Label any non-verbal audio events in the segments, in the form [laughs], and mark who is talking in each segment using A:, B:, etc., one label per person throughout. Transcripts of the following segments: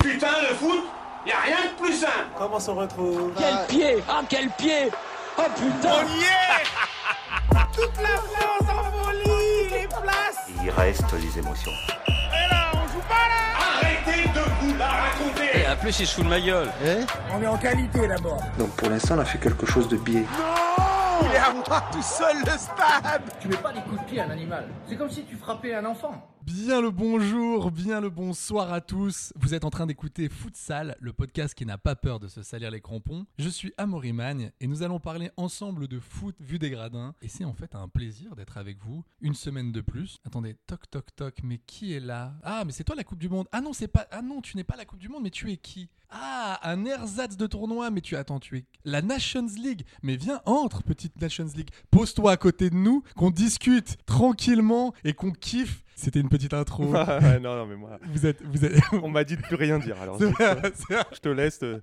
A: Putain, le foot, y a rien de plus simple.
B: Comment on se retrouve
C: Quel pied Ah, quel pied Oh putain
A: [laughs] Toute la France en folie, les places.
D: Il reste les émotions.
A: Et là, on joue pas là. Arrêtez de vous la raconter.
C: En plus, il se fout de ma gueule.
E: Donc pour l'instant, on a fait quelque chose de biais.
A: Il est à moi tout seul le stade.
F: Bien le bonjour, bien le bonsoir à tous. Vous êtes en train d'écouter Futsal, le podcast qui n'a pas peur de se salir les crampons. Je suis Amaury Magne et nous allons parler ensemble de foot vu des gradins. Et c'est en fait un plaisir d'être avec vous une semaine de plus. Attendez, toc toc toc, mais qui est là Ah, mais c'est toi la Coupe du Monde. Ah non, c'est pas. Ah non, tu n'es pas la Coupe du Monde, mais tu es qui Ah, un ersatz de tournoi, mais tu attends, tu es la Nations League. Mais viens, entre, petite Nations League. Pose-toi à côté de nous, qu'on discute tranquillement et qu'on kiffe. C'était une petite intro.
G: Ah, [laughs] ouais, non, non, mais moi,
F: Vous êtes, vous êtes. [laughs]
G: on m'a dit de plus rien dire. Alors,
F: C'est
G: je,
F: vrai, c'est vrai,
G: je te laisse euh,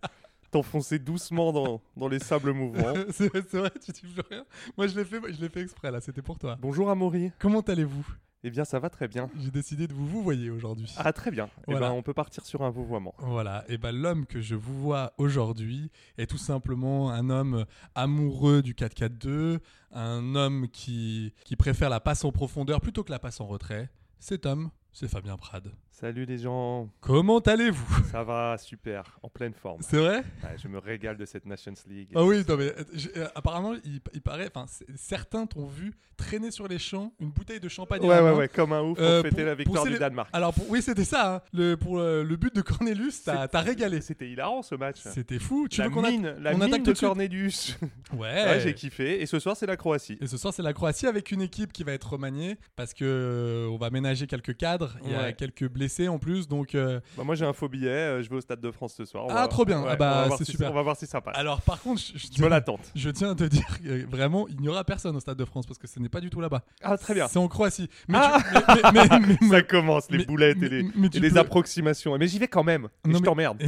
G: t'enfoncer doucement dans, dans les sables
F: [laughs]
G: mouvants.
F: c'est vrai, c'est vrai, tu dis plus rien. Moi, je l'ai fait, je l'ai fait exprès là. C'était pour toi.
G: Bonjour Amaury.
F: Comment allez-vous
G: Eh bien, ça va très bien.
F: J'ai décidé de vous vous voyez aujourd'hui.
G: Ah, très bien. Eh
F: Voilà.
G: ben, on peut partir sur un vouvoiement.
F: Voilà, et ben l'homme que je vous vois aujourd'hui est tout simplement un homme amoureux du 4-4-2, un homme qui, qui préfère la passe en profondeur plutôt que la passe en retrait. Cet homme, c'est Fabien Prade.
G: Salut les gens.
F: Comment allez-vous [laughs]
G: Ça va, super. En pleine forme.
F: C'est vrai
G: Ouais, je me régale de cette Nations League.
F: Ah oui, non, mais, euh, j'ai- euh, apparemment, il, il paraît, enfin, c- certains t'ont vu traîner sur les champs une bouteille de champagne. à
G: Ouais,
F: la
G: ouais,
F: main.
G: ouais, comme un ouf pour
F: Euh,
G: fêter la
F: pour
G: victoire du
F: célé-
G: Danemark.
F: Alors pour- oui, c'était ça. hein. Le, pour euh, le but de Cornelius, Ah, t'as t'as régalé.
G: C'était hilarant ce match.
F: C'était fou. Tu
G: la
F: veux qu'on atta-
G: mine, la
F: on
G: mine
F: attaque tout
G: de
F: de suite Eh.
G: Cornelius.
F: Ouais.
G: Ouais, j'ai kiffé. Et ce soir, c'est la Croatie.
F: Et ce soir, c'est la Croatie avec une équipe qui va être remaniée parce que euh, on va ménager quelques cadres. Il y a
G: Ouais.
F: quelques blessés en plus, donc. euh,
G: Bah, moi, j'ai un faux billet. euh, je vais au Stade de France ce soir. On
F: Ah,
G: va-
F: trop bien.
G: ouais,
F: Ah bah,
G: on va voir
F: c'est
G: si-
F: super.
G: On va voir si ça passe.
F: Alors par contre, je, je
G: je me
F: [laughs]
G: l'attends.
F: Je tiens à te dire que vraiment, il n'y aura personne au Stade de France parce que ce n'est pas du tout là-bas.
G: Ah, très bien. Ah.
F: C'est en Croatie. Mais, tu- mais- mais- mais- mais-
G: [laughs] Ça commence, les
F: mais-
G: boulettes
F: mais-
G: et les,
F: mais tu
G: et les
F: peux-
G: approximations. Mais j'y vais quand même. Et
F: Non,
G: je
F: mais- [laughs]
G: t'emmerde.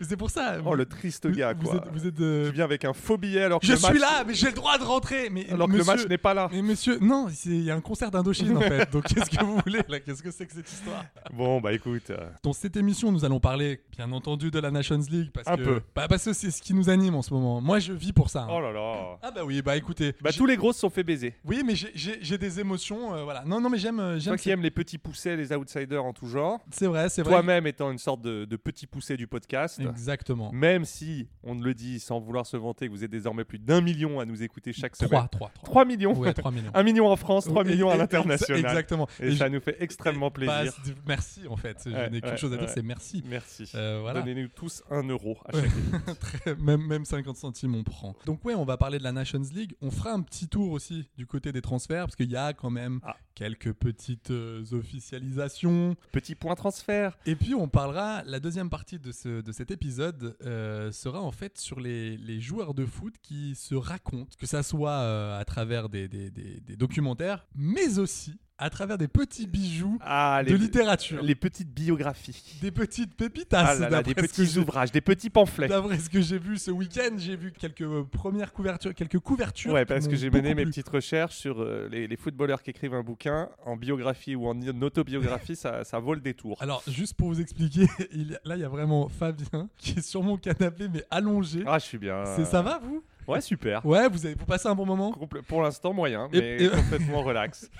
F: c'est pour ça.
G: Oh, le triste
F: vous,
G: gars,
F: vous
G: quoi.
F: êtes, vous êtes, euh,
G: Tu viens avec un faux billet alors que
F: Je
G: le match-
F: suis là, mais j'ai le droit de rentrer. Mais
G: Alors que
F: monsieur-
G: le match n'est pas là.
F: Mais monsieur, non, c'est- il y a un concert d'Indochine
G: [laughs]
F: en fait. Donc qu'est-ce que vous voulez là Qu'est-ce que c'est que cette histoire
G: Bon, bah écoute. euh,
F: Dans cette émission, nous allons parler, bien entendu, de la Nations League parce
G: Un
F: que
G: peu.
F: Bah, parce que c'est ce qui nous anime en ce moment. Moi, je vis pour ça. hein.
G: Oh là là.
F: Ah bah oui, bah écoutez,
G: Bah,
F: j'ai-
G: tous les gros se sont fait baiser.
F: oui, mais j'ai- j'ai j'ai des émotions, euh, voilà. Non, non, mais j'aime, euh,
G: Toi
F: j'aime.
G: qui aimes les petits poussets, les outsiders en tout genre.
F: C'est vrai, c'est vrai.
G: Toi-même étant une sorte de, de petit poussé du podcast.
F: Exactement.
G: Même si, on ne le dit sans vouloir se vanter, que vous êtes désormais plus d'un million à nous écouter chaque
F: 3,
G: semaine.
F: 3, 3.
G: 3 millions
F: Ouais,
G: [laughs]
F: 3 millions.
G: 1 million en France, 3
F: Et-
G: millions à
F: et-
G: l'international.
F: Exactement.
G: Et, ça nous fait extrêmement plaisir.
F: merci en fait. Je
G: Ouais,
F: n'ai qu'une
G: ouais,
F: chose à dire,
G: ouais.
F: c'est merci.
G: Merci.
F: Euh, voilà.
G: Donnez-nous tous un euro à chaque
F: [laughs] Très- même, même 50 centimes, on prend. Donc, ouais, on va parler de la Nations League. On fera un petit tour aussi du côté des transferts, parce qu'il y a quand même
G: Ah.
F: quelques petites euh, officialisations.
G: Petit point transfert.
F: Et puis, on parlera, la deuxième partie de, ce- de cet épisode euh, sera en fait sur les, les joueurs de foot qui se racontent, que ça soit euh, à travers des, des- des- des documentaires, mais aussi à travers des petits bijoux
G: Ah,
F: de littérature.
G: les petites biographies.
F: Des petites
G: Ah
F: pépitas,
G: là là, des
F: d'après ce que
G: petits
F: j'ai-
G: ouvrages, des petits pamphlets.
F: D'après ce que j'ai vu ce week-end, j'ai vu quelques euh, premières couvertures, quelques couvertures.
G: Ouais,
F: qui
G: parce que
F: m'ont
G: j'ai mené
F: beaucoup
G: mes
F: plu.
G: petites recherches sur euh, les, les footballeurs qui écrivent un bouquin en biographie ou en i- autobiographie, ça, ça vaut le détour.
F: Alors, juste pour vous expliquer, [laughs] il y a- là, il y a vraiment Fabien [laughs] qui est sur mon canapé, mais allongé.
G: Ah, je suis bien.
F: C'est Ça va, vous
G: Ouais, super.
F: Ouais, vous, avez, vous passez un bon moment
G: Compl- Pour l'instant, moyen,
F: [laughs] Et-
G: mais
F: et-
G: complètement relax.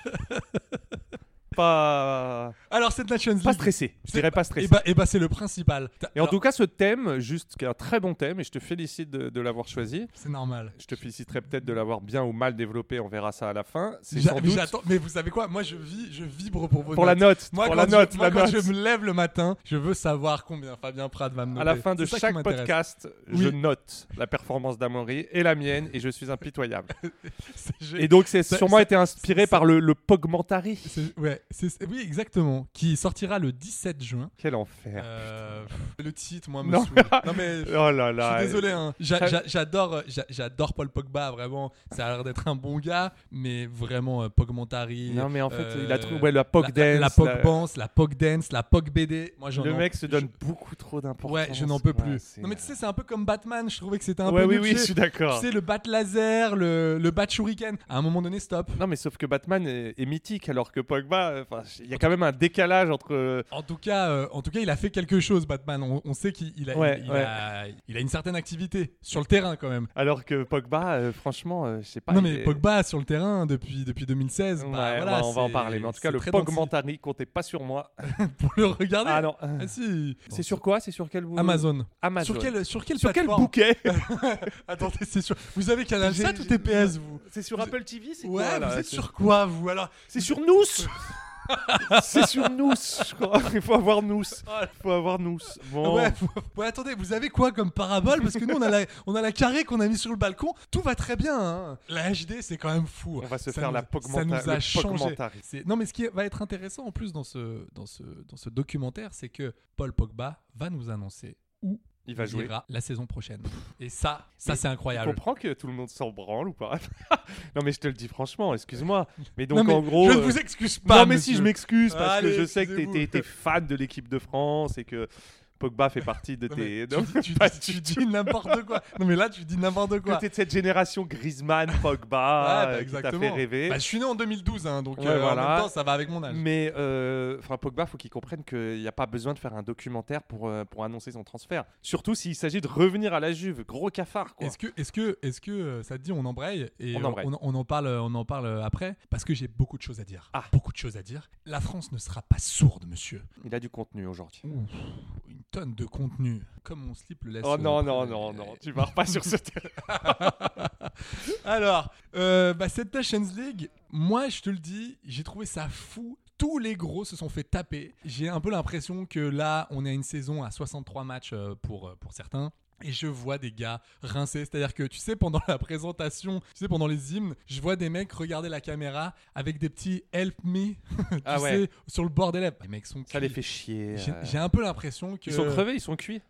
G: Pas
F: Alors, cette Nations League.
G: Pas stressé, je
F: C'est-
G: dirais pas stressé.
F: Eh bah, eh bah, c'est le principal. T'as-
G: Et en
F: alors,
G: tout cas, ce thème, juste, qui est un très bon thème, et je te félicite de, de l'avoir choisi.
F: c'est normal.
G: Je te féliciterai peut-être de l'avoir bien ou mal développé, on verra ça à la fin. C'est
F: J'a-
G: sans
F: mais
G: doute
F: j'attends- mais vous savez quoi Moi, je vis, je vibre pour vos
G: pour la
F: notes.
G: note,
F: Moi,
G: pour
F: quand
G: la
F: je-
G: note,
F: moi,
G: la
F: quand
G: note.
F: je me lève le matin, je veux savoir combien Fabien Prade va me noter.
G: À la fin de
F: C'est ça qui
G: chaque
F: m'intéresse.
G: podcast,
F: Oui.
G: je note la performance d'Amory et la mienne, et je suis
F: [laughs]
G: impitoyable.
F: [laughs] C'est- je-
G: et donc, c'est
F: Ça-
G: sûrement
F: ça-
G: été inspiré
F: ça-
G: par le, le Pogmentari.
F: c'est- ouais, c'est- c'est- oui, exactement. Qui sortira le 17 juin.
G: Quel enfer.
F: Euh, pff, le titre, moi, me
G: Non.
F: saoule. Non, mais.
G: [laughs] Oh là
F: Euh, Je
G: là.
F: suis désolé, hein. J'a-
G: Très-
F: j'a- j'adore, euh, j'a- j'adore Paul Pogba, vraiment. Ça a l'air d'être un bon gars, mais vraiment euh, Pogmentari.
G: Non, mais en fait,
F: euh,
G: il a trouvé ouais, la Pog
F: la,
G: Dance,
F: la
G: la-
F: Pogbance, la Pogdance, la Pogbd. Moi, j'en
G: Le
F: en-
G: mec se
F: je-
G: donne beaucoup trop d'importance.
F: Ouais, je n'en peux
G: quoi,
F: plus.
G: c'est-
F: non, mais tu sais, c'est un peu comme Batman. Je trouvais que c'était un
G: Ouais,
F: peu.
G: oui,
F: mieux,
G: oui,
F: tu
G: je
F: sais.
G: suis d'accord.
F: Tu sais, le bat laser, le, le bat shuriken. À un moment donné, stop.
G: Non, mais sauf que Batman est, est mythique, alors que Pogba, euh, 'fin, il y a quand même un décalage entre. euh,
F: En tout cas, euh, en tout cas, il a fait quelque chose, Batman. On, on sait qu'il il a,
G: Ouais,
F: il, il
G: ouais.
F: a, il a une certaine activité sur le terrain quand même.
G: Alors que Pogba, euh, franchement, euh, je sais pas.
F: non
G: il
F: mais
G: est-
F: Pogba sur le terrain depuis depuis 2016. bah,
G: Ouais,
F: voilà,
G: ouais, on va en
F: c'est-
G: parler. Mais en tout cas,
F: c'est
G: le
F: très Ah, dandy
G: Pogmentari, comptez pas sur moi.
F: pour le regarder.
G: Ah non.
F: Ah, si.
G: C'est sur quoi C'est sur quel
F: Amazon.
G: Amazon.
F: Sur quel sur quelle
G: Sur quel
F: plateforme [laughs]
G: bouquet
F: Attendez, c'est sur. Vous avez Canal
G: J'ai-
F: 7 ou TPS vous
G: C'est sur Apple TV C'est
F: Ouais,
G: quoi, là
F: vous êtes
G: C'est-
F: sur quoi vous alors
G: C'est sur Nous [laughs] C'est sur Nous, je crois. [laughs] Il faut avoir Nous.
F: [laughs]
G: Il faut avoir Nous. Bon.
F: Ouais, faut- ouais, attendez, vous avez quoi comme parabole Parce que nous, on a la, on a la carrée qu'on a mis sur le balcon. Tout va très bien. hein. La HD, c'est quand même fou.
G: On va se
F: Ça
G: faire
F: nous-
G: la
F: Ça
G: pogmenta-
F: nous a
G: le
F: changé.
G: pogmentari.
F: C'est- Non, mais ce qui va être intéressant en plus dans ce, dans ce, dans ce documentaire, c'est que Paul Pogba va nous annoncer où
G: Il va jouer.
F: ira la saison prochaine. Et ça, ça
G: Mais
F: c'est
G: Tu
F: incroyable.
G: comprends que tout le monde s'en branle ou pas [laughs] Non mais je te le dis franchement, excuse-moi. Mais donc
F: Non, mais
G: en gros...
F: je ne
G: euh,
F: vous excuse pas.
G: non mais si je
F: monsieur.
G: m'excuse parce
F: Allez,
G: que je sais que t'es-
F: excusez-vous.
G: t'es t'es fan de l'équipe de France et que Pogba fait partie de
F: Non, mais
G: tes...
F: tu
G: Non,
F: dis- tu
G: pas
F: dis-
G: du
F: tu
G: tout.
F: dis n'importe quoi. Non, mais là, tu dis n'importe
G: Que
F: quoi.
G: t'es de cette génération Griezmann,
F: Ouais, bah,
G: [laughs] Pogba, euh, qui t'a fait rêver.
F: Bah, je suis né en 2012, hein, donc
G: Ouais,
F: euh, en
G: voilà.
F: même temps, ça va avec mon âge.
G: Mais euh, enfin Pogba, faut qu'il comprenne qu'il n'y a pas besoin de faire un documentaire pour, euh, pour annoncer son transfert. Surtout s'il s'agit de revenir à la Juve, gros cafard quoi.
F: Est-ce que, est-ce que, est-ce que euh, ça te dit on embraye et
G: On embraye.
F: en- on en parle, euh, on en parle euh, après parce que j'ai beaucoup de choses à dire.
G: Ah.
F: Beaucoup de choses à dire. La France ne sera pas sourde, monsieur.
G: Il a du contenu aujourd'hui.
F: Ouf, une tonne de contenu. Comme mon slip le laisse.
G: Oh
F: euh,
G: non non non
F: prendre-
G: non, tu pars pas sur
F: [laughs]
G: ce terrain.
F: Alors, euh, bah, cette Nations League, moi je te le dis, j'ai trouvé ça fou. Tous les gros se sont fait taper. J'ai un peu l'impression que là, on a une saison à 63 matchs euh, pour, euh, pour certains. Et je vois des gars rincés. C'est-à-dire que, tu sais, pendant la présentation, tu sais, pendant les hymnes, je vois des mecs regarder la caméra avec des petits help me, [laughs] tu
G: Ah ouais.
F: sais, sur le bord des lèvres. Les mecs sont.
G: Ça les
F: cuits.
G: fait chier.
F: J'ai
G: euh.
F: j'ai un peu l'impression que.
G: Ils sont crevés, ils sont cuits.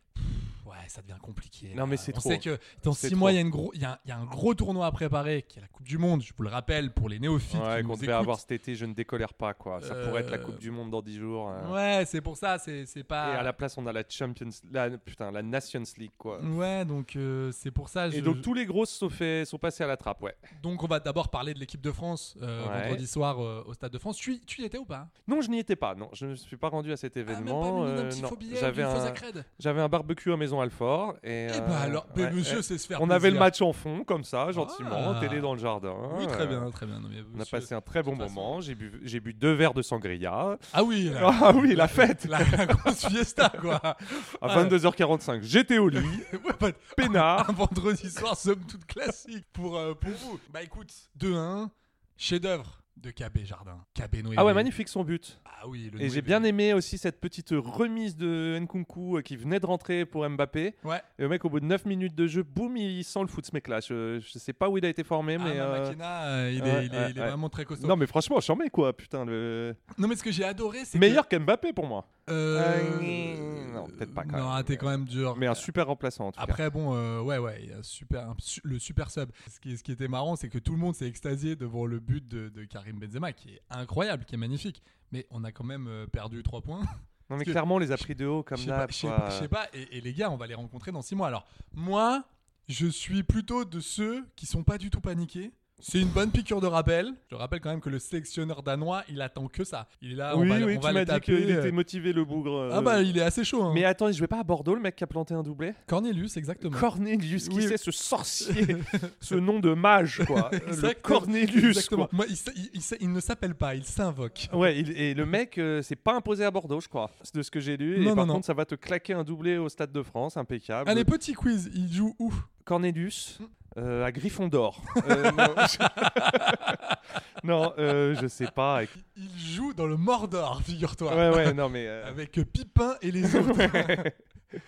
F: Ouais, ça devient compliqué.
G: Non,
F: là.
G: mais c'est
F: On
G: trop. hein.
F: sait que dans
G: C'est
F: 6 mois,
G: trop.
F: il y, a une gros- il y, a un- il y a un gros tournoi à préparer qui est la Coupe du Monde. Je vous le rappelle pour les néophytes.
G: Ouais,
F: qui
G: qu'on
F: nous
G: devait
F: écoutent.
G: avoir cet été, je ne décolère pas quoi. Ça pourrait être la
F: Euh,
G: Coupe du Monde dans 10 jours. euh.
F: Ouais, c'est pour ça. C'est c'est
G: Et
F: pas.
G: à la place, on a la Champions, la putain, la Nations League quoi.
F: Ouais, donc euh, c'est pour ça. je-
G: Et donc tous les gros se sont, fait- sont passés à la trappe, ouais.
F: donc, on va d'abord parler de l'équipe de France euh,
G: Ouais.
F: vendredi soir euh, au Stade de France. Tu, y- tu y étais ou pas
G: Non, je n'y étais pas. Non, je ne suis pas rendu à cet
F: Ah, même
G: événement.
F: pas mis
G: euh,
F: un petit
G: non.
F: faux billet,
G: J'avais
F: une
G: un-
F: fausse accrède.
G: J'avais un barbecue à Maison Alfort. Et,
F: Eh
G: euh,
F: bah alors, ben,
G: ouais,
F: monsieur,
G: ouais.
F: c'est se faire
G: On avait le
F: plaisir.
G: match en fond, comme ça, gentiment,
F: Ah.
G: télé dans le jardin.
F: Oui,
G: euh,
F: très bien, très bien. Non, mais
G: On a
F: monsieur-
G: passé un très bon
F: toute façon-
G: moment. J'ai bu, j'ai bu deux verres de sangria.
F: Ah oui, la-
G: [laughs] Ah oui, la fête
F: la, la [laughs] grosse fiesta, quoi.
G: À
F: Ah.
G: 22h45, j'étais au lit,
F: [laughs] Ouais, bah,
G: peinard.
F: un vendredi soir, somme toute classique pour, euh, pour vous. Bah écoute, 2-1, chef-d'œuvre de KB Jardin. KB Noé.
G: Ah ouais, magnifique son but.
F: Ah oui, le
G: Et j'ai
F: Noé-
G: bien aimé aussi cette petite remise de Nkunku euh, qui venait de rentrer pour Mbappé.
F: Ouais,
G: Et le mec, au bout de 9 minutes de jeu, boum, il sent le foot ce mec-là. Je, je sais pas où il a été formé,
F: ah,
G: mais.
F: Mama
G: euh,
F: Kena, euh, il est,
G: ouais,
F: il est,
G: ouais,
F: il est
G: ouais.
F: vraiment très costaud.
G: Non, mais franchement, j'en mets quoi, putain. Le...
F: Non, mais ce que j'ai adoré, c'est.
G: Meilleur qu'Mbappé pour moi.
F: que, euh,
G: Euh, non, peut-être pas, quand
F: Non,
G: même.
F: ah, t'es quand même dur.
G: Mais un super remplaçant en tout cas.
F: Après, bon, euh, ouais, ouais, il y a super, un su- le super sub. Ce qui, ce qui était marrant, c'est que tout le monde s'est extasié devant le but de, de Karim Benzema, qui est incroyable, qui est magnifique. Mais on a quand même euh, perdu 3 points.
G: Non mais
F: que-
G: clairement on les a pris de haut comme
F: Je sais
G: là. euh.
F: pas- je sais pas, je sais pas. Et, et les gars, on va les rencontrer dans six mois. Alors, moi, je suis plutôt de ceux qui sont pas du tout paniqués. C'est une bonne piqûre de rappel. Je rappelle quand même que le sélectionneur danois, il attend que ça. Il est là,
G: oui,
F: on va,
G: oui,
F: on va
G: tu
F: le
G: m'as dit
F: taper.
G: qu'il était motivé, le bougre. euh,
F: Ah bah, il est assez chaud. Hein.
G: Mais attends, il jouait pas à Bordeaux, le mec qui a planté un doublé
F: Cornelius, exactement. [laughs]
G: Cornelius, qui
F: Oui.
G: c'est ce
F: [laughs]
G: sorcier Ce nom de mage, quoi. le
F: Exactement.
G: Cornelius,
F: Exactement.
G: quoi. Ah
F: Moi, il, s- il- il s- il ne s'appelle pas, il s'invoque.
G: Ouais, il- et le mec, euh, c'est pas imposé à Bordeaux, je crois, de ce que j'ai lu. et par
F: Non, non, non.
G: contre, ça va te claquer un doublé au Stade de France, impeccable.
F: Allez, petit quiz. Il joue où
G: Cornelius
F: Hmm.
G: euh, à
F: [laughs]
G: Gryffondor. Euh, non, [laughs] je... non, euh, je sais pas. avec-
F: Il joue dans le Mordor, figure-toi.
G: Ouais, ouais, non, mais euh,
F: Avec Pipin et les
G: [laughs]
F: autres.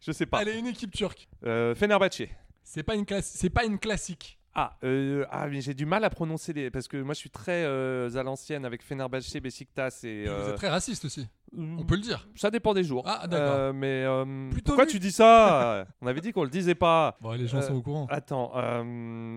G: je sais pas.
F: Allez, une équipe turque.
G: Euh, Fenerbahçe.
F: C'est pas une classe, c'est pas une classique.
G: Ah, euh, ah, mais j'ai du mal à prononcer les. Parce que moi, je suis très euh, à l'ancienne avec Fenerbahçe, Besiktas et.
F: Vous
G: euh, Mm.
F: êtes très raciste aussi. On peut le dire.
G: Ça dépend des jours.
F: Ah, d'accord.
G: Euh, mais euh,
F: Plutôt
G: pourquoi
F: vu.
G: tu dis ça On avait dit qu'on le disait pas.
F: Bon, les gens
G: Euh,
F: sont au courant.
G: Attends. euh,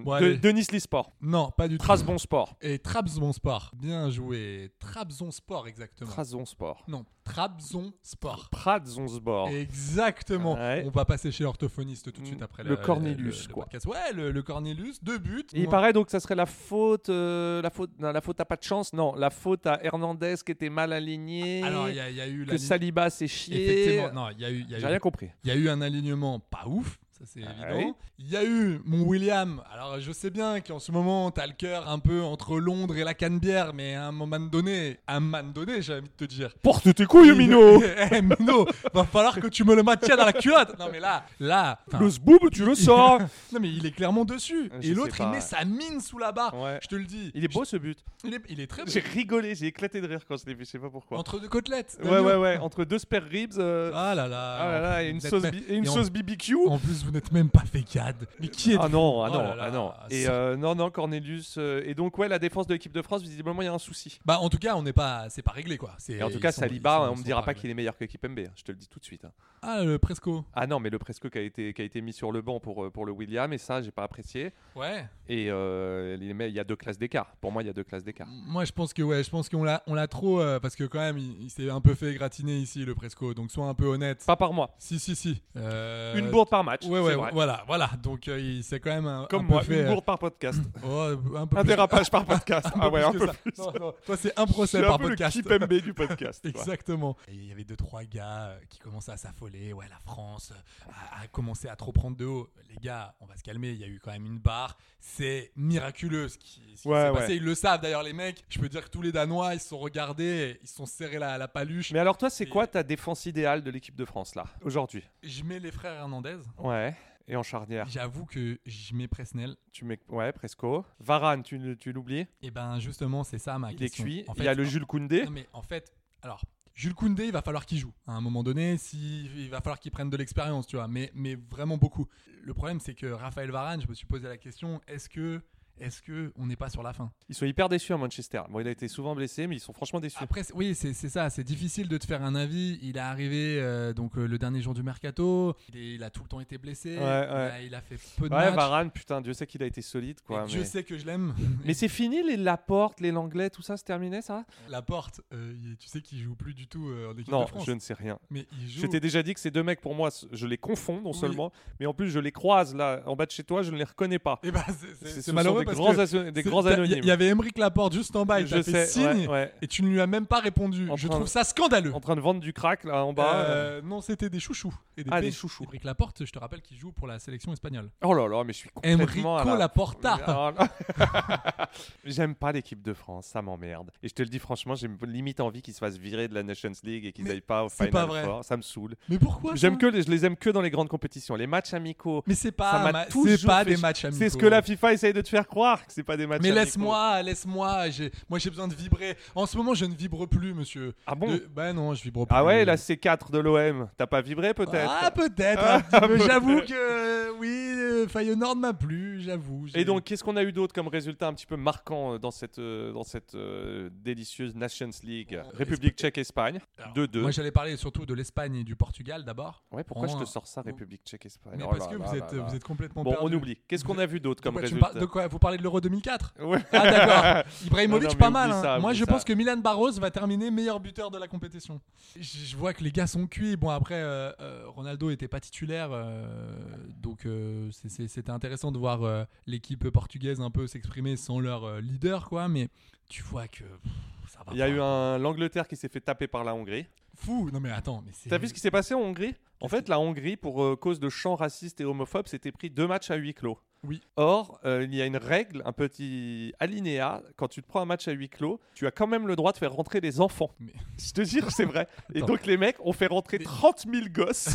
F: Bon,
G: De-
F: allez.
G: Denis Lisport.
F: Non, pas du tout.
G: Trasbon Sport.
F: Et Trabzon Sport. Bien joué. Trabzon Sport, exactement.
G: Trasbon Sport.
F: non, Trabzon Sport.
G: Trabzon Sport.
F: Exactement.
G: Ouais. Mm.
F: On va passer chez l'orthophoniste tout de suite après
G: Le
F: la-
G: Cornelius,
F: le- le
G: quoi.
F: podcast. ouais, le, le Cornelius, deux buts.
G: Et il
F: Moi-
G: paraît donc que ça serait la faute, euh, la faute, non, la faute à pas de chance, non, la faute à Hernandez qui était mal aligné,
F: Alors, il y, a- il y a eu la
G: que Saliba s'est chié.
F: Effectivement, non, il y a eu, il y a
G: J'ai
F: eu-
G: rien compris.
F: il y a eu un alignement pas ouf, ça c'est
G: Ah
F: évident.
G: oui.
F: Il y a eu mon William. Alors, je sais bien qu'en ce moment, t'as le cœur un peu entre Londres et la Canebière, mais à un moment donné, à un moment donné, j'ai envie de te dire.
G: Porte tes couilles, [laughs] Mino
F: [laughs] Eh, Mino, va falloir que tu me le maintiennes à la culotte. Non, mais là, là. enfin,
G: Le zboub, tu le sors
F: [laughs] non, mais il est clairement dessus.
G: Je
F: Et
G: sais
F: l'autre, il
G: pas,
F: met
G: ouais.
F: sa mine sous la barre.
G: Ouais.
F: Je te le dis.
G: [laughs] Il est beau ce but.
F: Il est, il est très
G: [laughs]
F: beau.
G: J'ai rigolé, j'ai éclaté de rire quand je l'ai vu, je sais pas pourquoi.
F: Entre deux côtelettes.
G: Ouais,
F: Damien.
G: ouais, ouais, entre deux spare ribs. euh,
F: Ah là là.
G: ah là là, et une
F: Vous êtes
G: sauce,
F: même-
G: bi- et une
F: et en-
G: sauce BBQ.
F: En plus, vous n'êtes même pas fécade. Mais qui est
G: Ah non, ah
F: Oh
G: non,
F: là là,
G: ah non. Et
F: ça-
G: euh, non, non, Cornelius. euh, et donc, ouais, la défense de l'équipe de France, visiblement, il y a un souci.
F: Bah, en tout cas, on n'est pas, c'est pas réglé quoi. C'est-
G: Et en tout
F: ils
G: cas,
F: sont-
G: Saliba,
F: ils sont-
G: on
F: ils
G: me
F: sont
G: dira pas
F: réglés.
G: qu'il est meilleur que Kipembe, hein, je te le dis tout de suite. hein.
F: Ah, le Presco.
G: Ah non, mais le Presco qui a été, qui a été mis sur le banc pour, euh, pour le William, et ça, j'ai pas apprécié.
F: Ouais.
G: Et euh, les mecs, il y a deux classes d'écart. Pour moi, il y a deux classes d'écart.
F: Moi, je pense que ouais, je pense qu'on l'a, on l'a trop euh, parce que quand même, il, il s'est un peu fait gratiner ici le Presco. Donc, sois un peu honnête.
G: Pas par mois.
F: Si, si, si. Euh,
G: Une bourde par match.
F: Ouais,
G: c'est
F: ouais,
G: vrai.
F: voilà, voilà. Donc, euh, il s'est quand même un, un
G: Comme
F: peu
G: moi,
F: fait.
G: une
F: euh,
G: bourde par podcast.
F: oh, [laughs] un
G: [laughs]
F: peu
G: un
F: plus-
G: dérapage par podcast. Ah ouais, un
F: plus
G: peu
F: que ça.
G: plus. [laughs]
F: Non, non, Toi, c'est un procès
G: C'est un
F: par
G: peu le
F: podcast.
G: Kipembe du [laughs]
F: [laughs]
G: podcast. tu vois.
F: Exactement. Et il y avait deux trois gars euh, qui commençaient à s'affoler. Ouais, la France euh, a, a commencé à trop prendre de haut. Les gars, on va se calmer. Il y a eu quand même une barre. C'est miraculeux ce qui, ce qui
G: Ouais,
F: s'est
G: ouais.
F: passé. Ils le savent d'ailleurs les mecs. Je peux dire que tous les Danois ils se sont regardés, ils se sont serrés la, la paluche.
G: Mais alors, toi, c'est quoi ta défense idéale de l'équipe de France, là, aujourd'hui
F: Je mets les frères Hernandez.
G: Ouais. Et en charnière,
F: J'avoue que je mets Presnel.
G: tu mets. Ouais, Presco. Varane, tu, l- tu l'oublies
F: Et ben justement c'est ça ma
G: Il est
F: question.
G: cuit.
F: En
G: il y
F: fait,
G: a le Jules [laughs] Koundé.
F: Non, mais en fait, alors, Jules Koundé, il va falloir qu'il joue. À un moment donné, si, il va falloir qu'il prenne de l'expérience, tu vois, mais, mais vraiment beaucoup. Le problème, c'est que Raphaël Varane, je me suis posé la question, est-ce que. Est-ce que on n'est pas sur la fin
G: Ils sont hyper déçus à Manchester. Bon, il a été souvent blessé, mais ils sont franchement déçus.
F: Après, c'est- oui, c'est c'est ça. C'est difficile de te faire un avis. Il est arrivé euh, donc euh, le dernier jour du mercato. Il, est- il a tout le temps été blessé.
G: Ouais, ouais.
F: Il, a, il a fait peu de
G: ouais,
F: matchs.
G: Varane, putain, Dieu sait qu'il a été solide,
F: Et
G: quoi.
F: Dieu
G: mais...
F: sait que je l'aime.
G: Mais c'est fini les Laporte, les Langlais, tout ça, c'est terminé ça
F: La porte, euh, il- tu sais qu'il joue plus du tout euh, en équipe
G: Non,
F: de France.
G: je ne sais rien.
F: Mais il joue.
G: Je t'ai déjà dit que ces deux mecs, pour moi, c- je les confonds non
F: Oui.
G: seulement, mais en plus je les croise là, en bas de chez toi, je ne les reconnais pas.
F: Eh ben, c'est-
G: Ce
F: c'est
G: sont
F: c'est malheureux
G: des
F: parce
G: grands
F: que
G: asso- des
F: c'est-
G: grands
F: t'as-
G: anonymes.
F: Il y avait Emmerich Laporte juste en bas, il
G: je
F: t'a
G: sais,
F: fait
G: ouais,
F: signe
G: ouais.
F: et tu ne lui as même pas répondu.
G: En
F: Je
G: train-
F: trouve ça scandaleux.
G: En train de vendre du crack là en bas. euh.
F: Euh, non, c'était des chouchous. Et des
G: Ah, des
F: pêches.
G: chouchous.
F: Emmerich Laporte, je te rappelle qu'il joue pour la sélection espagnole.
G: Oh là là, mais je suis complètement. à
F: Enrico
G: la- [laughs]
F: Laporta.
G: Ah, là. [laughs] J'aime pas l'équipe de France, ça m'emmerde. Et je te le dis franchement, j'ai limite envie qu'ils se fassent virer de la Nations League et qu'ils
F: Mais
G: aillent pas au
F: c'est
G: Final
F: pas vrai.
G: Four, ça me saoule.
F: Mais pourquoi ça
G: J'aime que les- je les aime que dans les grandes compétitions, les matchs amicaux.
F: Mais c'est
G: Ça
F: pas,
G: m'a
F: ma-
G: toujours
F: c'est pas
G: fait
F: des
G: chier.
F: matchs amicaux.
G: C'est ce que la FIFA essaye de te faire croire, que c'est pas des matchs
F: Mais
G: amicaux.
F: laisse-moi, laisse-moi. j'ai- Moi, j'ai besoin de vibrer. En ce moment, je ne vibre plus, monsieur.
G: Ah bon
F: De- Bah non, je vibre plus.
G: Ah ouais, la C4 de l'OM, t'as pas vibré peut-être
F: Ah peut-être.
G: Ah,
F: un petit peu.
G: peut-être.
F: J'avoue que euh, oui, euh, Feyenoord m'a plu, j'avoue. j'ai-
G: Et donc, qu'est-ce qu'on a eu d'autre comme résultat un petit peu marquant euh, dans cette, euh, dans cette euh, délicieuse Nations League
F: Oh,
G: République tchèque-Espagne,
F: Alors, Moi,
G: 2-2.
F: j'allais parler surtout de l'Espagne et du Portugal d'abord.
G: Ouais, pourquoi
F: En-
G: je te sors ça, République tchèque-Espagne
F: Oh. Mais
G: Oh
F: parce
G: là
F: que
G: là
F: vous,
G: là
F: êtes,
G: là.
F: vous êtes complètement
G: Bon, on
F: perdu.
G: oublie. Qu'est-ce qu'on a vu d'autre comme
F: Pourquoi tu me
G: résultat
F: parles- de quoi Vous parlez de l'Euro 2004
G: Ouais.
F: Ah d'accord.
G: [laughs] Non,
F: Ibrahimovic
G: Ah non,
F: pas
G: mais
F: mal.
G: oublie
F: hein.
G: ça,
F: Moi
G: oublie
F: je
G: ça.
F: pense que Milan Barros va terminer meilleur buteur de la compétition. Je je vois que les gars sont cuits. Bon après euh, euh, Ronaldo était pas titulaire euh, donc euh, c'est c'est- c'est- c'était intéressant de voir euh, l'équipe portugaise un peu s'exprimer sans leur euh, leader, quoi. Mais tu vois que pff, ça va.
G: Il y a
F: pas.
G: eu un... l'Angleterre qui s'est fait taper par la Hongrie.
F: fou. Non mais attends, mais c'est.
G: T'as vu ce qui s'est passé en Hongrie En fait, la Hongrie, pour euh, cause de chants racistes et homophobes, s'était pris deux matchs à huis clos.
F: Oui.
G: Or, euh, il y a une règle, un petit alinéa, quand tu te prends un match à huis clos, tu as quand même le droit de faire rentrer des enfants.
F: Mais-
G: [laughs] Je te jure, c'est vrai. Et
F: Attends.
G: donc, les mecs ont fait rentrer 30 000
F: [laughs]
G: gosses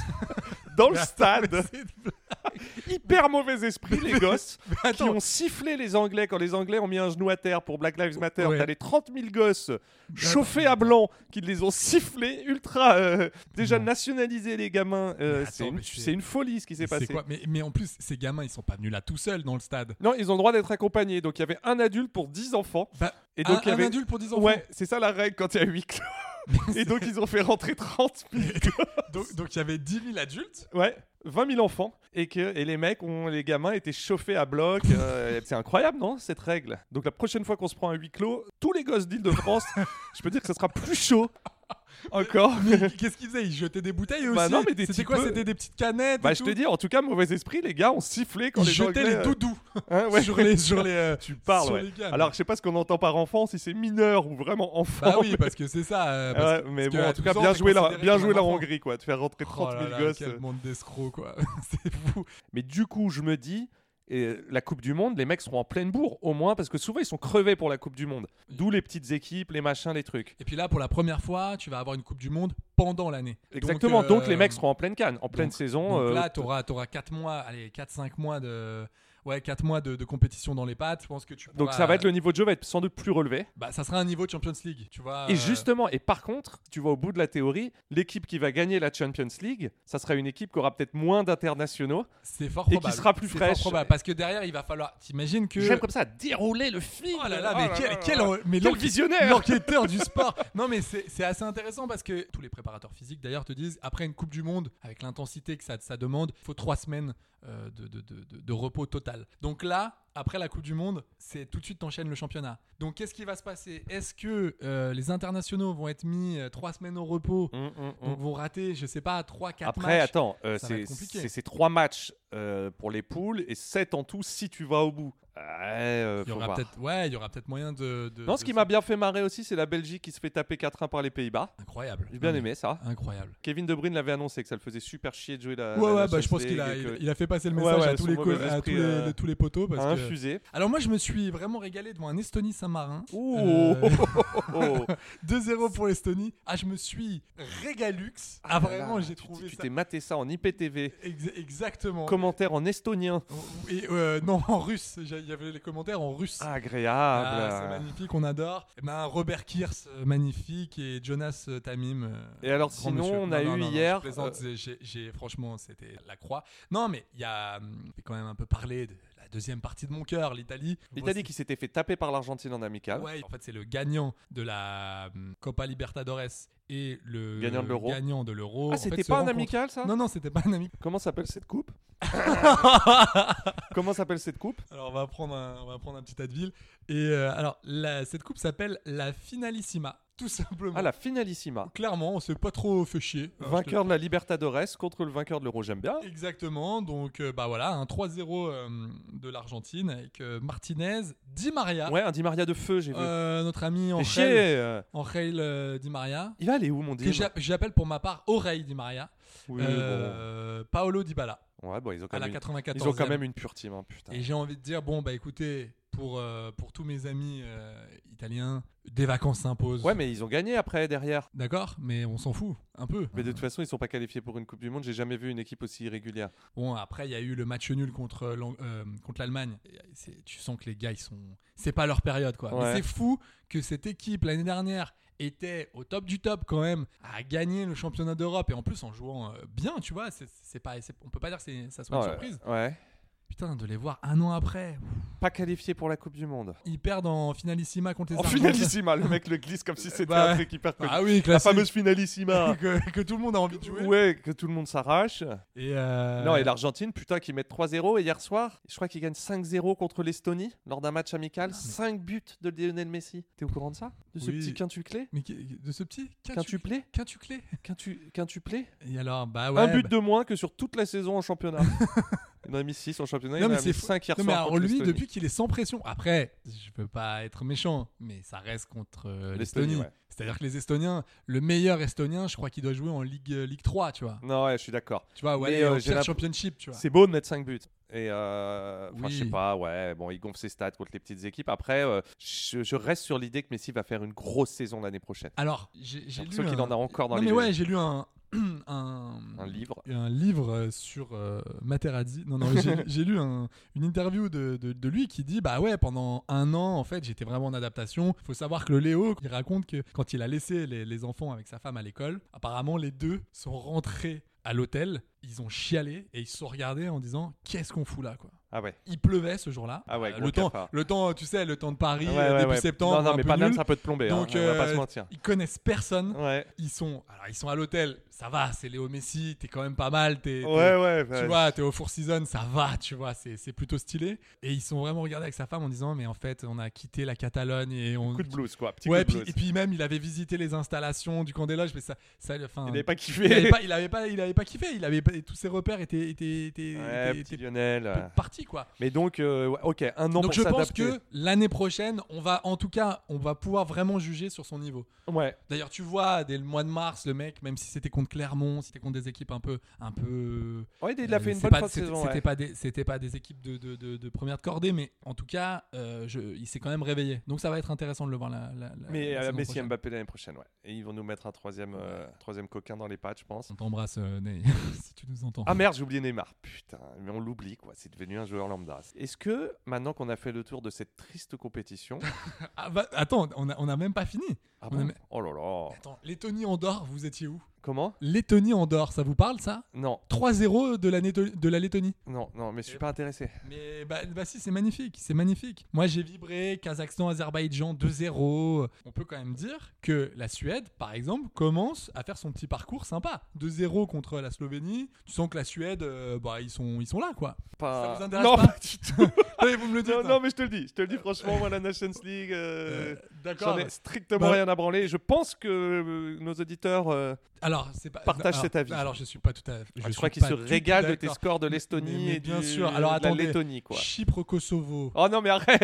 G: dans le [laughs] stade.
F: Ah, C'est-
G: Hyper mauvais esprit,
F: [laughs]
G: les gosses, qui
F: attends.
G: ont sifflé les Anglais quand les Anglais ont mis un genou à terre pour Black Lives Matter.
F: Ouais. Bah,
G: T'as les 30 000 gosses chauffés à blanc qui les ont sifflés, ultra. euh, déjà
F: Non.
G: nationalisés, les gamins. Euh,
F: Mais attends,
G: c'est une,
F: mais je suis-
G: c'est une folie ce qui s'est
F: C'est
G: passé.
F: quoi mais, mais en plus, ces gamins, ils sont pas venus là tout seuls dans le stade.
G: Non, ils ont le droit d'être accompagnés. Donc il y avait un adulte pour 10 enfants.
F: Bah,
G: Et
F: un-
G: donc il y
F: un
G: avait-
F: adulte pour 10 enfants.
G: Ouais, c'est ça la règle quand il y a 8
F: [laughs]
G: Et donc ils ont fait rentrer 30 000
F: Donc donc il y avait 10 000 adultes.
G: Ouais, 20 000 enfants et que et les mecs, ont, les gamins étaient chauffés à bloc. euh, [laughs] c'est incroyable, non Cette règle. Donc la prochaine fois qu'on se prend un huis clos, tous les gosses
F: [laughs]
G: d'Île-de-France, je peux dire que ça sera plus chaud encore.
F: Mais [laughs] qu'est-ce qu'ils faisaient Ils jetaient des bouteilles aussi.
G: Bah non, mais des
F: C'était
G: petits
F: quoi
G: peu-
F: C'était des petites canettes.
G: Bah
F: et
G: je
F: tout
G: te dis, en tout cas, mauvais esprit, les gars ont sifflé quand
F: Ils
G: les
F: jetaient
G: Anglais,
F: les
G: euh,
F: [laughs] doudous
G: hein, ouais.
F: sur les sur les. euh,
G: Tu parles,
F: sur
G: ouais.
F: les gammes.
G: Alors je sais pas ce qu'on entend par enfant, si c'est mineur ou vraiment enfant.
F: Bah [laughs] oui, parce que c'est ça.
G: [laughs] Ouais,
F: euh, parce que-
G: mais
F: parce
G: bon,
F: qu'à
G: en tout cas,
F: 12 ans,
G: bien
F: t'es
G: joué, la,
F: considéré
G: bien
F: comme un
G: joué la
F: enfant.
G: Hongrie, quoi, de faire rentrer 30
F: Oh
G: 000
F: là là,
G: gosses.
F: Quel monde d'escrocs, quoi. [laughs] c'est fou.
G: Mais du coup, je me dis, euh, la Coupe du Monde, les mecs seront en pleine bourre, au moins, parce que souvent, ils sont crevés pour la Coupe du Monde. D'où les petites équipes, les machins, les trucs.
F: Et puis là, pour la première fois, tu vas avoir une Coupe du Monde pendant l'année.
G: Exactement, donc,
F: euh,
G: les mecs seront en pleine canne, en pleine
F: donc-
G: saison.
F: donc
G: euh,
F: là, tu auras, 4 mois, allez, 4-5 mois de. Ouais, 4 mois de, de compétition dans les pattes. Je pense que tu
G: donc
F: pourras-
G: ça va être le niveau de jeu va être sans doute plus relevé.
F: Bah, ça sera un niveau Champions League, tu vois.
G: Et
F: euh,
G: justement, et par contre, tu vois au bout de la théorie, l'équipe qui va gagner la Champions League, ça sera une équipe qui aura peut-être moins d'internationaux.
F: C'est fort
G: et qui
F: probable.
G: sera plus
F: C'est
G: fraîche.
F: Fort probable, parce que derrière, il va falloir. T'imagines que.
G: J'aime comme ça dérouler le film.
F: Oh là là, mais
G: Oh là
F: quel,
G: là
F: quel-
G: là.
F: mais
G: Quel
F: l'enquête-
G: visionnaire [laughs]
F: L'enquêteur du sport Non mais c'est c'est assez intéressant parce que tous les préparateurs physiques d'ailleurs te disent, après une Coupe du Monde, avec l'intensité que ça, ça demande, il faut trois semaines euh, de, de- de- de- de repos total. Donc là, après la Coupe du Monde, c'est tout de suite t'enchaînes le championnat. Donc qu'est-ce qui va se passer Est-ce que euh, les internationaux vont être mis euh, trois semaines au repos
G: Hum, hum, hum.
F: donc vont rater, je sais pas, 3-4 matchs.
G: Après, attends, euh,
F: ça va
G: c'est
F: être compliqué.
G: c'est- c'est trois matchs euh, pour les poules et 7 en tout si tu vas au bout. Ouais, euh,
F: il y
G: faut
F: aura
G: voir.
F: peut-être, euh, ouais, il y aura peut-être moyen de. de-
G: Non,
F: de-
G: ce qui m'a bien fait marrer aussi, c'est la Belgique qui se fait taper 4-1 par les
F: Bah,
G: Pays-Bas.
F: incroyable.
G: J'ai bien
F: Non, mais-
G: aimé ça.
F: Incroyable.
G: Kevin De Bruyne l'avait annoncé que ça le faisait super chier de jouer la. la
F: Ouais, ouais, bah,
G: Nations
F: je pense qu'il a,
G: League,
F: il,
G: euh,
F: il a fait passer le
G: Ouais,
F: message
G: ouais,
F: à, tous
G: son
F: les,
G: mauvais
F: co- à tous
G: esprit,
F: les,
G: euh,
F: tous les poteaux. Parce
G: a
F: que... [laughs]
G: infusé.
F: Alors, moi, je me suis vraiment régalé devant un Estonie Saint-Marin.
G: Ouh.
F: Euh, [laughs]
G: Oh.
F: 2-0 pour l'Estonie. Ah, je me suis régalux. Ah, vraiment, j'ai
G: Tu-
F: trouvé
G: Tu
F: ça.
G: t'es maté ça en IPTV.
F: Ex- exactement.
G: Commentaire en estonien.
F: Et, euh, non, en russe. J'ai- Il y avait les commentaires en russe. Ah, c'est
G: Agréable.
F: magnifique, on adore. Eh ben, Robert Kearse, euh, magnifique, et Jonas euh, Tamim. euh,
G: Et alors,
F: grand
G: sinon,
F: monsieur.
G: on a
F: Non, non,
G: eu
F: non, non,
G: hier, euh,
F: je plaisante, c'est- j'ai- j'ai- franchement, c'était la croix. Non, mais il y a. hum, J'ai quand même un peu parlé de la deuxième partie de mon cœur, l'Italie.
G: L'Italie
F: Voici-
G: qui s'était fait taper par l'Argentine en amical.
F: Ouais, en fait, c'est le gagnant de la hum, Copa Libertadores et le
G: Gagnant de l'Euro.
F: gagnant de l'Euro.
G: Ah,
F: En fait,
G: c'était
F: se
G: pas un
F: rencontrent.
G: amical ça
F: Non, non, c'était pas un ami. [laughs]
G: Comment s'appelle cette coupe Comment s'appelle cette coupe
F: Alors on va prendre un, on va prendre un petit tas de villes. Et euh, alors la- cette coupe s'appelle la Finalissima, tout simplement.
G: Ah, la finalissima.
F: Clairement, on s'est pas trop fait chier. Alors, je te-
G: Vainqueur de la Libertadores contre le vainqueur de l'Euro, j'aime bien.
F: Exactement, donc euh, bah voilà, un 3-0 euh, de l'Argentine avec euh, Martinez, Di Maria,
G: Ouais, un Di Maria de feu, j'ai vu.
F: Ah. euh, notre ami
G: Mais chier
F: Angel,
G: euh,
F: Angel euh, Di Maria,
G: Il va aller où, mon
F: que
G: Dim
F: j'a- j'appelle pour ma part Oreille Di Maria,
G: Oui,
F: euh, Paolo Dybala
G: bon. Ouais, bon, ils ont
F: à
G: quand
F: la
G: même, une...
F: 94
G: ils ont quand même une pure team, hein, putain.
F: Et j'ai envie de dire, bon bah écoutez, pour, euh, pour tous mes amis euh, italiens, des vacances s'imposent.
G: Ouais, mais ils ont gagné après, derrière.
F: D'accord, mais on s'en fout, un peu.
G: Mais de toute façon, ils sont pas qualifiés pour une Coupe du Monde. J'ai jamais vu une équipe aussi irrégulière.
F: Bon, après, il y a eu le match nul contre l'Ang- euh, contre l'Allemagne. Et c'est- Tu sens que les gars, ils sont. C'est pas leur période, quoi. Mais
G: Ouais.
F: c'est fou que cette équipe, l'année dernière, était au top du top quand même, à gagner le championnat d'Europe. Et en plus, en jouant euh, bien, tu vois, c'est c'est pas, c'est- on peut pas dire que c'est- ça soit une
G: Ah Ouais,
F: surprise.
G: Ouais.
F: Putain, de les voir un an après,
G: Pas qualifiés pour la Coupe du Monde.
F: ils perdent en finalissima contre les
G: En
F: Argentins.
G: finalissima, le mec le glisse comme
F: [laughs]
G: si c'était
F: Bah,
G: un truc hyper connu.
F: [laughs] Ah oui,
G: la
F: classique.
G: fameuse finalissima.
F: [laughs] que, que tout le monde a envie de jouer.
G: ouais, que tout le monde s'arrache.
F: Et euh,
G: Non, et l'Argentine, putain, qui mettent 3-0. Et hier soir, je crois qu'ils gagnent 5-0 contre l'Estonie lors d'un match amical. 5 buts de Lionel Messi. T'es au courant de ça De ce
F: Ah, Oui.
G: petit quintuplé
F: Mais qui- de ce petit
G: Quintuplé
F: Quintuplé.
G: Quintu- Quintuplé
F: Et alors, bah ouais.
G: Un but
F: bah- [laughs]
G: de moins que sur toute la saison en championnat. en a mis 6 en championnat.
F: Non,
G: il en
F: mais
G: a mis
F: c'est fou.
G: 5 hier
F: Non, mais
G: soir.
F: alors
G: contre
F: lui,
G: l'Estonie.
F: depuis qu'il est sans pression, après, je peux pas être méchant, mais ça reste contre euh,
G: L'Estonie,
F: l'Estonie.
G: ouais.
F: C'est-à-dire que les Estoniens, le meilleur Estonien, je crois qu'il doit jouer en Ligue, euh, Ligue 3, tu vois.
G: Non, ouais, je suis d'accord.
F: Tu vois, ou
G: Mais,
F: aller
G: euh,
F: au
G: j'ai
F: Pierre
G: l'imp-
F: Championship, tu vois.
G: C'est beau de mettre 5 buts. Et euh, enfin, je
F: Oui.
G: sais pas, ouais, bon, il gonfle ses stats contre les petites équipes. Après, euh, je, je reste sur l'idée que Messi va faire une grosse saison l'année prochaine.
F: Alors, j'ai
G: J'ai
F: j'ai lu.
G: l'impression qu'il
F: un-
G: en a encore dans
F: Non,
G: les
F: mais ouais,
G: veines.
F: j'ai lu un. [clears throat] un...
G: un livre.
F: un livre euh, sur euh, Materazzi. Non, non,
G: [laughs]
F: j'ai- j'ai lu un- une interview de, de- de lui qui dit Bah ouais, pendant un an, en fait, j'étais vraiment en adaptation. faut savoir que le Léo, il raconte que quand il a laissé les, les enfants avec sa femme à l'école, apparemment, les deux sont rentrés à l'hôtel, ils ont chialé et ils se sont regardés en disant Qu'est-ce qu'on fout là, quoi
G: Ah ouais.
F: il pleuvait ce jour-là.
G: Ah ouais,
F: Euh,
G: gros
F: le temps,
G: cafard.
F: le temps, tu sais, le temps de Paris,
G: Ouais,
F: euh,
G: ouais,
F: début
G: ouais.
F: septembre.
G: Non, non,
F: un
G: mais
F: peu
G: Paname,
F: nul.
G: ça peut te plomber, hein,
F: Donc,
G: on va pas
F: euh,
G: se mentir.
F: Ils connaissent personne
G: Ouais.
F: ils sont alors ils sont à l'hôtel ça va c'est Léo Messi t'es quand même pas mal t'es t'es-
G: Ouais, ouais,
F: tu
G: ouais.
F: vois t'es au Four Seasons ça va tu vois c'est c'est plutôt stylé et ils sont vraiment regardés avec sa femme en disant mais en fait on a quitté la Catalogne et on
G: Coup de blues, quoi. Petit
F: ouais
G: coup de
F: puis,
G: blues.
F: et puis même il avait visité les installations du camp des loges mais ça ça enfin
G: Il n'avait pas kiffé.
F: il
G: [laughs]
F: avait pas il avait pas il avait pas kiffé il avait pas- tous ses repères étaient étaient étaient,
G: Ouais,
F: étaient-
G: petit
F: étaient
G: Lionel. euh.
F: partis quoi
G: Mais donc, euh, ouais, ok, un an
F: donc
G: pour
F: je pense
G: s'adapter.
F: que l'année prochaine on va en tout cas on va pouvoir vraiment juger sur son niveau
G: Ouais.
F: D'ailleurs, tu vois, dès le mois de mars, le mec, même si c'était contre Clermont, si c'était contre des équipes un peu. Un peu
G: Ouais, il a fait
F: euh,
G: une
F: c'est
G: bonne
F: pas-
G: fin de
F: c'était-
G: saison.
F: C'était
G: ouais.
F: pas, des- c'était pas des équipes de, de, de, de première de cordée, mais en tout cas, euh, je, il s'est quand même réveillé. Donc ça va être intéressant de le voir la. la, la-
G: Mais euh,
F: la saison
G: Messi et
F: prochaine.
G: Mbappé l'année prochaine, ouais. Et ils vont nous mettre un troisième, euh, troisième coquin dans les pattes, je pense.
F: On t'embrasse, euh, Ney, [laughs] si tu nous entends.
G: Ah merde, j'ai oublié Neymar. Putain, mais on l'oublie quoi, c'est devenu un joueur lambda. Est-ce que maintenant qu'on a fait le tour de cette triste compétition,
F: Ah, bah, attends, on a, on a même pas fini.
G: Ah
F: On a
G: bon
F: même-
G: oh là là,
F: Attends, Lettonie-Andorre, vous étiez où
G: comment
F: Lettonie-Andorre, ça vous parle ça
G: Non,
F: 3-0 de la, Netto- de la Lettonie.
G: non, non, mais je suis pas intéressé.
F: Mais bah, bah si, c'est magnifique, c'est magnifique. Moi j'ai vibré, Kazakhstan, Azerbaïdjan 2-0. On peut quand même dire que la Suède, par exemple, commence à faire son petit parcours sympa. 2-0 contre la Slovénie. Tu sens que la Suède, euh, bah ils sont, ils sont là quoi.
G: Pas...
F: Ça vous intéresse
G: Ah. non, [laughs]
F: pas
G: du tout.
F: [laughs] Non, mais vous me le dites.
G: non,
F: hein.
G: non, mais je te le dis, je te le dis franchement, moi la Nations League, euh,
F: Euh, D'accord.
G: j'en ai strictement
F: Bah-
G: rien à branler. Je pense que euh, nos auditeurs, euh,
F: Alors c'est pas.
G: Partage
F: alors-
G: cet avis.
F: Alors je suis pas tout à fait.
G: je,
F: suis
G: crois qu'ils
F: pas
G: se
F: du tout
G: régalent de tes
F: d'accord.
G: scores de
F: Mais-
G: l'Estonie
F: mais
G: et
F: bien
G: du-
F: sûr.
G: de
F: Alors
G: la
F: attendez.
G: Lettonie quoi.
F: Chypre, Kosovo.
G: Oh non mais
F: [laughs]
G: arrête,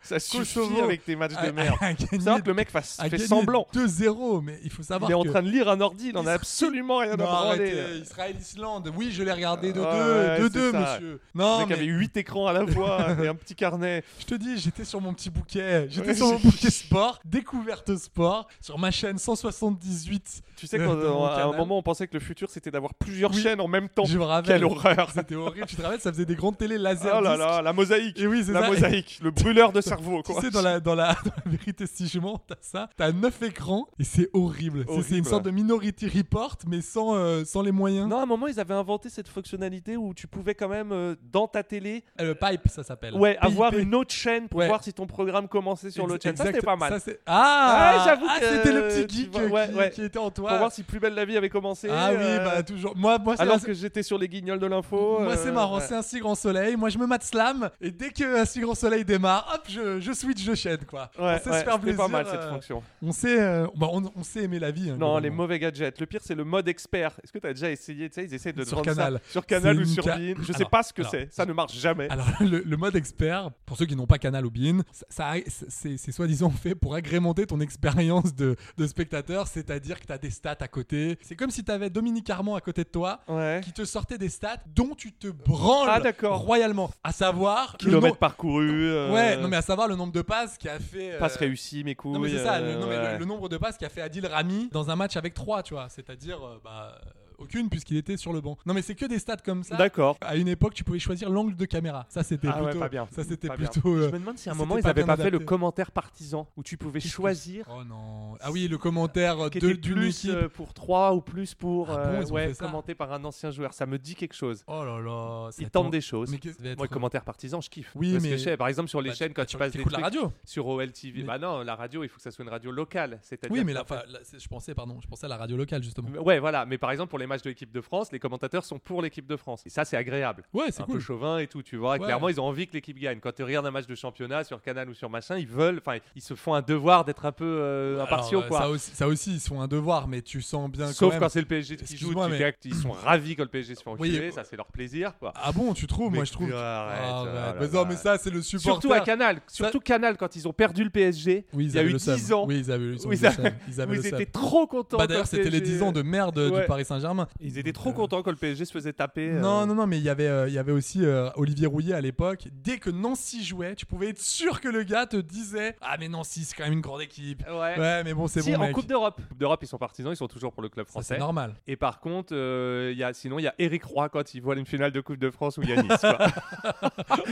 G: ça suffit
F: Kosovo Ah,
G: avec tes matchs
F: a-
G: de
F: [laughs]
G: merde.
F: a gagné-
G: C'est vrai que le mec fasse-
F: a
G: fait
F: gagné
G: semblant.
F: 2-0, mais il faut savoir.
G: Il est en
F: que-
G: train de lire un ordi, il en a
F: Israël-
G: absolument rien à
F: Non,
G: branler.
F: arrêtez, euh, Israël-Islande. Oui, je l'ai regardé de
G: Ouais, ouais,
F: deux, de
G: c'est
F: deux,
G: ça.
F: monsieur.
G: Le
F: Non,
G: mec
F: mais
G: avait 8 écrans à
F: [laughs]
G: la fois et un petit carnet.
F: je te dis, j'étais sur mon petit bouquet. J'étais
G: Ouais,
F: sur mon
G: j'ai-
F: bouquet sport, découverte sport, sur ma chaîne 178.
G: Tu sais
F: euh,
G: qu'à
F: de mon
G: un
F: canal.
G: moment, on pensait que le futur c'était d'avoir plusieurs
F: Oui.
G: chaînes en même temps.
F: je me rappelle.
G: Quelle horreur!
F: [laughs] C'était horrible. Tu te rappelles, ça faisait des grandes télés laser.
G: Oh là
F: disques.
G: là, la mosaïque!
F: Et oui, c'est
G: la
F: ça.
G: mosaïque, le brûleur de cerveau
F: Tu
G: quoi.
F: sais, dans la, dans la, [laughs] dans la vérité, si je mens, t'as ça. T'as neuf écrans et c'est horrible. C'est- C'est une
G: Horrible.
F: sorte de Minority Report, mais sans, euh, sans les moyens.
G: Non, à un moment, ils avaient inventé cette fonctionnalité où tu pouvais quand même, euh, dans ta télé,
F: Euh, Pipe, ça s'appelle.
G: ouais,
F: PIP.
G: avoir une autre chaîne pour
F: Ouais.
G: voir si ton programme commençait sur l'autre
F: Ex-
G: chaîne. Ça, c'était
F: exact.
G: pas mal.
F: Ça, c'est- ah,
G: Ouais, j'avoue
F: ah,
G: que,
F: c'était le
G: euh,
F: petit
G: tu
F: geek
G: vois,
F: euh, qui,
G: ouais, ouais.
F: qui était en toi.
G: Pour voir si Plus Belle la Vie avait commencé.
F: ah oui,
G: euh,
F: bah toujours. Moi, moi, c'est
G: Alors
F: un-
G: que j'étais sur les guignols de l'info.
F: moi,
G: euh,
F: c'est marrant,
G: ouais.
F: c'est un si grand soleil. Moi, je me mate slam et dès que un si grand soleil démarre, hop, je, je switch, je chaîne quoi. on
G: Ouais,
F: sait
G: ouais,
F: se faire
G: c'était
F: plaisir.
G: pas mal cette
F: euh,
G: fonction.
F: On sait, euh, bah, on, on sait aimer la vie. hein,
G: Non, les
F: globalement.
G: mauvais gadgets. Le pire, c'est le mode expert. Est-ce que tu as déjà essayé Tu sais, ils essaient de te
F: Sur
G: vendre
F: Canal.
G: ça sur Canal
F: C'est
G: ou
F: une
G: sur
F: ca-
G: Bean. Je sais
F: Alors,
G: pas ce que
F: alors, Ah,
G: c'est. Ça ne marche jamais.
F: [laughs] Alors, le, le mode expert, pour ceux qui n'ont pas Canal ou Bean, ça, ça- c'est c'est soi-disant fait pour agrémenter ton expérience de, de spectateur, c'est-à-dire que tu as des stats à côté. C'est comme si tu avais Dominique Armand à côté de toi,
G: Ouais.
F: qui te sortait des stats dont tu te branles
G: Ah, d'accord.
F: royalement. À savoir. le
G: Kilomètres
F: nom-
G: parcourus. euh,
F: Ouais, non, mais à savoir le nombre de passes qui a fait. euh,
G: Passe réussi, mes couilles.
F: Non, mais c'est ça, le,
G: euh,
F: non, mais le-
G: ouais.
F: le nombre de passes qu'a fait Adil Rami dans un match avec 3, tu vois. C'est-à-dire, euh, bah, euh, aucune puisqu'il était sur le banc. Non, mais c'est que des stats comme ça.
G: D'accord.
F: À une époque, tu pouvais choisir l'angle de caméra. Ça, c'était
G: Ah ouais,
F: plutôt.
G: pas bien.
F: Ça, c'était
G: Pas bien.
F: plutôt. euh,
G: Je me demande si à un
F: c'était
G: moment, ils
F: pas
G: avaient
F: bien
G: pas fait le
F: adapté.
G: commentaire partisan où tu pouvais choisir
F: Oh non. Ah oui, le commentaire
G: qui
F: de,
G: était
F: d'une
G: plus
F: équipe.
G: euh, pour 3 ou plus pour.
F: Ah bon,
G: euh,
F: ils ont fait
G: Ouais,
F: ça
G: commenté par un ancien joueur. Ça me dit quelque chose.
F: Oh là là. ça
G: Ils
F: tombe-
G: tentent des choses.
F: Mais qu'est-ce que ça va
G: Moi,
F: être-
G: le commentaire partisan, je kiffe.
F: Oui,
G: Parce que
F: mais-
G: je sais, par exemple, sur les
F: Bah,
G: chaînes, quand tu passes des
F: t'écoutes la
G: trucs
F: radio.
G: sur OLTV,
F: Mais-
G: bah non, la radio, il faut que ça soit une radio locale. c'est-à-dire
F: Oui, mais
G: qu'en
F: là, enfin, là, c'est- je pensais, pardon, je pensais à la radio locale justement.
G: Ouais, voilà. Mais par exemple, pour les les matchs de l'équipe de France, les commentateurs sont pour l'équipe de France. Et ça, c'est agréable.
F: Ouais, c'est
G: un
F: cool.
G: peu chauvin et tout, tu vois. Et
F: Ouais.
G: Clairement, ils ont envie que l'équipe gagne. Quand tu regardes un match de championnat sur Canal ou sur machin, ils veulent, enfin, ils se font un devoir d'être un peu euh,
F: Alors,
G: impartiaux,
F: euh,
G: quoi.
F: Ça aussi, ça aussi, ils se font un devoir, mais tu sens bien
G: Sauf
F: quand
G: quand,
F: même.
G: c'est le PSG qui joue,
F: Excuse-moi,
G: tu
F: mais-
G: gagnes, ils sont ravis quand le PSG se fait
F: Oui,
G: enculer,
F: euh,
G: ça c'est leur plaisir quoi.
F: Ah bon, tu trouves
G: Mais
F: Moi, je trouve.
G: tu- arrête,
F: Ah,
G: oh
F: arrête.
G: là
F: Mais
G: là.
F: non, mais ça, c'est le supporter.
G: Surtout à Canal, surtout Canal quand ils ont perdu le PSG,
F: Oui, ils
G: il y a
F: avaient
G: eu
F: le seum.
G: 10 ans.
F: Oui, ils avaient eu ils ont
G: où
F: eu
G: ils
F: le
G: avaient-
F: seum. Ils avaient
G: où
F: le
G: ils
F: seum.
G: étaient trop contents.
F: Bah
G: quand
F: d'ailleurs,
G: le
F: c'était les
G: PSG
F: 10 ans de merde euh, du
G: Ouais.
F: Paris
G: [laughs]
F: Saint-Germain. euh,
G: Ils étaient trop contents quand le PSG se faisait taper. euh,
F: Non, non, non, mais il y avait, euh, il y avait aussi euh, Olivier Rouillet à l'époque. Dès que Nancy jouait, tu pouvais être sûr que le gars te disait Ah, mais Nancy, c'est quand même une grande équipe.
G: Ouais.
F: Ouais, mais bon, c'est
G: Si,
F: bon,
G: en
F: mec.
G: Coupe d'Europe. Coupe d'Europe, ils sont partisans, ils sont toujours pour le club
F: Ça, c'est
G: français.
F: normal.
G: Et par contre, euh, il y a, sinon, il y a Eric Roy quand il voit une finale de Coupe de France où il y a Nice. quoi.
F: [laughs] Oh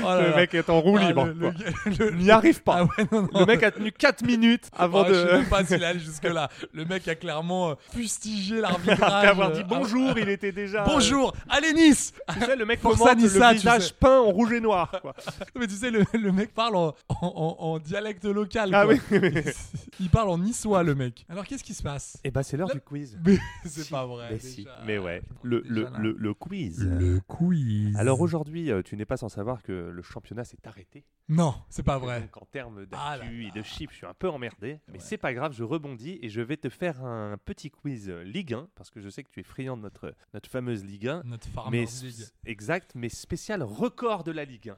F: là
G: le
F: là.
G: mec est en roue
F: Ah,
G: libre.
F: le-
G: quoi.
F: le gars- le-
G: Il n'y arrive pas.
F: Ah ouais, non, non.
G: Le mec a tenu 4 minutes avant
F: Ah,
G: de.
F: Je
G: [laughs]
F: sais même pas s'il est allé jusque-là. Le mec a clairement euh, fustigé
G: [laughs]
F: l'arbitrage.
G: Après avoir
F: euh,
G: dit
F: ah,
G: bonjour, il était déjà. euh,
F: Bonjour, allez Nice Ah,
G: Tu sais, le mec
F: Forza
G: commente
F: Nissa, tu
G: le visage
F: sais.
G: peint en rouge et noir. quoi.
F: Mais tu sais, le, le mec parle en, en- en- en dialecte local.
G: Ah
F: quoi.
G: oui, oui, oui.
F: [laughs] Il parle en niçois, le mec. Alors qu'est-ce qui se passe
G: Et bah, c'est l'heure du quiz.
F: Mais [laughs] c'est pas vrai.
G: Mais
F: déjà.
G: si, mais ouais. Le, le-
F: Bah, déjà là.
G: le- le quiz.
F: Le quiz.
G: Alors aujourd'hui, euh, tu n'es pas sans savoir que le championnat s'est arrêté.
F: Non, c'est pas
G: Et
F: vrai.
G: Donc en termes
F: Ah là
G: d'actu et de chips, je suis un peu emmerdé. Mais c'est pas grave, je rebondis et je vais te faire un petit quiz euh, Ligue 1 parce que je sais que tu es friand de notre, notre fameuse Ligue 1.
F: Notre farmer.
G: Mais exact, mais spécial record de la Ligue 1.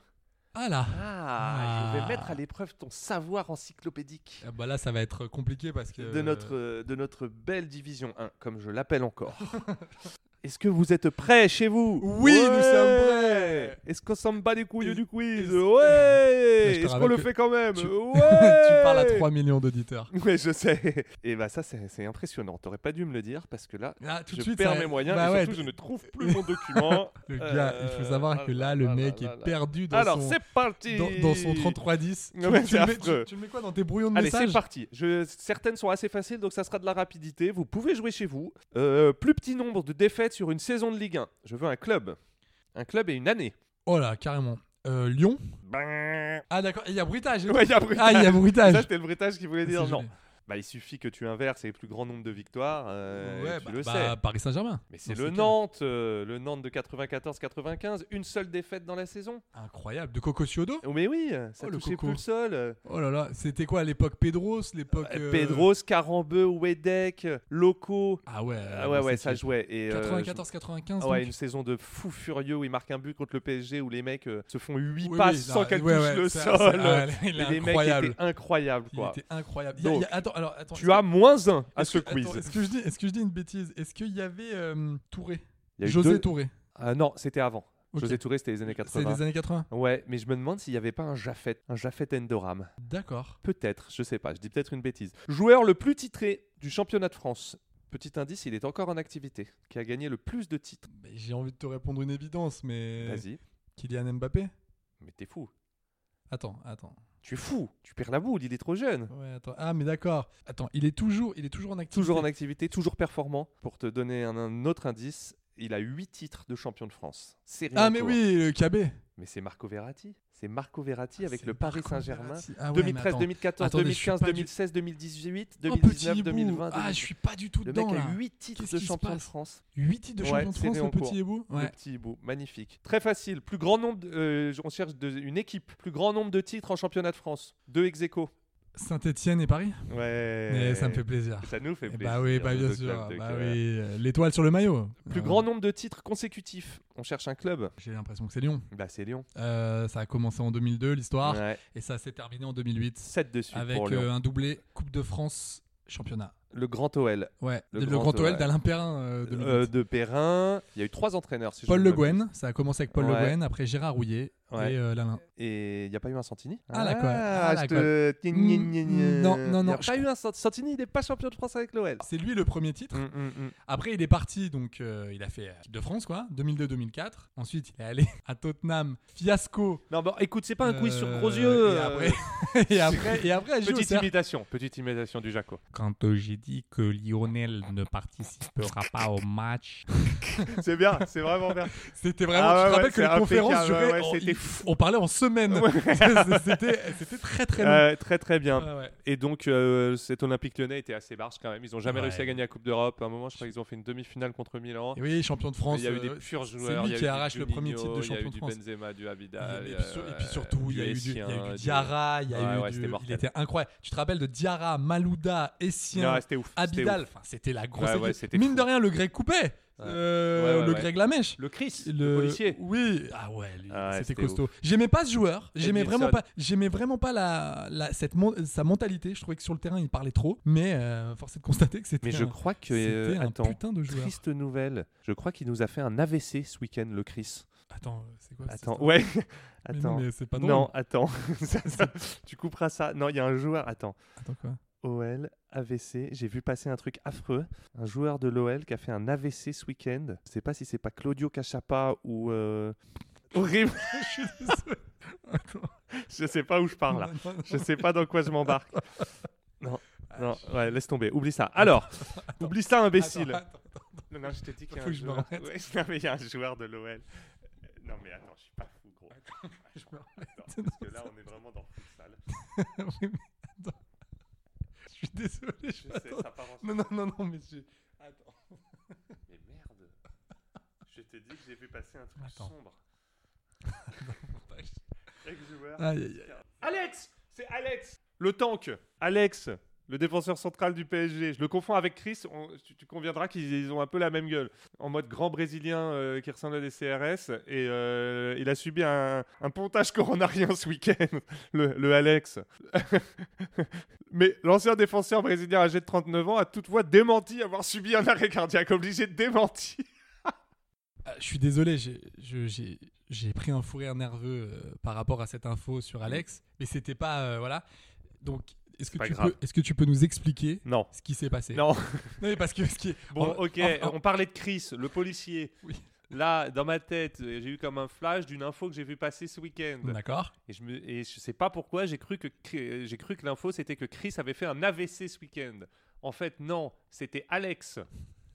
F: Ah là.
G: Ah, je
F: Ah.
G: vais mettre à l'épreuve ton savoir encyclopédique.
F: Ah Bah là, ça va être compliqué parce que.
G: de notre, euh, de notre belle division 1, comme je l'appelle encore. [laughs] Est-ce que vous êtes prêts chez vous
F: Oui, nous sommes prêts.
G: Est-ce qu'on s'en bat les couilles du quiz
F: est-ce-
G: Ouais
F: Mais je te
G: Est-ce qu'on
F: rappelle
G: le
F: que
G: fait quand même
F: tu-
G: Ouais
F: [laughs] tu parles à 3
G: [laughs]
F: millions d'auditeurs.
G: Ouais, je sais. Et bah ça, c'est c'est impressionnant. T'aurais pas dû me le dire parce que là,
F: Ah, tout de
G: je
F: suite,
G: perds
F: ça-
G: mes moyens
F: Bah
G: et
F: ouais,
G: surtout, je ne trouve
F: [laughs]
G: plus mon document. Euh, ah,
F: Le gars, il faut savoir que là, le mec est perdu dans
G: Alors,
F: son.
G: c'est parti
F: Dans, dans son 3310.
G: Ouais, c'est
F: tu, le mets,
G: affreux.
F: tu- tu le mets quoi dans tes brouillons de
G: Allez,
F: messages
G: c'est parti. Je- Certaines sont assez faciles, donc ça sera de la rapidité. Vous pouvez jouer chez vous. Euh, plus petit nombre de défaites sur une saison de Ligue 1. Je veux un club. Un club et une année.
F: Oh là, carrément. Euh, Lyon
G: Ben...
F: Ah d'accord, il y a bruitage. et
G: Ouais,
F: tout.
G: y a bruitage.
F: Ah, il y a
G: [laughs]
F: bruitage. Ah,
G: Ça, c'était le bruitage qui voulait
F: C'est
G: dire
F: joli.
G: non. Bah, il suffit que tu inverses et le plus grand nombre de victoires. euh,
F: Ouais,
G: tu
F: bah-
G: le
F: bah,
G: sais.
F: Paris Saint-Germain.
G: Mais c'est
F: Dans
G: le
F: ces
G: Nantes, euh, le Nantes de 94-95. Une seule défaite dans la saison.
F: cas. Incroyable. De Coco Ciodo
G: Oh, mais oui, ça
F: Oh, le
G: touchait
F: coco.
G: plus le sol. euh.
F: Oh là là, c'était quoi à l'époque Pedros L'époque. euh,
G: Pedros, Carambeu, Wedek, Loco.
F: Ah ouais.
G: Ah ouais,
F: bon,
G: ouais,
F: c'est
G: ça
F: qui
G: jouait. Et, euh, je-
F: 94-95.
G: Ah ouais,
F: donc.
G: une saison de fou furieux où il marque un but contre le PSG où les mecs euh, se font 8
F: Oui, oui,
G: passes
F: là,
G: sans qu'elles
F: ouais,
G: touchent
F: ouais,
G: le
F: ça- ça-
G: sol.
F: ah, il est
G: Et les mecs
F: incroyable.
G: étaient incroyables
F: Il
G: quoi.
F: était incroyable. Il y a- il y a- attends, alors, attends,
G: Tu as moins 1 à
F: est-ce
G: ce
F: que- attends,
G: quiz.
F: Est-ce que, je dis- est-ce que je dis une bêtise Est-ce qu'il y avait euh, Touré
G: Il y a eu
F: José
G: deux-
F: Touré.
G: Ah non, c'était avant.
F: Ok.
G: José Touré, c'était les années
F: C'est
G: 80.
F: des années 80.
G: Ouais, mais je me demande s'il n'y avait pas un Jaffet, un Jaffet Endoram.
F: D'accord.
G: Peut-être, je sais pas, je dis peut-être une bêtise. Joueur le plus titré du championnat de France. Petit indice, il est encore en activité, qui a gagné le plus de titres.
F: Mais J'ai envie de te répondre une évidence, mais.
G: Vas-y,
F: Kylian Mbappé
G: mais t'es fou.
F: Attends, attends.
G: Tu es fou, tu perds la boule, il est trop jeune.
F: Ouais, attends. Ah, mais d'accord. Attends, il est toujours, il est toujours en activité.
G: Toujours en activité, toujours performant. Pour te donner un, un autre indice, il a 8 titres de champion de France. C'est rien
F: Ah, mais
G: pour-
F: oui, le KB.
G: Mais c'est Marco Verratti. C'est Marco Verratti avec
F: Ah, c'est
G: le Paris
F: Marco
G: Saint-Germain.
F: Verratti. Ah ouais, mais
G: 2013,
F: attends.
G: 2014,
F: Attendez, je suis
G: 2015,
F: pas du-
G: 2016, 2018,
F: Oh,
G: 2019,
F: petit hibou.
G: 2020.
F: Ah, je suis pas du tout
G: Le
F: dedans.
G: mec a
F: là.
G: 8 titres
F: Qu'est-ce
G: de
F: qui se
G: champion de
F: passe
G: France.
F: 8 titres de
G: Ouais,
F: champion de
G: c'était
F: France, le
G: en cours.
F: petit hibou
G: Le
F: Ouais.
G: petit hibou, magnifique. Très facile. Plus grand nombre. de- euh, on cherche de- une équipe. Plus grand nombre de titres en championnat de France. Deux ex aequo.
F: Saint-Etienne et Paris
G: Ouais.
F: Mais ça me fait plaisir.
G: Eh, Ça nous fait
F: Eh
G: plaisir.
F: Bah oui, bah bien
G: de
F: sûr.
G: club de
F: Bah
G: cœur.
F: oui, euh, l'étoile sur le maillot.
G: Plus
F: Euh,
G: grand nombre de titres consécutifs. On cherche un club.
F: J'ai l'impression que c'est Lyon.
G: Bah c'est Lyon.
F: Euh, ça a commencé en 2002 l'histoire
G: Ouais.
F: et ça s'est terminé en 2008
G: Sept de suite
F: Ah. avec
G: pour Lyon.
F: euh, un doublé Coupe de France championnat.
G: Le grand OL
F: Ouais, le,
G: Le
F: grand,
G: grand
F: OL
G: OL.
F: d'Alain Perrin euh, 2008.
G: Euh, de Perrin. Il y a eu trois entraîneurs. Si je
F: Paul
G: ne
F: Le
G: me trompe.
F: Guen, ça a commencé avec Paul
G: Ouais.
F: Le Guen, après Gérard Rouillet
G: Ouais.
F: et euh, Lalin.
G: Et il n'y a pas eu un Santini
F: Ah, la colle. Ah, la
G: je te-
F: Mm, mm, non, non,
G: Il n'y
F: non,
G: a
F: je
G: pas eu un Sant- Santini, il n'est pas champion de France avec l'OL.
F: C'est lui le premier titre.
G: Mm, mm, mm.
F: Après, il est parti, donc euh, il a fait euh, équipe de France, quoi, 2002-2004. Ensuite, il est allé [laughs] à Tottenham, fiasco.
G: Non, bon, écoute, c'est pas un quiz sur
F: Euh,
G: gros yeux.
F: Et
G: euh, [laughs]
F: après, [laughs] et après, et après, elle joue au
G: Petite
F: cercle.
G: imitation, petite imitation du Jaco.
F: Quand
B: euh,
F: j'y
B: j'ai dit que Lionel ne participera pas au match.
G: C'est bien, c'est vraiment bien.
F: [laughs] C'était vraiment.
G: Ah
F: je
G: ouais,
F: te rappelle
G: ouais,
F: que les
G: c'est
F: conférences
G: impeccable,
F: duraient.
G: ouais, ouais,
F: en-
G: c'était
F: il-
G: fou.
F: on parlait en semaine. [laughs] c'était, c'était très très long.
G: [laughs] Euh, très très bien.
F: Ouais, ouais.
G: Et donc, euh, cet Olympique lyonnais était assez barge quand même. Ils n'ont jamais
F: Ouais.
G: réussi à gagner la Coupe d'europe. À un moment, je crois qu'ils ont fait une demi-finale contre Milan.
F: Et oui, champion de France.
G: il y a eu
F: euh,
G: des purs joueurs.
F: lui
G: il y a
F: qui
G: eu du
F: arrache le premier
G: Juninho,
F: titre de champion de
G: Il y a eu
F: France.
G: du Benzema, du euh, Abida.
F: Et puis, sur- et puis surtout, il y a eu du, il y a eu du Diarra, il y a
G: Ouais,
F: eu
G: ouais,
F: du-
G: c'était mortel.
F: il était incroyable. Tu te rappelles de Diarra, Malouda, Essien,
G: Non, c'était ouf. c'était
F: Abidal,
G: ouf.
F: enfin c'était la grosse
G: Ouais,
F: équipe.
G: ouais, c'était
F: Mine
G: fou.
F: de rien, le Grec coupait, euh,
G: Ouais, ouais,
F: le
G: ouais.
F: Greg Lamèche.
G: Le Chris, le,
F: Le-
G: policier.
F: Oui, ah ouais, lui,
G: Ah ouais,
F: c'était
G: c'était
F: costaud. J'aimais pas ce joueur, j'aimais
G: Edmilson.
F: vraiment pas, j'aimais vraiment pas la, la- cette mon- sa mentalité. Je trouvais que sur le terrain il parlait trop, mais euh, force est de constater que c'était.
G: Mais je
F: un-
G: crois que. euh,
F: c'était un
G: attends,
F: putain de joueur.
G: triste nouvelle. Je crois qu'il nous a fait un AVC ce week-end, le Chris.
F: Attends, c'est quoi cette
G: Attends,
F: histoire
G: ouais.
F: [laughs] Mais non,
G: Attends.
F: mais c'est pas drôle.
G: Non, attends. [laughs] Ça,
F: [laughs]
G: ça, tu couperas ça. Non, il y a un joueur. Attends.
F: Attends quoi
G: OL, AVC, j'ai vu passer un truc affreux. Un joueur de l'OL qui a fait un AVC ce week-end. Je sais pas si c'est pas Claudio Cachapa ou. euh,
F: [laughs]
G: Horrible. [laughs]
F: Attends.
G: je sais pas où je
F: [laughs]
G: parle là.
F: Non, Ah, non, non.
G: Je sais pas dans quoi je
F: [laughs]
G: m'embarque. Non, non, ouais, laisse tomber. Oublie ça.
F: [laughs]
G: Alors, oublie ça, imbécile.
F: Attends, attends, attends.
G: Non, non, je t'ai dit qu'il y a
F: Faut
G: un
F: que je me
G: joueur.
F: remette.
G: Ouais, non, mais il y a un joueur de l'OL. Euh, Non, mais attends, je suis pas fou, gros.
F: Je me
G: Attends, parce que là, on est vraiment dans le futsal.
F: [laughs] Oui, mais attends. Je suis désolé. Je
G: Je sais, ça part en
F: Non, non, non, non, mais j'ai- Attends.
G: Mais merde. Je t'ai dit que j'ai vu passer un truc
F: Attends.
G: sombre.
F: vache.
G: Ex-joueur.
F: Aïe, aïe, aïe.
G: Alex C'est Alex Le tank Alex le défenseur central du PSG. Je le confonds avec Chris. on- tu, tu conviendras qu'ils ils ont un peu la même gueule. En mode grand brésilien euh, qui ressemble à des CRS. Et euh, il a subi un, un pontage [laughs] coronarien ce week-end. Le, le Alex. [laughs] Mais l'ancien défenseur brésilien âgé de 39 ans a toutefois démenti avoir subi un arrêt cardiaque. Obligé de démentir.
F: Ah, Je suis désolé, j'ai- je- j'ai j'ai pris un fou rire nerveux euh, par rapport à cette info
G: Mm.
F: sur Alex, mais c'était pas. euh, voilà. Donc, est-ce que,
G: pas
F: tu
G: grave.
F: peux, est que tu peux nous expliquer
G: Non.
F: ce qui s'est passé
G: Non.
F: Non, mais parce que. Ce qui est-
G: Bon,
F: en-
G: ok,
F: en- en-
G: on parlait de Chris, le policier.
F: Oui.
G: Là, dans ma tête, euh, j'ai eu comme un flash d'une info que j'ai vu passer ce week-end.
F: D'accord.
G: Et je, me, et je sais pas pourquoi, j'ai cru que, Cri- j'ai cru que l'info, c'était que Chris avait fait un AVC ce week-end. En fait, non, c'était Alex,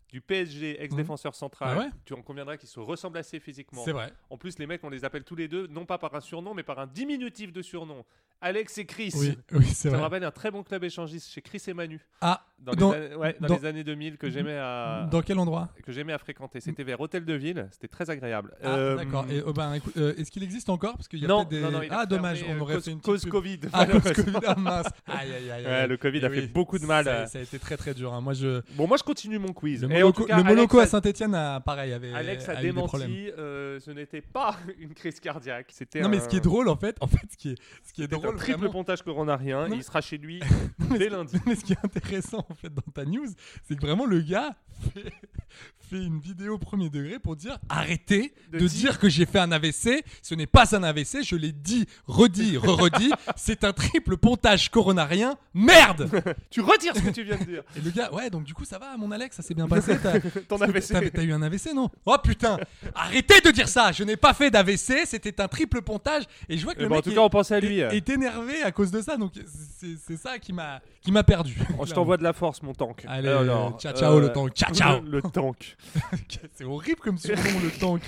G: du PSG, ex-défenseur central.
F: Ah ouais
G: tu en conviendras qu'ils se ressemblent assez physiquement.
F: C'est vrai.
G: En plus, les mecs, on les appelle tous les deux, non pas par un surnom, mais par un diminutif de surnom. Alex et Chris.
F: Oui, oui c'est
G: Ça me
F: vrai.
G: rappelle un très bon club échangiste chez Chris et Manu
F: Ah,
G: dans, les
F: Dans-
G: années- ouais, dans
F: dans-
G: les années 2000 que j'aimais à,
F: dans quel endroit
G: que j'aimais à fréquenter. C'était vers Hôtel de Ville, c'était très agréable.
F: Ah,
G: Euh,
F: d'accord. Et, oh, ben, écoute, euh, Est-ce qu'il existe encore Parce qu'il y a
G: non,
F: peut-être des.
G: non, non, il a
F: ah,
G: fermé,
F: dommage,
G: euh,
F: on aurait
G: cause,
F: fait une petite
G: cause
F: pub.
G: Covid.
F: Ah, cause
G: malheureusement.
F: Covid, ah mince. Aïe, aïe,
G: [laughs]
F: aïe.
G: Ouais,
F: aïe.
G: le Covid
F: Eh
G: a fait beaucoup de mal,
F: Ça,
G: euh.
F: ça a été très, très dur. hein. Moi, je.
G: Bon, moi je continue mon quiz.
F: Le
G: Et en
F: Moloko,
G: tout cas,
F: le
G: Alex
F: Moloko
G: a-
F: à Saint-Etienne, pareil, avait,
G: Alex a,
F: a eu des problèmes.
G: démenti, euh, ce n'était pas [laughs] une crise cardiaque. C'était
F: Non, mais
G: un-
F: ce qui est drôle, en fait, en fait ce qui est, ce qui est
G: euh, c'était un
F: drôle,
G: triple
F: vraiment-
G: pontage coronarien.
F: Non,
G: Il sera chez
F: [laughs]
G: lui
F: mais
G: dès
F: ce-
G: lundi.
F: Mais ce qui est intéressant, en fait, dans ta news, c'est que vraiment, le gars fait, [laughs] fait une vidéo premier degré pour dire arrêtez de,
G: De
F: dire...
G: dire-
F: que j'ai fait un AVC. Ce n'est pas un AVC, je l'ai dit,
G: [laughs]
F: redit, re-redit. c'est un triple pontage coronarien. Merde
G: [laughs] Tu retires ce que tu viens de
F: [laughs]
G: dire.
F: Et le gars, ouais, donc du coup, ça va, mon Alex, ça s'est bien passé. T'as,
G: [laughs] Ton
F: parce que
G: AVC.
F: t'avais- T'as eu un AVC, non Oh putain Arrêtez de dire ça Je n'ai pas fait d'AVC, c'était un triple pontage. Et je vois que
G: Eh
F: le
G: ben, en
F: mec
G: tout
F: est-
G: cas, on pense à lui.
F: est, est énervé à cause de ça, donc c'est, c'est ça qui m'a, qui m'a perdu.
G: Oh,
F: [laughs]
G: Je t'envoie de la force, mon tank. euh,
F: Allez, ciao, ciao, le tank. Ciao, ciao.
G: [laughs] Le
F: [laughs]
G: tank.
F: C'est horrible
G: [laughs]
F: comme surnom, le tank.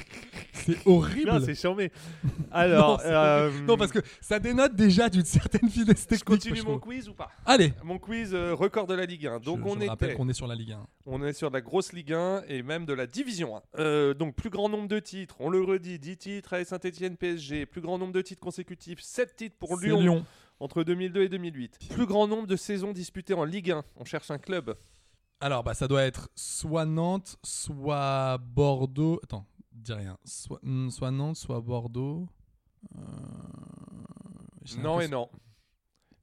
F: C'est horrible.
G: Non, c'est charmé. [laughs] Alors,
F: [laughs] Non, c'est
G: euh,
F: horrible. Non, parce que ça dénote déjà d'une certaine [laughs] finesse
G: je
F: technique.
G: continue
F: je
G: mon
F: trouve.
G: quiz ou pas
F: Allez
G: Mon quiz euh, record de la Ligue 1. Donc
F: Je-
G: on
F: je rappelle
G: était,
F: qu'on est sur la Ligue 1.
G: on est sur de la grosse Ligue 1 et même de la Division 1. Euh, donc plus grand nombre de titres, on le redit, 10 titres avec Saint-Etienne PSG, plus grand nombre de titres consécutifs, 7 titres pour
F: C'est
G: Lyon, entre 2002 et 2008. Plus grand nombre de saisons disputées en Ligue 1, on cherche un club.
F: Alors, bah, ça doit être soit Nantes, soit Bordeaux. Attends, dis rien. Soit, hmm, soit Nantes, soit Bordeaux. Euh, j'ai
G: Non et
F: l'impression-
G: non.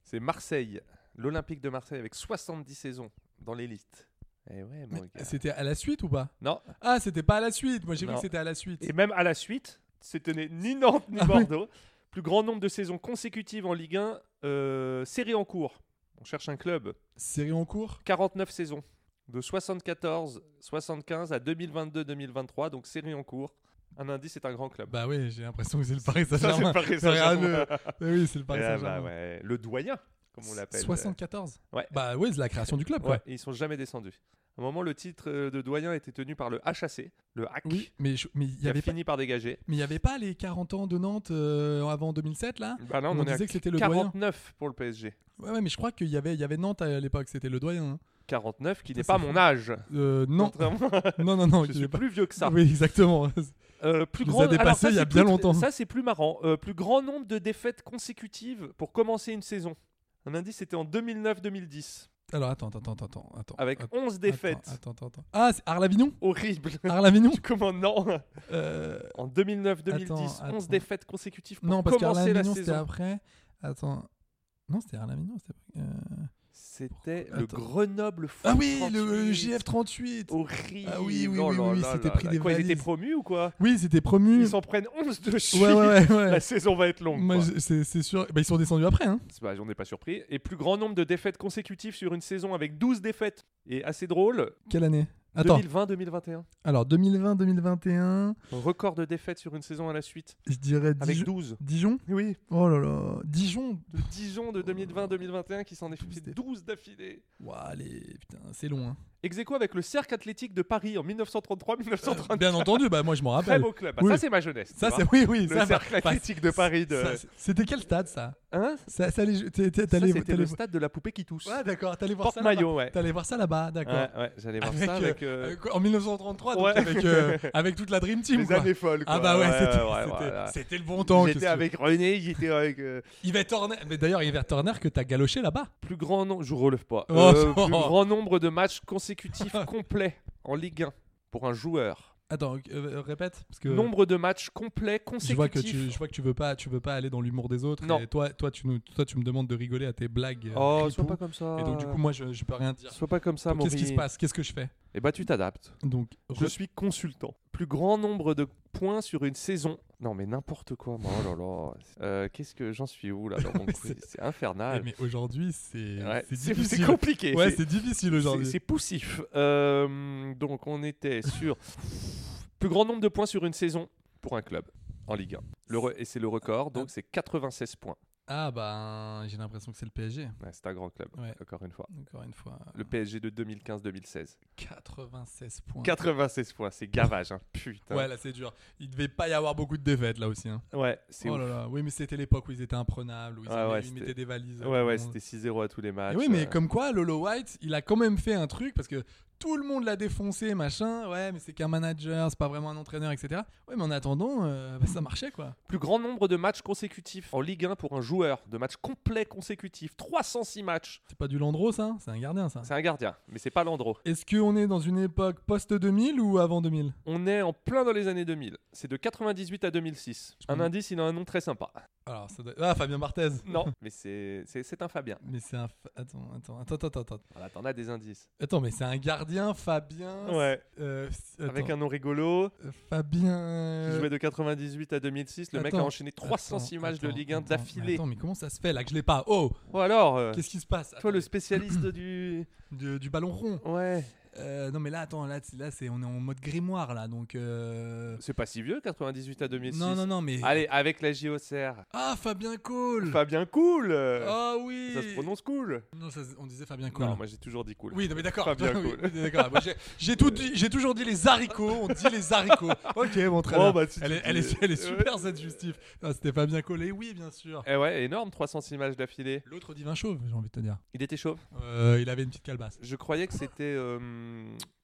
G: C'est Marseille, l'Olympique de Marseille avec 70 saisons dans l'élite. Eh ouais, mon gars.
F: C'était à la suite ou pas
G: Non.
F: Ah, c'était pas à la suite. Moi, j'ai vu
G: Non.
F: que c'était à la suite.
G: Et même à la suite, c'était ni Nantes ni
F: Ah oui.
G: Bordeaux. Plus grand nombre de saisons consécutives en Ligue 1, euh, série en cours. On cherche un club.
F: Série en cours
G: 49 saisons. De 74, 75 à 2022, 2023. Donc série en cours. Un indice, c'est un grand
F: [laughs]
G: club.
F: Bah oui, j'ai l'impression que c'est le Paris
G: Ça, c'est
F: Saint-Germain.
G: le Paris
F: C'est rien
G: Saint-Germain.
F: de- Bah oui, c'est le Paris
G: Eh bah
F: Saint-Germain.
G: ouais, Le doyen comme on l'appelle. euh,
F: 74
G: Ouais.
F: Bah oui, c'est la création du club.
G: Ouais,
F: quoi.
G: et ils sont jamais descendus. À un moment, le titre euh, de doyen était tenu par le HAC, le HAC,
F: Oui, mais je- mais il
G: qui
F: y
G: a
F: avait pas-
G: fini par dégager.
F: mais il y avait pas les 40 ans de Nantes euh, avant 2007 là
G: Bah là, on,
F: On
G: en est à
F: disait que c'était le
G: 49 pour le PSG.
F: Ouais, ouais, mais je crois qu'il y avait, il y avait Nantes à l'époque, c'était le doyen. hein.
G: 49, qui
F: Putain,
G: n'est pas
F: c'est
G: mon
F: fou.
G: âge.
F: Euh, non. [laughs]
G: Contrairement à-
F: non, non, non,
G: je
F: il
G: suis
F: est pas-
G: plus vieux que ça.
F: Oui, exactement. [laughs]
G: Euh, plus
F: Il les
G: grand...
F: a dépassés
G: Alors, ça,
F: il y a
G: c'est
F: bien
G: plus-
F: longtemps.
G: Ça, c'est plus marrant. Euh, plus grand nombre de défaites consécutives pour commencer une saison. Un indice, c'était en 2009-2010,
F: Alors attends, attends, attends, attends, attends.
G: avec
F: Attends,
G: 11 défaites.
F: Attends, attends, attends. Ah, c'est Arlavignon
G: [laughs] Horrible.
F: Arlavignon
G: Comment non
F: Euh,
G: En 2009-2010,
F: Attends,
G: 11
F: attends.
G: défaites consécutives pour
F: Non, parce
G: commencer la
F: qu'Arlavignon c'était
G: saison.
F: après. Attends. Non, c'était Arlavignon, c'était après. Euh,
G: C'était
F: Pourquoi
G: le
F: Attends.
G: Grenoble Foot
F: Ah oui, le, le
G: 38.
F: GF38.
G: Horrible.
F: Ah oui, oui,
G: Oh
F: oui,
G: là
F: oui,
G: là
F: c'était
G: là
F: pris
G: là.
F: des
G: Quoi, ils étaient
F: valises.
G: promus ou quoi
F: Oui, c'était promu.
G: Ils s'en prennent 11 de suite.
F: Ouais, ouais,
G: [laughs]
F: ouais. ouais.
G: La saison va être longue.
F: Moi,
G: quoi.
F: je- c'est c'est sûr. Bah, ils sont descendus après. Hein.
G: C'est pas- J'en ai pas surpris. Et plus grand nombre de défaites consécutives sur une saison avec 12 défaites. Et assez drôle,
F: Quelle année Attends.
G: 2020-2021.
F: Alors 2020-2021,
G: Record de défaites sur une saison à la suite.
F: je dirais
G: Avec
F: Dijon.
G: 12.
F: Dijon
G: Oui.
F: Oh là là. Dijon.
G: De Dijon de 2020-2021 qui s'en est fait 12 d'affilée.
F: Ouah, les... putain, c'est long. Hein.
G: Ex aequo avec le Cercle Athlétique de Paris en 1933-1934.
F: Bien entendu, bah moi je m'en
G: Très
F: rappelle.
G: beau club. Ah,
F: Oui.
G: Ça, c'est ma jeunesse.
F: Ça
G: tu
F: c'est
G: vois.
F: oui oui.
G: Le
F: ça,
G: cercle
F: bah,
G: athlétique de Paris de-
F: ça, C'était quel stade ça
G: Hein
F: Ça, ça allait- t'es- t'es-
G: Ça,
F: t'allais-
G: c'était
F: t'allais-
G: le stade de la poupée qui tousse.
F: Ouais d'accord. T'allais voir ça.
G: Porte-maillot,
F: là-bas.
G: ouais.
F: T'allais voir ça là-bas, d'accord.
G: Ouais, ouais, j'allais voir ça
F: euh,
G: avec euh,
F: euh, quoi, en 1933 donc
G: Ouais. [laughs]
F: avec, euh, avec toute la Dream Team.
G: les
F: quoi.
G: années folles. quoi.
F: Ah bah ouais, c'était
G: ouais,
F: c'était-
G: voilà.
F: c'était le bon temps.
G: J'étais avec René, j'étais avec. euh,
F: Yves Turner. Mais d'ailleurs Yves Turner que t'as galoché là-bas.
G: Plus grand nombre, je relève pas.
F: Oh,
G: Euh,
F: oh. [laughs]
G: plus grand nombre de matchs consécutifs complets en Ligue 1 pour un joueur.
F: Attends, euh, euh, répète parce que
G: Nombre de matchs complets consécutifs.
F: je vois que tu je vois que tu veux pas tu veux pas aller dans l'humour des autres.
G: Non.
F: Et toi toi tu nous toi tu me demandes de rigoler à tes blagues. euh,
G: Oh,
F: ripoux.
G: sois pas comme ça.
F: Et donc du coup moi je, je peux rien dire.
G: sois pas comme ça,
F: Donc, Qu'est-ce qui se
G: Maury.
F: passe Qu'est-ce que je fais
G: Eh bah, tu t'adaptes.
F: Donc
G: Je
F: re-
G: suis consultant. Plus grand nombre de points sur une saison. Non, mais n'importe quoi, moi. Oh là là. Euh, Qu'est-ce que j'en suis où là dans
F: [laughs]
G: mon
F: Mais
G: quiz
F: c'est-
G: C'est
F: Eh,
G: infernal.
F: mais aujourd'hui c'est
G: Ouais,
F: Eh, c'est
G: c'est-
F: difficile.
G: C'est compliqué.
F: Ouais,
G: c'est-
F: c'est difficile
G: C'est
F: aujourd'hui.
G: c'est poussif. Euh, donc on était
F: [laughs]
G: sur plus grand nombre de points sur une saison pour un club en Ligue 1. Le re- et c'est le record, donc c'est 96 points.
F: Ah bah j'ai l'impression que c'est le PSG
G: Ouais, c'est un grand club,
F: Ouais.
G: encore une fois.
F: encore une fois.
G: Le PSG de 2015-2016.
F: 96 points.
G: 96 points, c'est gavage, hein. putain.
F: Ouais là c'est dur. Il devait pas y avoir beaucoup de défaites là aussi. hein.
G: Ouais, c'est
F: Oh
G: ouf.
F: là là. Oui mais c'était l'époque où ils étaient imprenables où ils,
G: Ouais,
F: avaient-
G: ouais,
F: ils
G: c'était-
F: mettaient des valises. à tout
G: Ouais,
F: le
G: ouais,
F: monde.
G: c'était 6-0 à tous les matchs.
F: Et Eh oui, mais
G: euh.
F: comme quoi, Lolo White, il a quand même fait un truc parce que tout le monde l'a défoncé, machin. Ouais, mais c'est qu'un manager, c'est pas vraiment un entraîneur, etc. Ouais, mais en attendant, euh, bah, ça marchait quoi.
G: Plus grand nombre de matchs consécutifs en Ligue 1 pour un joueur, de matchs complets consécutifs, 306 matchs.
F: C'est pas du Landreau, ça C'est un gardien, ça.
G: C'est un gardien, mais c'est pas Landreau.
F: Est-ce qu'on est dans une époque post-2000 ou avant 2000
G: On est en plein dans les années 2000. C'est de 98 à 2006.
F: Je
G: Un
F: me-
G: indice, il a un nom très
F: [laughs]
G: sympa.
F: Alors, ça doit- Ah, Fabien Barthez
G: Non, mais c'est c'est- c'est un Fabien.
F: Mais c'est un. fa- Attends, attends, attends, attends, attends.
G: Voilà, t'en as des indices.
F: Attends, mais c'est un gardien, Fabien.
G: Ouais.
F: euh, c-
G: Avec
F: attends,
G: un nom rigolo,
F: euh, Fabien.
G: qui jouait de 98 à 2006. Le mec a
F: attends,
G: enchaîné 306
F: attends,
G: matchs de
F: attends,
G: Ligue 1
F: attends, mais
G: d'affilée.
F: Attends, mais comment ça se fait là que je l'ai pas Oh
G: Ou alors, euh,
F: Qu'est-ce qui se passe
G: toi
F: Attends,
G: le
F: [coughs]
G: spécialiste du.
F: du- du ballon rond.
G: Ouais.
F: Euh, non mais là attends là, c'est- là c'est on est en mode grimoire là donc euh...
G: C'est pas si vieux, 98 à 2006.
F: non non non mais
G: Allez, avec la JOCR.
F: ah Fabien Cool
G: Fabien Cool euh,
F: ah oui
G: Ça se prononce cool.
F: non ça se- on disait Fabien Cool
G: Non, moi j'ai toujours dit cool.
F: oui non mais d'accord
G: Fabien
F: Oui,
G: Cool.
F: oui, d'accord Moi, j'ai- j'ai tout dit- j'ai toujours dit les haricots on dit les haricots [laughs] ok bon très
G: Bon,
F: bien
G: bah, si tu
F: elle, est,
G: dis-
F: elle est- elle est super cette justif Non, c'était Fabien Cool et oui bien sûr
G: Eh ouais, énorme, 306 matchs d'affilée.
F: l'autre divin chauve j'ai envie de te dire
G: Il était chauve.
F: Euh, il avait une petite calebasse
G: Je croyais que c'était. euh,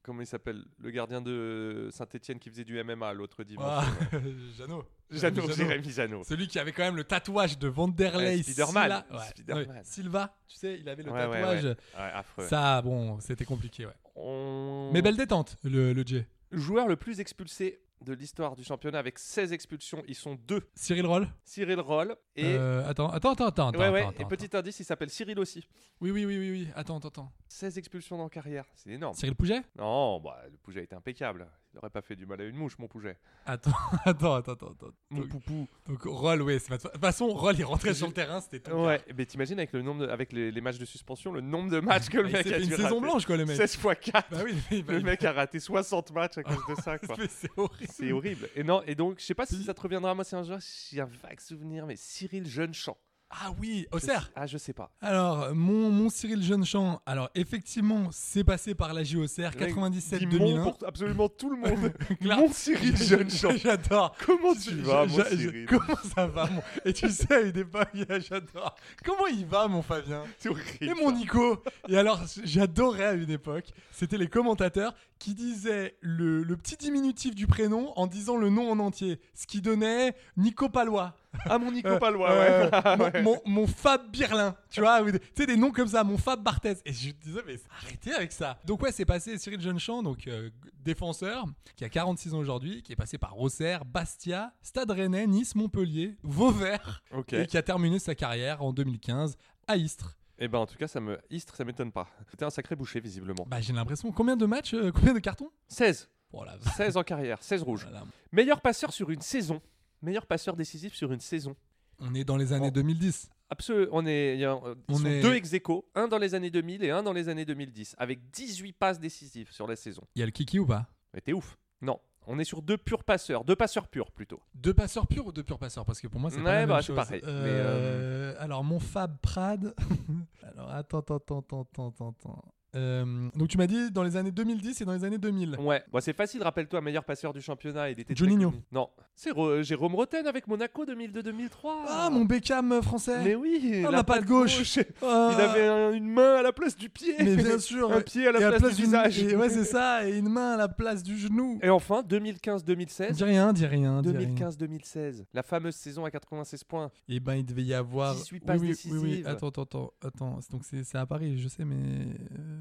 G: comment il s'appelle Le gardien de Saint-Etienne qui faisait du MMA l'autre dimanche.
F: [laughs] ah, Jeannot
G: [laughs] Jeannot, Jérémy Jeannot.
F: Celui qui avait quand même le tatouage de Vanderlei.
G: Ouais, Spiderman.
F: Silla- ouais,
G: Spiderman.
F: ouais, Silva, tu sais, il avait le
G: Ouais, ouais,
F: tatouage.
G: ouais. Ouais, affreux.
F: Ça, bon, c'était compliqué, ouais.
G: On-
F: Mais belle détente, le, le J.
G: Joueur le plus expulsé de l'histoire du championnat avec 16 expulsions, ils sont deux.
F: Cyril Roll.
G: Cyril Roll et.
F: Euh, attends, attends, attends, attends.
G: ouais,
F: attends,
G: ouais,
F: attends,
G: et petit indice, il s'appelle Cyril aussi.
F: attends. Oui, oui, oui, oui, oui. Attends, attends, attends.
G: 16 expulsions en carrière, c'est énorme.
F: Cyril Pouget
G: Non, bah, le Pouget était impeccable. Il aurait pas fait du mal à une mouche, mon Pouget.
F: Attends, [laughs] attends, attends, attends. attends.
G: Mon
F: Donc,
G: poupou.
F: donc Roll, ouais, c'est pas de fa- de toute façon, Roll, il rentrait sur le terrain, c'était tout.
G: Ouais, mais t'imagines avec, le nombre de- avec les, les matchs de suspension, le nombre de matchs que le
F: Ah, Il s'est
G: mec a
F: fait une
G: dû
F: saison
G: rater.
F: blanche, quoi, le mec.
G: 16 x 4.
F: Bah oui, mais- bah,
G: Le
F: il- [laughs]
G: mec a raté 60 matchs à cause de ça, quoi.
F: mais c'est horrible.
G: C'est horrible. Et non, et donc, je sais pas si ça te reviendra. Moi, c'est un joueur, j'ai un vague souvenir, mais Cyril Jeunechamp.
F: Ah oui, au
G: Je-
F: cerf
G: Ah, je sais pas.
F: Alors, mon, mon Cyril Jeunechamp, alors effectivement, c'est passé par la JOCR
G: Dis mon
F: 97-2001.
G: pour absolument tout le
F: [laughs]
G: monde.
F: Claire-
G: mon Cyril
F: [laughs]
G: Jeune-Jean.
F: J'adore.
G: Comment tu
F: Je-
G: vas,
F: je-
G: mon
F: je-
G: Cyril
F: Comment ça va, mon Et tu sais, à une époque, j'adore. Comment il va, mon Fabien
G: C'est horrible.
F: Et mon Nico Et alors, j'adorais à une époque, c'était les commentateurs qui disaient le, le petit diminutif du prénom en disant le nom en entier, ce qui donnait Nico Palois.
G: Ah, mon Nico
F: Euh,
G: Palois,
F: euh,
G: ouais. Ah,
F: mon,
G: [laughs] ouais.
F: mon- mon Fab Birlin, tu vois, ou des- tu sais, des noms comme ça, mon Fab Barthez. Et je disais, mais arrêtez avec ça. Donc, ouais, c'est passé Cyril Jeunechamp, donc euh, défenseur, qui a 46 ans aujourd'hui, qui est passé par Auxerre, Bastia, Stade Rennais, Nice, Montpellier, Vauvert,
G: Ok.
F: et qui a terminé sa carrière en 2015 à Istres.
G: Eh ben, en tout cas, ça me. Istre, ça m'étonne pas. C'était un sacré boucher, visiblement.
F: Bah, j'ai l'impression, combien de matchs, euh, combien de cartons
G: 16.
F: Oh la Oh
G: 16 en carrière, 16 rouges.
F: Voilà.
G: Meilleur passeur sur une saison. Meilleur passeur décisif sur une saison.
F: On est dans les années
G: Oh.
F: 2010.
G: Absolument. On est, il y a, euh, ils
F: On
G: sont
F: est-
G: deux ex aequo, un dans les années 2000 et un dans les années 2010, avec 18 passes décisives sur la saison.
F: Il y a le kiki ou pas
G: Mais t'es ouf. Non, on est sur deux purs passeurs, deux passeurs purs plutôt.
F: Deux passeurs purs ou deux purs passeurs Parce que pour moi, c'est pas
G: Ouais,
F: la même
G: bah, c'est
F: chose.
G: pareil, mais,
F: Euh, Alors, mon Fab Prad. [laughs] alors, attends, attends, attends, attends, attends, attends, attends. Euh, donc, tu m'as dit dans les années 2010 et dans les années 2000.
G: Ouais, bon, c'est facile, rappelle-toi, meilleur passeur du championnat, il était très
F: Juninho.
G: connu. Non, c'est Ro- Jérôme Roten avec Monaco 2002-2003.
F: Ah, mon Beckham euh, français
G: Mais oui,
F: Ah,
G: la patte gauche.
F: Ah,
G: Il avait un- une main à la place du pied. [laughs]
F: Mais bien sûr
G: un pied à la
F: et
G: place, du
F: d'une-
G: visage.
F: et- ouais, c'est ça, et une main à la place
G: [laughs]
F: du genou.
G: Et enfin, 2015-2016.
F: Dis rien, dis rien, dis rien.
G: 2015-2016, la fameuse saison à 96 points.
F: Et ben, il devait y avoir.
G: 18 passes
F: oui, oui, oui, oui.
G: décisives.
F: Attends, attends, attends. attends. C'est- Donc, c'est c'est à Paris, je sais, mais. euh,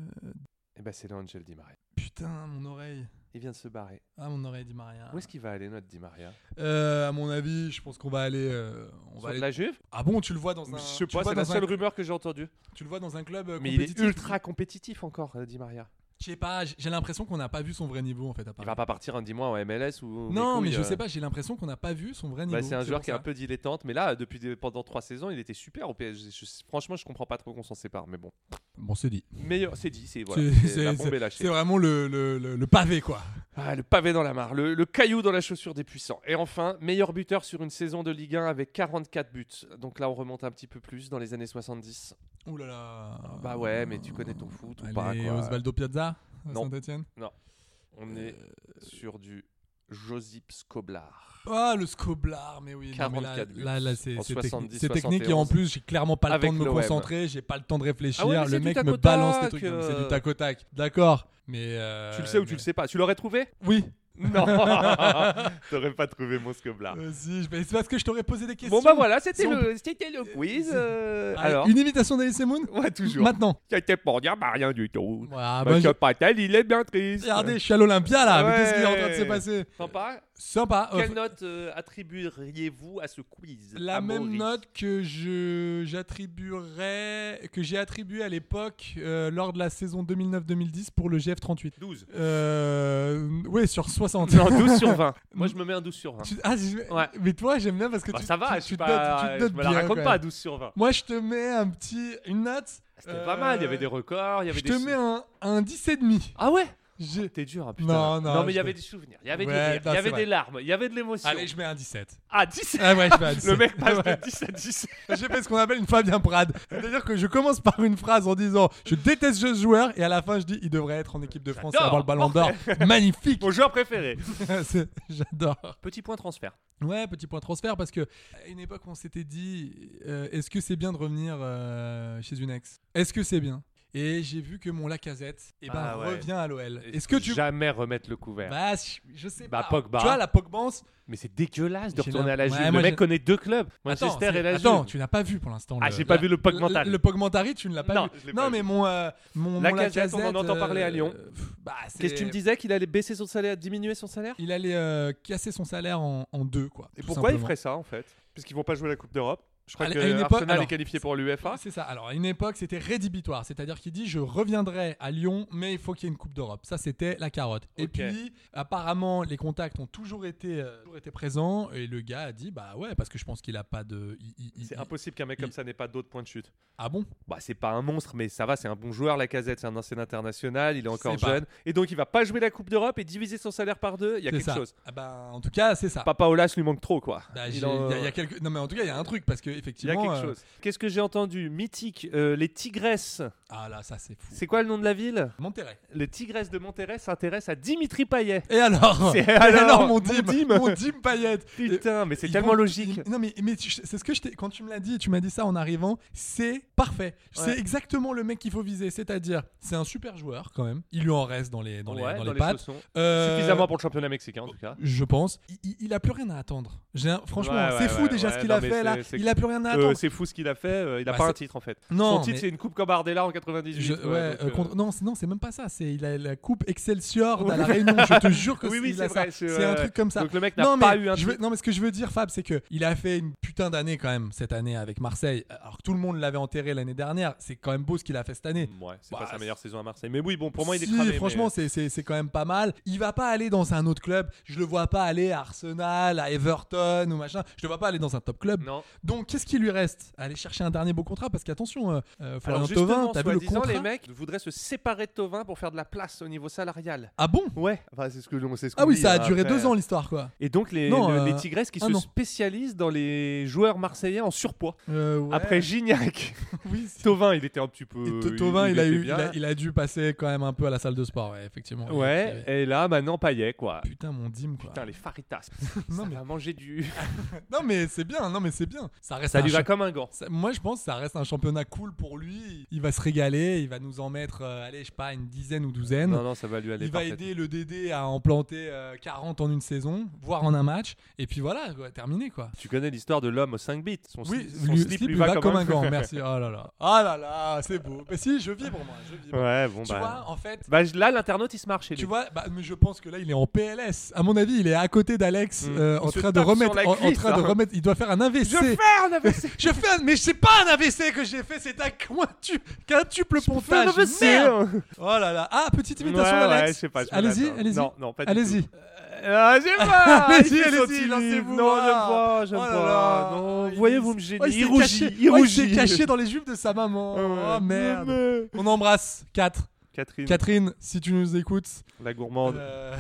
G: Et ben c'est là Angel Di Maria.
F: Putain, mon oreille.
G: Il vient de se barrer.
F: Ah, mon oreille dit Maria.
G: Où est-ce qu'il va aller notre Di Maria
F: Euh, à mon avis, je pense qu'on va aller. euh,
G: Sur
F: on va
G: de
F: aller...
G: la Juve
F: Ah bon, tu le vois dans un.
G: Je sais
F: tu
G: pas,
F: le vois
G: c'est la
F: dans un
G: seule
F: cl-
G: rumeur que j'ai entendue.
F: Tu le vois dans un club. euh,
G: Mais il est
F: compétitif
G: ultra compétitif encore, euh, Di Maria.
F: Je sais pas. J'ai j'ai l'impression qu'on n'a pas vu son vrai niveau en fait. À
G: Il
F: Paris.
G: va pas partir un 10 mois en MLS ou.
F: non,
G: mes
F: mais
G: couilles,
F: je
G: euh.
F: sais pas. J'ai l'impression qu'on n'a pas vu son vrai niveau.
G: Bah, c'est un joueur
F: pour
G: qui est un
F: ça.
G: peu dilettante, mais là, depuis des- pendant 3 saisons, il était super au PSG. Je- franchement, je comprends pas trop qu'on s'en sépare, mais bon.
F: Bon, c'est
G: Bah,
F: dit.
G: Meilleur, c'est dit, c'est voilà,
F: C'est-
G: c'est- la
F: [laughs] c'est-
G: bombe est lâchée.
F: C'est vraiment le, le, le, le pavé quoi.
G: Ah, le pavé dans la mare, le, le caillou dans la chaussure des puissants. Et enfin, meilleur buteur sur une saison de Ligue 1 avec 44 buts. Donc là, on remonte un petit peu plus dans les années 70.
F: Ouh là là.
G: Bah ouais, mais tu connais ton foot ou
F: Ah. Allez,
G: pas, quoi.
F: Osvaldo Piazza. à
G: Non.
F: Saint-Etienne.
G: On est
F: Euh.
G: sur du Josip Skoblar.
F: Ah, le Scoblar, mais oui. non, mais là,
G: 44 buts.
F: là, là, c'est
G: En
F: c'est technique.
G: 70,
F: C'est technique et en
G: 71.
F: plus, j'ai clairement pas le
G: Avec
F: temps de me
G: l'OM.
F: concentrer, j'ai pas le temps de réfléchir.
G: Ah ouais, mais c'est
F: le
G: du
F: mec
G: tac
F: me
G: au
F: balance des
G: tac,
F: trucs. donc
G: euh.
F: C'est du tac au tac. D'accord. Mais. euh,
G: tu le sais ou tu le
F: mais-
G: sais pas Tu l'aurais
F: [laughs]
G: trouvé
F: Oui.
G: Non T'aurais pas trouvé mon Skoblar.
F: Euh, si, je- mais c'est parce que je t'aurais posé des questions.
G: Bon bah voilà, c'était
F: Si on
G: le, c'était le quiz. euh,
F: Allez,
G: alors,
F: Ah, Une imitation d'Alice Moon
G: ouais, toujours.
F: Maintenant.
G: C'était pour dire bah, rien du tout.
F: Voilà, bah,
G: Monsieur
F: je-
G: Patel, il est bien triste.
F: Regardez, je suis à l'Olympia là. mais Qu'est-ce qui est en train de se
G: Ouais.
F: passer
G: Sympa.
F: Sympa. Euh,
G: Quelle note euh, attribueriez-vous à ce quiz
F: La
G: Amaury
F: même note que je j'attribuerais que j'ai attribué à l'époque euh, lors de la saison 2009-2010 pour le GF 38.
G: 12.
F: [laughs] Euh, ouais, sur 60.
G: Non, 12 sur 20. [laughs] Moi, je me mets un 12 sur 20.
F: [laughs] Tu- ah, je-
G: Ouais.
F: Mais toi, j'aime bien parce que
G: Bah,
F: tu,
G: ça va,
F: tu-
G: je,
F: tu
G: suis
F: te
G: pas-
F: notes, tu te notes
G: je me la
F: bien,
G: raconte
F: quand
G: pas à
F: même.
G: 12 sur 20.
F: Moi, je te mets un petit une note.
G: C'était
F: euh,
G: pas mal, il y avait des records, il y avait
F: Je
G: des
F: te mets un, un 10 et demi.
G: Ah ouais
F: J'ai-
G: T'es dur, hein, putain.
F: Non, non,
G: mais il
F: je-
G: y avait des souvenirs, il y avait du
F: Ouais,
G: rire, il
F: non,
G: y
F: c'est
G: avait
F: vrai.
G: des larmes, il y avait de l'émotion.
F: Allez, je mets un 17.
G: Ah, 10
F: Ah ouais, je mets un
G: [laughs]
F: 17.
G: Le mec passe
F: Ouais.
G: de 10 à 10.
F: J'ai fait ce qu'on appelle une Fabien Prade. C'est-à-dire que je commence par une phrase en disant je déteste ce joueur et à la fin je dis il devrait être en équipe de France et
G: J'adore.
F: avoir le ballon d'or. Magnifique.
G: Mon joueur préféré.
F: [laughs] C'est- J'adore.
G: Petit point transfert.
F: Ouais, petit point transfert parce que à une époque on s'était dit euh, est-ce que c'est bien de revenir euh, chez une ex Est-ce que c'est bien Et j'ai vu que mon Lacazette eh ben,
G: Ah ouais.
F: revient à l'OL. Est-ce que tu
G: Jamais remettre le couvert.
F: bah, je je sais
G: Bah,
F: pas.
G: Pogba.
F: Tu vois, la Pogbance.
G: mais c'est dégueulasse de
F: J'ai
G: retourner à la
F: l'im-
G: Juve.
F: Ouais,
G: le
F: moi,
G: mec
F: j'ai-
G: connaît deux clubs,
F: Attends,
G: Manchester
F: c'est-
G: et la Juve.
F: Attends, tu n'as pas vu pour l'instant.
G: Ah,
F: le-
G: j'ai pas
F: la-
G: vu le Pogmentari.
F: Le, le Pogmentari, tu ne l'as pas
G: Non,
F: vu.
G: je l'ai
F: non,
G: pas
F: mais
G: vu.
F: mon, euh, mon, mon
G: Lacazette, on en
F: Lacazette,
G: entend parler à Lyon.
F: pff, bah, c'est-
G: Qu'est-ce que tu me disais qu'il allait baisser son salaire, diminuer son salaire
F: Il allait euh, casser son salaire en, en deux, quoi.
G: Et
F: tout
G: pourquoi ils
F: simplement.
G: feraient ça en fait Parce qu'ils vont pas jouer la Coupe d'Europe. Je crois
F: À l-
G: que
F: à une époque-
G: Arsenal
F: alors-
G: est qualifié pour l'UEFA.
F: C'est ça. Alors, à une époque, c'était rédhibitoire. C'est-à-dire qu'il dit Je reviendrai à Lyon, mais il faut qu'il y ait une Coupe d'Europe. Ça, c'était la carotte. Et
G: Ok.
F: puis, apparemment, les contacts ont toujours été, euh, toujours été présents. Et le gars a dit Bah ouais, parce que je pense qu'il a pas de. il- il- il-
G: C'est impossible qu'un mec
F: il-
G: comme ça n'ait pas d'autres points de chute.
F: Ah bon
G: Bah c'est pas un monstre, mais ça va, c'est un bon joueur. La Casette, c'est un ancien international, il est encore
F: sais pas.
G: jeune, et donc il va pas jouer la Coupe d'Europe et diviser son salaire par deux. Il y a
F: C'est
G: quelque
F: ça.
G: chose.
F: Ah bah, en tout cas, c'est ça.
G: Papa Olas lui manque trop quoi.
F: Bah,
G: Il
F: j'ai- il
G: en-
F: y a- il y a quelques- Non, mais en tout cas, il y a un truc parce que
G: Il y a
F: effectivement.
G: quelque
F: euh,
G: chose. Qu'est-ce que j'ai entendu Mythique, euh, les tigresses.
F: Ah là, ça c'est fou.
G: C'est quoi le nom de la ville
F: Monterrey.
G: Les tigresses de Monterrey s'intéressent à Dimitri Payet.
F: Et alors
G: C'est-
F: Et
G: alors,
F: mon
G: mon
F: dim,
G: dîme.
F: mon dim paillette.
G: Putain, mais c'est
F: Ils
G: tellement
F: vont-
G: logique.
F: ils- non mais, mais tu- c'est ce que je t'ai quand tu me l'as dit, tu m'as dit ça en arrivant, c'est parfait. C'est
G: Ouais.
F: exactement le mec qu'il faut viser, c'est-à-dire c'est un super joueur quand même. Il lui en reste dans les dans
G: Ouais,
F: les dans,
G: dans
F: les pattes.
G: chaussons.
F: Euh,
G: Suffisamment pour le championnat mexicain, en tout cas.
F: Je pense. Il- Il, il a plus rien à attendre. J'ai un- Franchement,
G: Ouais,
F: c'est
G: ouais,
F: fou
G: ouais,
F: déjà ce
G: ouais,
F: qu'il
G: non,
F: a
G: mais
F: fait là.
G: c'est- c'est-
F: Il a plus rien à
G: Euh,
F: attendre.
G: c'est fou ce qu'il a fait. euh, il n'a
F: Bah,
G: pas
F: c'est-
G: un titre en fait.
F: Non,
G: Son titre,
F: mais-
G: c'est une coupe comme Bardella en 98.
F: Je- ouais,
G: ouais, donc,
F: euh,
G: euh,
F: contre- non, c'est- non, c'est même pas ça. C'est il a la coupe Excelsior à la Réunion. Je te jure que
G: [laughs] Oui, oui,
F: il a
G: c'est
F: ça.
G: vrai, c'est,
F: C'est un
G: ouais,
F: truc
G: ouais.
F: comme ça.
G: Donc le mec n'a
F: Non,
G: pas
F: mais
G: eu un
F: je veux-
G: titre.
F: Non, mais ce que je veux dire, Fab, c'est que il a fait une putain d'année quand même cette année avec Marseille. Alors que tout le monde l'avait enterré l'année dernière. C'est quand même beau ce qu'il a fait cette année.
G: euh, Ouais, c'est
F: Bah,
G: pas sa meilleure saison à Marseille. Mais oui, bon, Mm. pour moi, il est
F: Si,
G: cramé. mais- euh,
F: franchement, c'est- c'est c'est quand même pas mal. Il va pas aller dans un autre club. Je le vois pas aller à Arsenal, à Everton ou machin. Je le vois pas aller dans un top club.
G: Non.
F: Donc, qu'est-ce qui lui reste Aller chercher un dernier beau contrat parce qu'attention, euh, euh, Florian
G: Alors,
F: Thauvin,
G: justement,
F: t'as vu le
G: soi-disant,
F: contrat
G: les mecs voudraient se séparer de Tovin pour faire de la place au niveau salarial.
F: Ah bon
G: Ouais, enfin, c'est ce que l'on- c'est ce
F: Ah
G: qu'on
F: oui,
G: dit,
F: ça a
G: hein,
F: duré
G: après.
F: deux ans l'histoire quoi.
G: Et donc, les,
F: Non,
G: le-
F: euh,
G: les Tigresses qui
F: un
G: se
F: an.
G: spécialisent dans les joueurs marseillais en surpoids.
F: Euh, ouais. [laughs]
G: Après Gignac, [laughs]
F: oui. c'est-
G: Tovin, il était un petit peu.
F: Et Tho- Thauvin, il, a
G: était
F: eu, il,
G: bien.
F: a, il a dû passer quand même un peu à la salle de sport, ouais, effectivement.
G: Ouais,
F: Et-
G: et là, maintenant, Payet, quoi.
F: Putain, mon dîme quoi.
G: Putain, les [laughs] faritas.
F: Non,
G: non,
F: mais-
G: mais... manger du. [laughs]
F: Non mais c'est bien, non mais c'est bien. Ça reste
G: Ça
F: un
G: lui
F: cha-
G: va comme un gant.
F: ça- moi je pense que ça reste un championnat cool pour lui. Il va se régaler, il va nous en mettre, euh, allez, je sais pas, une dizaine ou douzaine.
G: Non, non, ça va lui aller.
F: il va
G: parfaitement.
F: aider le DD à en planter euh, 40 en une saison, voire en un match. Et puis voilà, quoi, terminé quoi.
G: Tu connais l'histoire de l'homme aux 5 bits. Son,
F: Oui,
G: sli- son
F: lui-
G: slip, lui va,
F: comme un gant, merci. Oh là là, oh là là, c'est beau. Mais si, je vibre moi, je vibre.
G: ouais, bon,
F: tu
G: bah.
F: vois, en fait,
G: Bah, je- là, l'internaute, il se marche chez lui.
F: tu vois, bah, mais je pense que là, il est en PLS. À mon avis, il est à côté d'Alex,
G: Mm.
F: euh,
G: Il
F: en
G: se
F: train de
G: tape sur
F: remettre,
G: la
F: en, en
G: cuisse,
F: train de
G: là.
F: remettre. Il dois faire un AVC.
G: Je vais faire un AVC
F: Je fais un- mais c'est pas un AVC que j'ai fait, c'est un quintu- quintuple pontage. Merde. Oh là là. Ah, petite
G: hein. Ouais,
F: imitation
G: ouais, je
F: d'Alex.
G: sais pas. je me
F: Allez-y,
G: l'attends.
F: allez-y.
G: Non, non, pas du
F: Allez-y.
G: tout. Euh,
F: [laughs]
G: j'aime pas
F: Ah, Allez-y,
G: Il fait
F: allez-y,
G: sortir
F: lancez-vous,
G: Non,
F: ah.
G: j'aime pas, j'aime
F: Oh là
G: pas.
F: là.
G: Non,
F: Il-
G: vous voyez, vous me gênez.
F: Oh, il s'est
G: il rougit,
F: caché.
G: il
F: Oh, il
G: rougit.
F: s'est caché dans les jupes de sa
G: [laughs]
F: maman.
G: Ouais.
F: Oh
G: [laughs]
F: merde.
G: Mais-
F: On embrasse. 4.
G: Catherine,
F: Catherine, si tu nous écoutes.
G: la gourmande,
F: euh,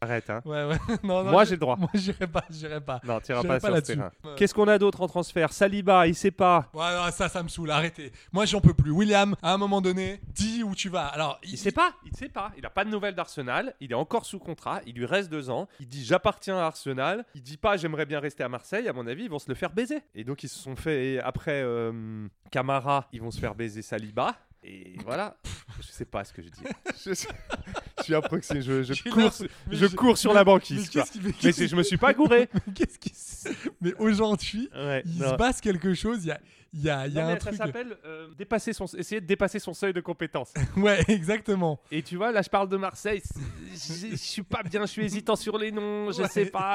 G: arrête, hein.
F: ouais, [laughs] ouais. Non, non,
G: Moi,
F: je-
G: j'ai le droit.
F: Moi, j'irai pas, j'irai pas.
G: Non, t'iras
F: J'irai
G: pas, sur ce
F: là-dessus. Euh.
G: terrain.
F: Ouais.
G: Qu'est-ce qu'on a d'autre en transfert Saliba, il sait pas.
F: Ouais, non, ça, ça me saoule, arrêtez. Moi, j'en peux plus. William, à un moment donné, dis où tu vas. Alors,
G: Il sait pas, il sait pas. Il a pas de nouvelles d'Arsenal. Il est encore sous contrat. Il lui reste deux ans. Il dit j'appartiens à Arsenal. Il dit pas j'aimerais bien rester à Marseille. À mon avis, ils vont se le faire baiser. Et donc ils se sont fait et après euh, Camara, ils vont se faire baiser Saliba. [laughs] Et voilà. je sais pas ce que je dis. [laughs] je, suis- je suis un proxy. Je, [laughs] je
F: J'ai
G: cours,
F: l'air- mais
G: je
F: je-
G: cours sur la
F: mais
G: banquise. quoi.
F: qu'est-ce qui- mais
G: Mais
F: qu'est-ce
G: c'est-
F: qui-
G: je me suis pas [laughs] gouré.
F: [laughs] Mais qu'est-ce qui se- Mais aujourd'hui,
G: Ouais,
F: il
G: non.
F: se passe quelque chose. Il y a, il y a, il y a
G: Non,
F: un
G: mais ça
F: truc.
G: s'appelle euh, dépasser son, essayer de dépasser son seuil de compétence.
F: [laughs] Ouais, exactement.
G: Et tu vois, là, je parle de Marseille. Je je suis pas bien, je suis hésitant sur les noms, je sais pas.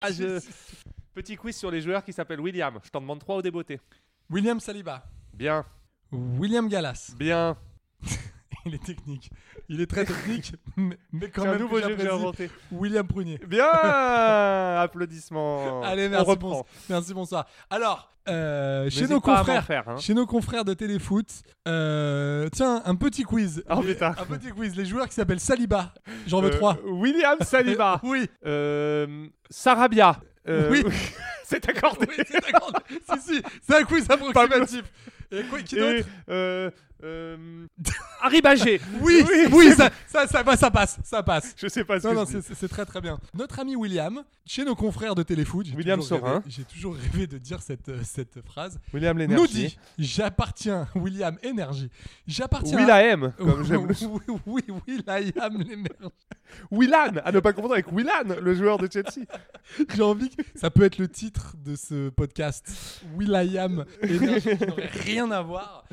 G: Ah, je- Petit quiz sur les joueurs qui s'appellent William. Je t'en demande trois au débeauté.
F: William Saliba.
G: Bien,
F: William Gallas. [laughs]
G: bien.
F: Il est technique. Il est
G: [laughs]
F: très technique, mais, mais quand
G: C'est un
F: même.
G: nouveau
F: que
G: jeu que j'ai
F: j'apprécie.
G: inventé.
F: William Prunier. [laughs]
G: Bien Applaudissements.
F: Allez,
G: On
F: merci,
G: reprend.
F: bonsoir. merci bonsoir. Alors, euh, chez
G: N'hésite
F: nos
G: pas à m'en
F: confrères,
G: faire, hein.
F: chez nos confrères de Téléfoot, euh, tiens, un petit quiz.
G: Oh,
F: Les-
G: putain.
F: un petit quiz. Les joueurs qui s'appellent Saliba, j'en veux
G: Euh,
F: trois.
G: William Saliba.
F: [laughs] Oui.
G: [laughs] Euh, Sarabia. Euh,
F: Oui.
G: [laughs] C'est accordé.
F: Oui, c'est d'accord. si, si, c'est un quiz approximatif. Et quoi, qui
G: Et,
F: d'autre
G: euh, euh, Harry Bagé.
F: Oui, oui, ça, ça, ça, bah, ça passe, ça passe.
G: Je sais pas ce
F: Non,
G: que
F: non,
G: je dis.
F: c'est c'est très très bien. Notre ami William, chez nos confrères de Téléfoot, j'ai
G: William
F: toujours
G: Sorin.
F: rêvé- j'ai toujours rêvé de dire cette, euh, cette phrase,
G: William
F: nous
G: Lénergie.
F: dit J'appartiens, William Énergie, j'appartiens. à-
G: William,
F: [laughs]
G: comme j'aime le
F: Oui, oui, oui, William l'énergie.
G: Willan, à ne pas confondre avec Willan, le joueur de Chelsea.
F: J'ai envie que ça peut être le titre de ce podcast. William énergie qui n'aurait rien à voir.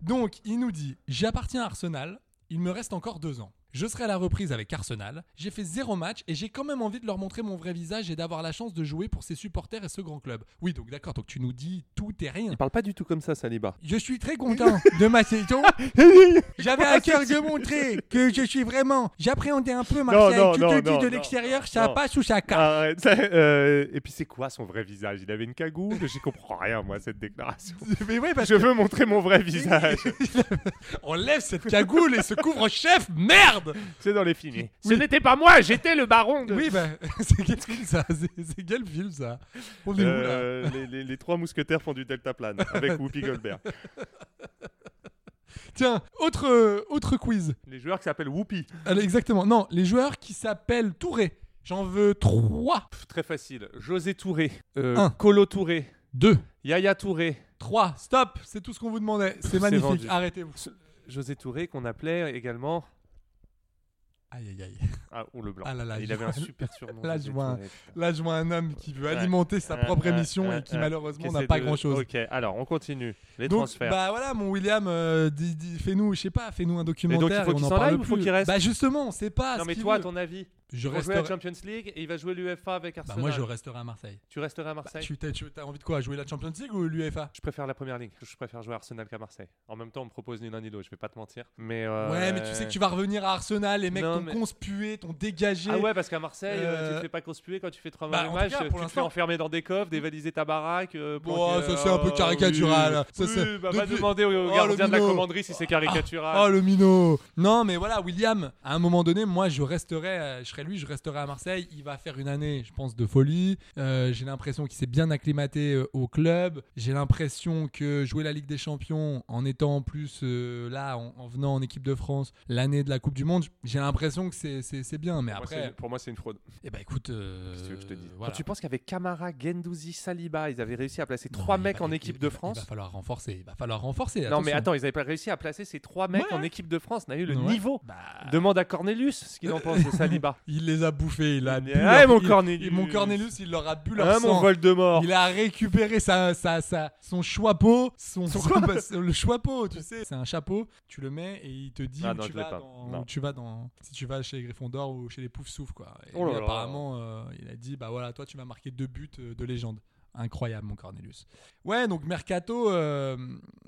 F: Donc, il nous dit J'appartiens à Arsenal, il me reste encore deux ans. Je serai à la reprise avec Arsenal. J'ai fait zéro match et j'ai quand même envie de leur montrer mon vrai visage et d'avoir la chance de jouer pour ses supporters et ce grand club. Oui, donc d'accord, donc tu nous dis tout et rien.
G: Il parle pas du tout comme ça, Saliba.
F: Je suis très content de
G: [laughs]
F: ma saison. J'avais à cœur de montrer que je suis vraiment. J'appréhendais un peu Marseille.
G: non,
F: tu
G: non,
F: te
G: non,
F: dis de
G: non.
F: l'extérieur, ça
G: Non.
F: passe ou ça casse.
G: Arrête. Ah, euh, et puis c'est quoi son vrai visage Il avait une cagoule J'y comprends rien, moi, cette déclaration.
F: Mais oui,
G: Ah.
F: parce
G: Je veux montrer mon vrai visage. [laughs]
F: qu'on lève cette cagoule et ce couvre-chef, merde
G: C'est dans les films. Ce n'était pas moi, j'étais le baron de...
F: Oui,
G: [laughs]
F: bah, [laughs] c'est quel film ça C'est c'est quel film ça On est où là
G: Euh, les, les- les trois mousquetaires font du deltaplane
F: [laughs]
G: avec Whoopi Goldberg.
F: Tiens, autre, euh, autre quiz.
G: Les joueurs qui s'appellent Whoopi.
F: Allez, exactement. Non, les joueurs qui s'appellent Touré. J'en veux trois.
G: Pff, très facile. José Touré, euh,
F: Un.
G: Colo Touré,
F: Deux.
G: Yaya Touré.
F: 3, stop, c'est tout ce qu'on vous demandait. C'est
G: C'est
F: magnifique,
G: vendu.
F: arrêtez-vous.
G: José Touré qu'on appelait également...
F: Aïe aïe aïe.
G: Ah, oh le blanc.
F: Ah là là,
G: Il
F: je
G: avait un
F: vois-
G: super surnom.
F: [laughs] là, je
G: José
F: vois un-
G: Touré, putain.
F: Là, je vois un homme qui veut
G: Ouais.
F: alimenter sa
G: Euh,
F: propre
G: euh,
F: émission
G: euh,
F: et qui
G: euh,
F: malheureusement
G: qui
F: n'a
G: essaie
F: pas
G: de-
F: grand-chose.
G: Ok, alors on continue. Les
F: Donc,
G: transferts.
F: bah voilà, mon William, euh, dis- dis- fais-nous, je sais pas, fais-nous un documentaire.
G: il faut
F: et on
G: qu'il
F: en
G: s'en
F: parle
G: aille ou
F: plus.
G: faut qu'il reste
F: Bah justement, on sait pas.
G: non
F: ce
G: mais
F: qu'il
G: toi, à
F: veut.
G: ton avis,
F: je
G: on joue à la
F: resterai.
G: Champions League et il va jouer l'UEFA avec
F: Bah
G: Arsenal.
F: moi, je resterai à Marseille.
G: Tu resterais à
F: Bah,
G: Marseille
F: tu t'as tu- t'as envie de quoi Jouer la Champions League ou l'UEFA
G: Je préfère la première ligue. Je préfère jouer à Arsenal qu'à Marseille. En même temps, on me propose ni l'un ni l'autre. Je vais pas te mentir. Mais euh,
F: Ouais, mais tu sais que tu vas revenir à Arsenal, les mecs
G: Non,
F: t'ont
G: mais-
F: conspué, t'ont dégagé.
G: Ah ouais, parce qu'à Marseille, euh, tu
F: Euh,
G: te fais pas conspuer quand tu fais trois
F: bah,
G: mauvais
F: en
G: matchs.
F: tout cas, pour
G: tu te fais
F: l'instant-
G: enfermer dans des coffres, dévaliser ta baraque. euh, pour
F: Oh,
G: que-
F: ça, c'est un peu
G: Ah,
F: caricatural.
G: oui.
F: Ça, c'est-
G: Oui, bah, va
F: depuis-
G: demander au
F: Oh,
G: gardien
F: le
G: de la
F: minot.
G: commanderie si c'est caricatural.
F: Oh le minot Non mais voilà, William, à un moment donné, moi je resterai, euh, je serai lui, je resterai à Marseille. Il va faire une année, je pense, de folie. Euh, J'ai l'impression qu'il s'est bien acclimaté euh, au club. J'ai l'impression que jouer la Ligue des Champions en étant en plus euh, là, en, en venant en équipe de France, l'année de la Coupe du Monde, j'ai l'impression que c'est- c'est c'est bien. Mais
G: Pour moi,
F: après,
G: c'est- pour moi, c'est une fraude.
F: eh ben écoute, euh,
G: Qu'est-ce que tu veux que je te dise
F: voilà.
G: Quand tu penses qu'avec Camara, Gendouzi, Saliba, ils avaient réussi à placer
F: Non,
G: trois
F: mais il
G: mecs
F: va-
G: en
F: il-
G: équipe
F: il-
G: de
F: il- Il
G: France.
F: va falloir renforcer. Il va falloir renforcer.
G: Non, mais
F: attention.
G: attends, ils avaient pas réussi à placer ces trois mecs
F: Ouais.
G: en équipe de France. On a eu le
F: Ouais.
G: niveau.
F: Bah,
G: Demande à Cornelius ce qu'il en pense de Saliba.
F: Il les a bouffés, il a bu
G: Eh,
F: leur-
G: mon
F: il-
G: Cornelius.
F: et mon Cornelius, il leur a bu [laughs] leur
G: Ah,
F: sang.
G: mon vol de mort.
F: Il a récupéré sa, sa, sa- son chapeau, son, son- bah, son- le chapeau, tu sais, c'est un chapeau, tu le mets et il te dit
G: Ah
F: où,
G: non,
F: tu
G: je l'ai
F: vas
G: pas.
F: dans,
G: Non.
F: où tu vas dans si tu vas chez Gryffondor ou chez les Poufs Souffles quoi. Et
G: Oh là
F: lui,
G: là.
F: apparemment euh, il a dit bah voilà, toi tu m'as marqué deux buts euh, de légende. Incroyable mon Cornelius. Ouais, donc mercato euh,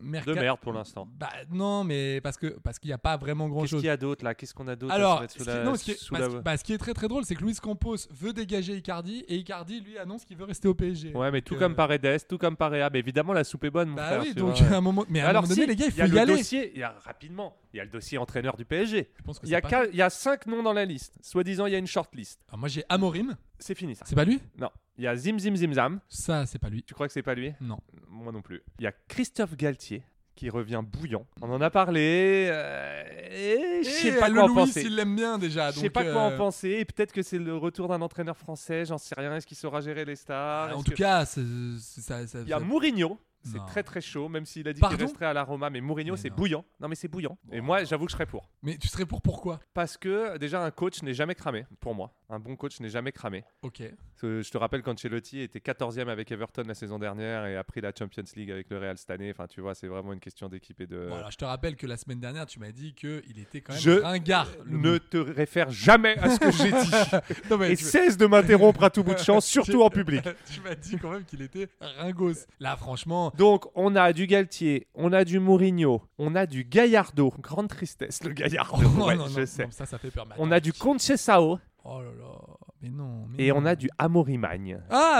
F: merca-
G: De merde pour l'instant.
F: Bah non, mais parce que parce qu'il n'y a pas vraiment
G: Qu'est-ce
F: grand-chose.
G: qu'il y a d'autre là Qu'est-ce qu'on a d'autre à se
F: Alors,
G: mettre
F: ce
G: sous
F: qui,
G: la-
F: non, ce qui est,
G: sous
F: bah,
G: la-
F: ce qui- bah, ce qui est très très drôle, c'est que Luis Campos veut dégager Icardi et Icardi lui annonce qu'il veut rester au PSG.
G: Ouais, mais tout
F: Euh,
G: comme Paredes, tout comme Pareab. Évidemment, la soupe est bonne, mon
F: Bah
G: frère,
F: oui,
G: tu vois.
F: donc [laughs] à un moment, mais à
G: Alors,
F: un moment donné,
G: si,
F: les gars, il faut
G: y a
F: y,
G: le
F: aller.
G: dossier, il y a rapidement, il y a le dossier entraîneur du PSG.
F: Je pense que
G: Il y, a
F: c'est pas-
G: qu'un- il y a cinq noms dans la liste. Soi-disant, il y a une short list.
F: Alors, moi, j'ai Amorim.
G: C'est fini ça.
F: C'est pas lui
G: Non, il y a Zim Zim Zim Zam.
F: Ça, c'est pas lui.
G: Tu crois que c'est pas lui
F: Non.
G: Moi non plus. Il y a Christophe Galtier qui revient bouillant. On en a parlé. euh, et je sais
F: Eh,
G: pas
F: le
G: quoi en
F: Louis,
G: penser.
F: il l'aime bien déjà.
G: Je sais
F: donc,
G: pas quoi en
F: euh,
G: penser. Et peut-être que c'est le retour d'un entraîneur français. J'en sais rien. Est-ce qu'il saura gérer les stars
F: bah, En
G: Est-ce
F: tout
G: que-
F: cas, c'est- c'est- ça, ça-
G: il y a
F: ça-
G: Mourinho. C'est
F: Non.
G: très très chaud, même s'il a dit
F: Pardon
G: qu'il resterait à la Roma. Mais Mourinho,
F: Mais
G: c'est
F: non.
G: bouillant. Non, mais c'est bouillant. Et moi, j'avoue que je serais pour.
F: Mais tu serais pour pourquoi
G: Parce que déjà, un coach n'est jamais cramé, pour moi. Un bon coach n'est jamais cramé.
F: Ok.
G: Parce que Je te rappelle quand Chelotti était 14e avec Everton la saison dernière et a pris la Champions League avec le Real cette année. Enfin, tu vois, c'est vraiment une question d'équipe et de.
F: Bon, alors, je te rappelle que la semaine dernière, tu m'as dit que il était quand même
G: Je
F: ringard. le
G: ne te réfère jamais à [laughs] ce
F: [laughs]
G: que j'ai dit.
F: Non, mais
G: Et
F: tu-
G: cesse de m'interrompre à tout bout de
F: [laughs]
G: champ, surtout en public.
F: tu m'as dit quand même qu'il était ringos. Là, franchement,
G: Donc, on a du Galtier, on a du Mourinho, on a du Gallardo. Grande tristesse, le Gallardo.
F: [laughs] Oh,
G: ouais,
F: non,
G: je
F: non,
G: sais.
F: non, ça, ça fait peur. mais
G: On
F: attends,
G: a du Concesao
F: Oh là là, mais non. mais
G: et on
F: non.
G: a du Amorimagne.
F: Ah,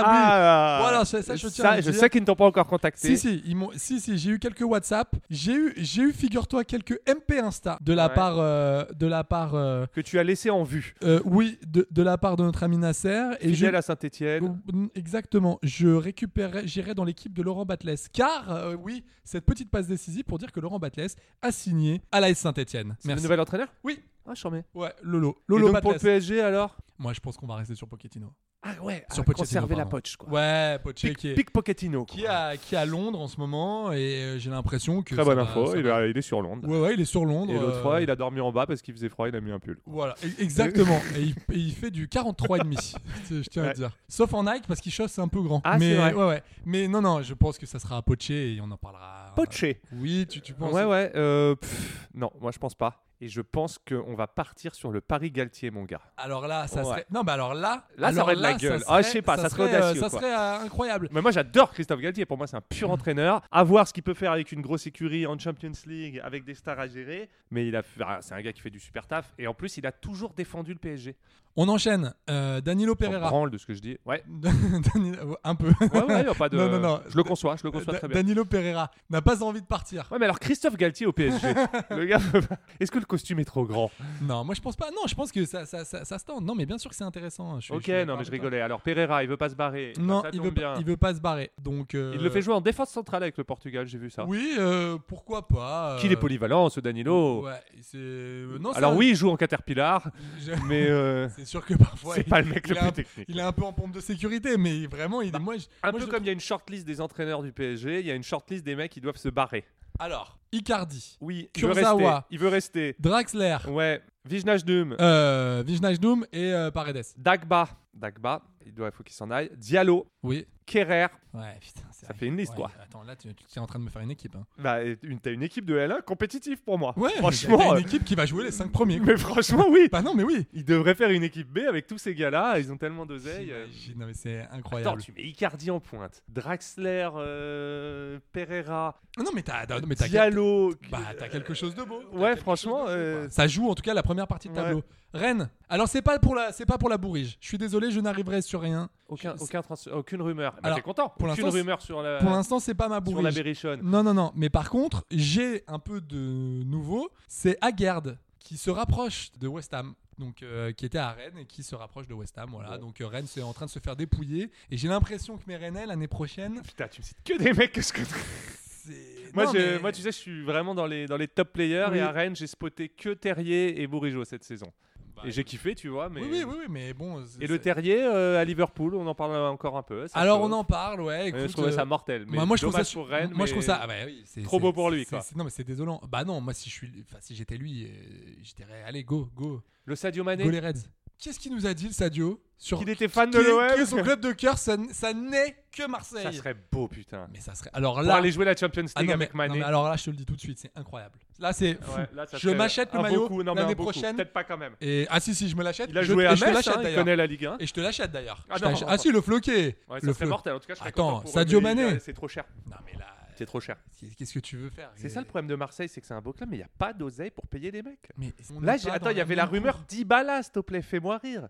F: oui. Bon, alors, Hmm. ça- ça, je tiens à le
G: je
F: dire.
G: sais qu'ils ne t'ont pas encore contacté.
F: Si si, ils m'ont- si si, j'ai eu quelques WhatsApp, j'ai eu j'ai eu figure-toi quelques MP Insta de la
G: Ouais.
F: part euh, de la part euh,
G: Que tu as laissé en vue.
F: euh, oui de, de la part de notre ami Nasser et je
G: Fidèle à Saint-Etienne.
F: Mm, exactement, je récupérerai j'irai dans l'équipe de Laurent Batles car euh, oui, cette petite passe décisive pour dire que Laurent Batles a signé à l'AS Saint-Étienne.
G: Le
F: Merci.
G: nouvel entraîneur
F: Oui.
G: Ah, je remets.
F: Ouais, Lolo,
G: Et
F: Lolo
G: donc pour le
F: Batles.
G: PSG alors
F: Moi, je pense qu'on va rester sur Pochettino.
G: Ah ouais,
F: Sur
G: sur
F: Pochettino,
G: conserver la
F: pardon.
G: poche quoi.
F: Ouais, Pochettino
G: Pic,
F: qui est
G: pic Pochettino.
F: qui est
G: quoi.
F: à, qui est à Londres en ce moment et euh, j'ai l'impression que
G: Très
F: ça
G: bonne
F: va-
G: info,
F: ça
G: il,
F: va-
G: a- il est sur Londres.
F: Ouais, ouais, il est sur Londres.
G: Et l'autre
F: euh,
G: fois, il a dormi en bas parce qu'il faisait froid, il a mis un pull.
F: Voilà, e- exactement. et, il, et il fait
G: [laughs]
F: du 43,5, je je tiens à
G: Ouais.
F: dire. Sauf en Nike parce qu'il chausse un peu grand.
G: Ah,
F: mais,
G: c'est vrai.
F: ouais, ouais. mais non, non, je pense que ça sera à Poché et on en parlera.
G: Poché.
F: Oui, tu, tu penses.
G: Ouais, ouais. euh, pff, non, moi je pense pas. Et je pense qu'on va partir sur le Paris Galtier, mon gars.
F: Alors là, ça
G: Ouais.
F: serait. Non, mais alors là.
G: Là, ça
F: alors
G: aurait de la gueule.
F: serait-
G: Ah, je sais pas, ça serait
F: euh,
G: audacieux,
F: ça
G: quoi.
F: serait euh, incroyable.
G: Mais moi, j'adore Christophe Galtier. Pour moi, c'est un pur entraîneur. À voir ce qu'il peut faire avec une grosse écurie en Champions League, avec des stars à gérer. Mais il a, ah, c'est un gars qui fait du super taf. Et en plus, il a toujours défendu le PSG.
F: On enchaîne. Euh, Danilo
G: On
F: Pereira.
G: branle de ce que je dis. Ouais.
F: [laughs] Danilo- Un peu.
G: Ouais, ouais, y a pas de.
F: Non, non, non.
G: Je le conçois, je le
F: [laughs]
G: conçois
F: Da-
G: très bien.
F: Danilo Pereira n'a pas envie de partir.
G: Ouais, mais alors Christophe Galtier au
F: [laughs]
G: PSG. le gars, peut pas- est-ce que le costume est trop grand
F: Non, moi je pense pas. Non, je pense que ça, ça, ça, ça se tente. Non, mais bien sûr que c'est intéressant. hein. Je suis-
G: Ok,
F: suis d'accord
G: non, mais
F: avec
G: je
F: toi.
G: rigolais. Alors Pereira, il veut pas se barrer. Ah,
F: Non,
G: ça
F: il
G: tombe
F: veut,
G: bien.
F: pas, il veut pas se barrer. Donc, euh,
G: Il le fait jouer en défense centrale avec le Portugal, j'ai vu ça.
F: Oui, euh, pourquoi pas. euh,
G: Qu'il est polyvalent, ce Danilo.
F: Ouais, c'est. euh, Non,
G: alors
F: ça-
G: oui, il joue en caterpillar,
F: [laughs] je-
G: mais
F: [laughs]
G: euh,
F: C'est sûr que parfois.
G: c'est
F: il-
G: pas le mec
F: il
G: le
F: est
G: plus
F: un-
G: technique. Bah,
F: Il est un peu en pompe de sécurité, mais vraiment, il est. Moi, je-
G: Un
F: moi,
G: peu
F: je-
G: comme il y a une shortlist des entraîneurs du PSG, il y a une shortlist des mecs qui doivent se barrer.
F: Alors, Icardi,
G: Oui, il veut rester.
F: Kurzawa.
G: Il veut rester.
F: Draxler,
G: Ouais, Vijnajdum,
F: euh, Vijnajdum et euh, Paredes.
G: Dagba. Dagba, il doit, il faut qu'il s'en aille. Diallo,
F: Oui.
G: Kerrer.
F: Ouais, putain. c'est
G: Ça
F: vrai.
G: fait une liste,
F: Ouais,
G: quoi.
F: Attends, là, tu, tu es en train de me faire une équipe. hein.
G: Bah, une- t'as une équipe de L1 compétitive pour moi.
F: Ouais, t'as
G: franchement.
F: une équipe qui va jouer les 5 premiers.
G: euh,
F: quoi.
G: [laughs] Mais franchement, oui.
F: Bah non, mais oui.
G: Ils devraient faire une équipe B avec tous ces gars-là. Ils ont tellement d'oseille. euh,
F: J'imagine, Non, mais c'est
G: Attends,
F: incroyable.
G: tu mets Icardi en pointe, Draxler, euh, Pereira,
F: Non, mais t'as non, mais t'as-
G: Diallo.
F: Bah, t'as quelque chose de beau. T'as
G: Ouais,
F: quelque
G: franchement,
F: chose de beau,
G: euh,
F: quoi. ça joue en tout cas la première partie de tableau. Rennes. Alors c'est pas pour la, c'est pas pour la bourrige. Je suis désolé, je n'arriverai sur rien.
G: Aucun,
F: Je-
G: aucun trans- aucune rumeur. Bah,
F: Alors,
G: t'es content.
F: pour
G: aucune
F: l'instant,
G: rumeur sur la,
F: Pour l'instant, c'est pas ma
G: Euh, sur la
F: bourrige.
G: berrichonne.
F: Non, non, non. Mais par contre, j'ai un peu de nouveau. C'est Aguerd qui se rapproche de West Ham. Donc, euh, qui était à Rennes et qui se rapproche de West Ham. Voilà. Donc, euh, Rennes, c'est en train de se faire dépouiller. Et j'ai l'impression que mes Rennais, l'année prochaine,
G: Putain, tu me cites que des mecs que je connais.
F: c'est.
G: Moi,
F: Non,
G: je-
F: mais-
G: moi, tu sais, je suis vraiment dans les, dans les top players
F: Oui.
G: et à Rennes, j'ai spoté que Terrier et Bourigeau cette saison. et j'ai kiffé, tu vois. Mais...
F: Bah, Oui, oui, oui, oui, mais bon. c'est-
G: Et le
F: c'est-
G: Terrier euh, à Liverpool, on en parle encore un peu. ça
F: Alors,
G: chauffe.
F: on en parle, ouais.
G: Euh,
F: Écoute,
G: je trouvais
F: euh,
G: ça mortel. Mais
F: Bah, moi je trouve ça
G: dommage pour Rennes.
F: moi je trouve
G: mais-
F: ça ah bah oui, c'est-
G: Trop
F: c'est-
G: beau pour lui,
F: c'est-
G: quoi.
F: c'est- non mais c'est désolant bah non moi si je suis enfin si j'étais lui euh, je dirais allez go go
G: Le Sadio Mané,
F: go les Reds qu'est-ce qu'il nous a dit le Sadio sur
G: qu'il était fan de
F: qui- qui est son
G: l'OM.
F: club de cœur ça, n- ça n'est que Marseille
G: Ça serait beau, putain.
F: mais ça serait alors
G: Pour
F: là
G: aller jouer la Champions League
F: ah non, mais,
G: avec Mané.
F: non, mais alors là je te le dis tout de suite c'est incroyable là c'est fou.
G: Ouais, là, ça
F: je
G: serait
F: m'achète le
G: un
F: maillot
G: beaucoup, non, mais un
F: l'année
G: beaucoup.
F: prochaine
G: Peut-être pas quand même.
F: et ah si si je me l'achète
G: Il a
F: Je-
G: joué à
F: et je te
G: Metz,
F: l'achète
G: hein, il
F: d'ailleurs
G: connaît la Ligue 1.
F: et je te l'achète d'ailleurs
G: Ah
F: Je
G: non,
F: t'ach-
G: non,
F: ah
G: non.
F: si le floqué
G: Ouais,
F: le
G: ça serait
F: flo-
G: mortel. En tout cas, je serais
F: Attends,
G: content pour eux,
F: Sadio
G: mais
F: Mané.
G: C'est trop cher.
F: non mais là
G: C'est trop cher.
F: qu'est-ce que tu veux faire
G: C'est ça le problème de Marseille, c'est que c'est un beau club, mais il n'y a pas d'oseille pour payer des mecs.
F: mais on
G: Là,
F: n'est
G: j'ai-
F: pas
G: attends,
F: dans
G: il y avait la
F: même
G: rumeur
F: cour-
G: Dybala, s'il te plaît, fais-moi rire.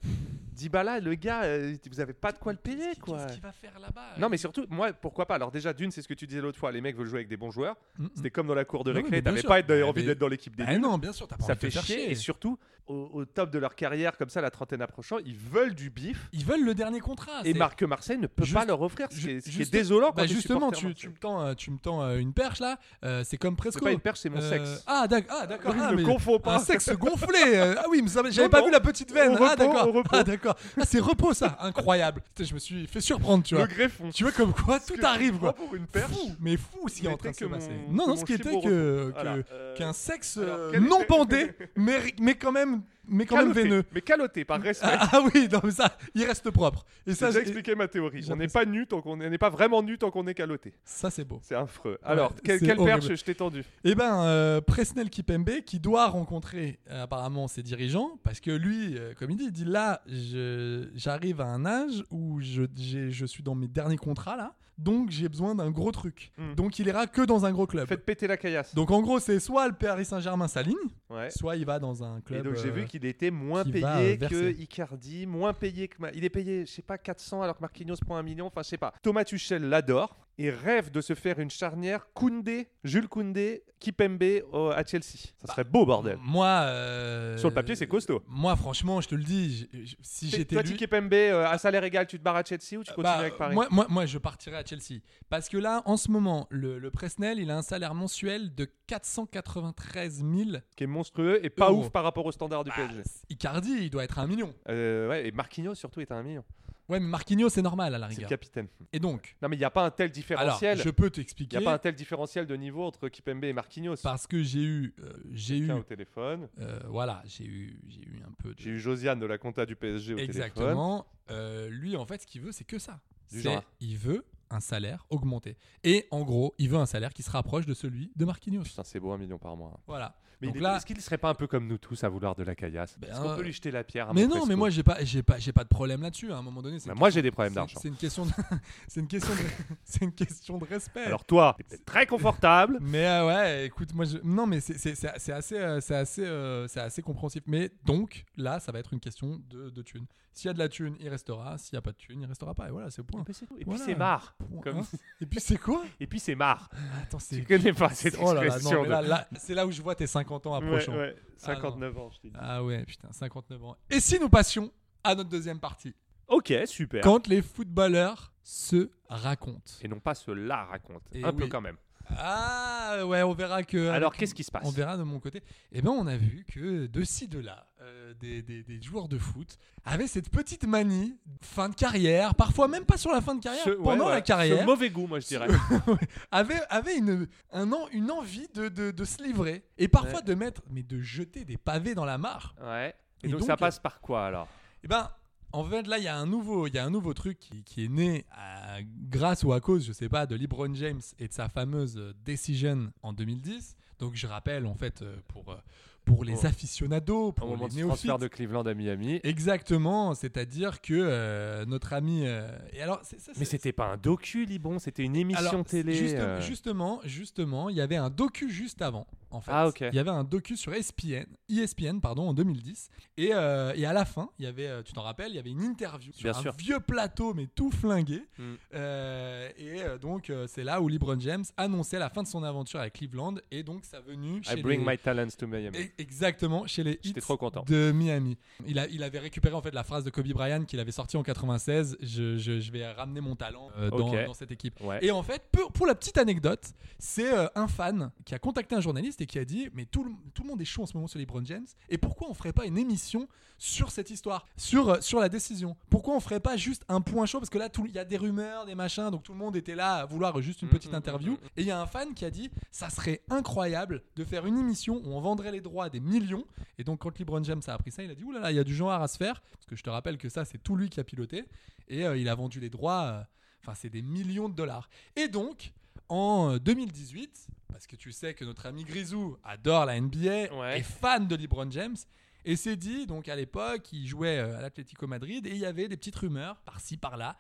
G: Dybala, le gars, euh, vous avez pas de quoi le payer,
F: Qu'est-ce qu'il-
G: quoi.
F: Qu'est-ce qu'il va faire là-bas
G: Non, mais surtout, moi, pourquoi pas Alors, déjà, d'une, c'est ce que tu disais l'autre fois, les mecs veulent jouer avec des bons joueurs.
F: Mm, mm.
G: C'était comme dans la cour de
F: Ah oui, mais
G: récré,
F: bien
G: t'avais
F: sûr.
G: pas d'ailleurs
F: Bah,
G: envie
F: mais-
G: d'être dans l'équipe des
F: Ah
G: nuls.
F: non, bien sûr, t'as pas
G: Ça
F: envie de
G: fait
F: le faire
G: chier. Et surtout, au, au top de leur carrière, comme ça, la trentaine approchant, ils veulent du bif.
F: Ils veulent le dernier contrat.
G: Et
F: Ah, c'est-
G: Marc Marseille ne peut
F: Juste-
G: pas leur offrir, ce
F: ju-
G: qui est, ce qui est
F: juste-
G: désolant quand
F: Bah
G: t'es
F: justement,
G: supporter
F: tu,
G: marseillais.
F: tu me tends, euh, tu me tends euh, une perche là. euh, c'est comme Presco.
G: C'est pas une perche, c'est mon
F: Euh,
G: sexe.
F: Ah d'ac- ah, d'accord.
G: Ne
F: ah,
G: me
F: mais-
G: confonds pas.
F: Un sexe gonflé. euh, ah oui, mais ça- j'avais
G: Non,
F: pas
G: non.
F: vu la petite veine.
G: Au
F: ah
G: repos, au
F: d'accord.
G: repos.
F: Ah d'accord. Ah c'est repos ça. Incroyable. Putain, Je me suis fait surprendre, tu
G: Le
F: vois.
G: greffon.
F: Tu vois comme quoi tout
G: que tu
F: arrive quoi.
G: prends pour une perche
F: Fou, mais fou ce qui est en
G: n'était
F: train de
G: que
F: se
G: mon-
F: passer.
G: que
F: Non non,
G: mon
F: ce qui
G: chibre
F: était
G: au
F: que
G: repos. Voilà,
F: que-
G: euh,
F: qu'un sexe
G: alors,
F: euh,
G: quel
F: non
G: était- [laughs]
F: bandé, mais mais quand même mais quand même
G: Caloté,
F: veineux.
G: Mais caloté,
F: [laughs]
G: par respect.
F: Ah, ah oui, non mais ça, il reste propre. Et ça,
G: Ça, j'ai
F: j'ai-
G: expliqué ma théorie. On
F: j'apprécie.
G: n'est pas nu tant qu'on on n'est pas vraiment nu tant qu'on est caloté.
F: ça c'est beau.
G: C'est affreux. Alors,
F: Ouais,
G: quel-
F: c'est
G: quelle
F: horrible.
G: perche je t'ai tendue
F: Eh ben, euh, Presnel Kipembe qui doit rencontrer euh, apparemment ses dirigeants parce que lui, euh, comme il dit, il dit là, je- j'arrive à un âge où je, j'ai- je suis dans mes derniers contrats là, donc j'ai besoin d'un gros truc.
G: Mm.
F: Donc il ira que dans un gros club.
G: Faites péter la caillasse.
F: Donc en gros, c'est soit le Paris Saint-Germain s'aligne,
G: Ouais.
F: soit il va dans un
G: Et
F: club.
G: donc j'ai
F: euh,
G: vu qu'il était moins
F: qui va, euh,
G: payé que
F: verser.
G: Icardi, moins payé que Ma- il est payé, je sais pas 400 alors que Marquinhos prend un million, enfin je sais pas. Thomas Tuchel l'adore et rêve de se faire une charnière Koundé, Jules Koundé, Kipembe au- à Chelsea. Ça serait beau bordel.
F: Moi. euh,
G: Sur le papier, c'est costaud.
F: Moi, franchement, je te le dis, j'ai- j'ai- si
G: T'es-
F: j'étais
G: Toi,
F: lui.
G: tu Kipembe euh, à salaire égal, tu te barres à Chelsea ou tu continues
F: Bah,
G: avec Paris
F: Moi, moi, moi, je partirais à Chelsea. Parce que là, en ce moment, le, le Presnel, il a un salaire mensuel de 493 000.
G: Qui est monstrueux et pas
F: Euro.
G: ouf par rapport au standard du
F: Oh. Bah,
G: PSG.
F: Icardi, il doit être à un million.
G: Euh, ouais, et Marquinhos surtout est à un million.
F: Ouais, mais Marquinhos, c'est normal à la
G: C'est le
F: rigueur.
G: capitaine.
F: Et donc,
G: Non mais il n'y a pas un tel
F: alors,
G: différentiel.
F: je peux
G: Il
F: t'expliquer.
G: n'y a pas un tel différentiel de niveau entre Kipembe et Marquinhos.
F: Parce que j'ai eu. euh, j'ai eu.
G: Tiens, au téléphone.
F: euh, voilà, j'ai eu, j'ai eu un peu de.
G: J'ai eu Josiane de la compta du PSG au téléphone.
F: Exactement. Euh, lui, en fait, ce qu'il veut, c'est que ça.
G: Du
F: C'est-
G: genre.
F: Il veut un salaire augmenté. Et en gros, il veut un salaire qui se rapproche de celui de Marquinhos.
G: Putain, c'est beau, un million par mois. hein.
F: Voilà.
G: Mais
F: Donc
G: il est-
F: là-
G: est-ce qu'il serait pas un peu comme nous tous à vouloir de la caillasse
F: Ben,
G: Est-ce qu'on
F: euh,
G: peut lui jeter la pierre à
F: Mais
G: mon
F: non, mais
G: fresco
F: moi j'ai pas, j'ai pas, j'ai pas de problème là-dessus. À un moment donné, c'est
G: Ben,
F: une
G: moi,
F: question-
G: j'ai des problèmes
F: c'est-
G: d'argent.
F: C'est une question, de, [laughs] c'est une question, de, [laughs] c'est une question de respect.
G: Alors toi, t'es peut-être très
F: [laughs]
G: confortable.
F: Mais euh, ouais, écoute, moi, je... non, mais c'est c'est- c'est- c'est assez, euh, c'est assez, euh, c'est assez compréhensif. Mais donc là, ça va être une question de, de thune. S'il y a de la thune, il restera. S'il n'y a pas de thune, il restera pas. Et voilà, c'est au point.
G: Et puis c'est tout. Et puis
F: Voilà.
G: c'est marre.
F: Point,
G: Comme-
F: hein. Et puis c'est quoi
G: Et puis c'est marre.
F: Attends,
G: Tu
F: c'est.
G: connais pas cette
F: Oh là là, non,
G: expression.
F: mais
G: de-
F: là, là, c'est là où je vois tes 50 ans
G: Ouais,
F: approchant.
G: ouais, 59 ans, je t'ai dit.
F: Ah ouais, putain, 59 ans. Et si nous passions à notre deuxième partie
G: Ok, super.
F: Quand les footballeurs se racontent.
G: Et non pas cela raconte.
F: Et
G: un peu
F: Eh oui.
G: quand même.
F: Ah ouais, on verra que.
G: Alors
F: avec-
G: qu'est-ce qui se passe
F: On verra de mon côté. Eh ben, on a vu que de ci de là, euh, des, des- des joueurs de foot avaient cette petite manie fin de carrière, parfois même pas sur la fin de carrière,
G: Ce- ouais,
F: Ah, pendant
G: ouais.
F: la carrière,
G: Ce mauvais goût, moi je
F: [laughs]
G: dirais.
F: avaient, avaient une, un en- une envie de, de- de se livrer et parfois de mettre, mais de jeter des pavés dans la mare.
G: ouais. Et,
F: Et
G: donc,
F: donc,
G: ça passe par quoi alors
F: Eh ben, en fait, là, il y a un nouveau, il y a un nouveau truc qui, qui est né à- grâce ou à cause, je sais pas, de LeBron James et de sa fameuse euh, decision en 2010. Donc, je rappelle, en fait, euh, pour euh, pour les
G: Oh.
F: aficionados,
G: Au
F: pour
G: moment
F: les
G: du transfert
F: néophytes.
G: de Cleveland à Miami.
F: Exactement, c'est-à-dire que euh, notre ami. euh, et alors, c'est- ça,
G: Mais
F: c'est-
G: c'était pas un docu, Libon, c'était une émission
F: alors,
G: télé.
F: juste-
G: euh,
F: Justement, justement, il y avait un docu juste avant, en fait.
G: Ah, ok.
F: Il y avait un docu sur E ESPN, ESPN pardon, en 2010. Et, euh, et à la fin, il y avait, euh, tu t'en rappelles, il y avait une interview sur
G: Bien
F: un
G: sûr.
F: vieux plateau, mais tout flingué.
G: Mm.
F: Euh, et euh, donc, euh, c'est là où LeBron James annonçait la fin de son aventure à Cleveland et donc sa venue chez
G: I bring
F: les-
G: my talents to Miami.
F: e- Exactement, chez les
G: J'étais
F: Heat
G: trop content.
F: de Miami. Il, a, il avait récupéré en fait la phrase de Kobe Bryant qu'il avait sortie en 96. Je, je- je vais ramener mon talent euh, dans,
G: Ok.
F: dans cette équipe.
G: Ouais.
F: Et en fait, pour, pour la petite anecdote, c'est euh, un fan qui a contacté un journaliste et qui a dit Mais tout le, tout le monde est chaud en ce moment sur les LeBron James, et pourquoi on ferait pas une émission sur cette histoire, sur, euh, sur la décision Pourquoi on ferait pas juste un point chaud Parce que là, tout- il y a des rumeurs, des machins, donc tout le monde était là à vouloir juste une petite interview. Et il y a un fan qui a dit Ça serait incroyable de faire une émission où on vendrait les droits à des millions. Et donc, quand LeBron James a appris ça, il a dit Oulala, il y a du genre à se faire, parce que je te rappelle que ça, c'est tout lui qui a piloté, et euh, il a vendu les droits. euh, Enfin, c'est des millions de dollars. Et donc, en euh, 2018, parce que tu sais que notre ami Grisou adore la NBA,
G: Ouais.
F: est fan de LeBron James, et s'est dit, donc à l'époque, il jouait euh, à l'Atlético Madrid, et il y avait des petites rumeurs, par-ci, par-là,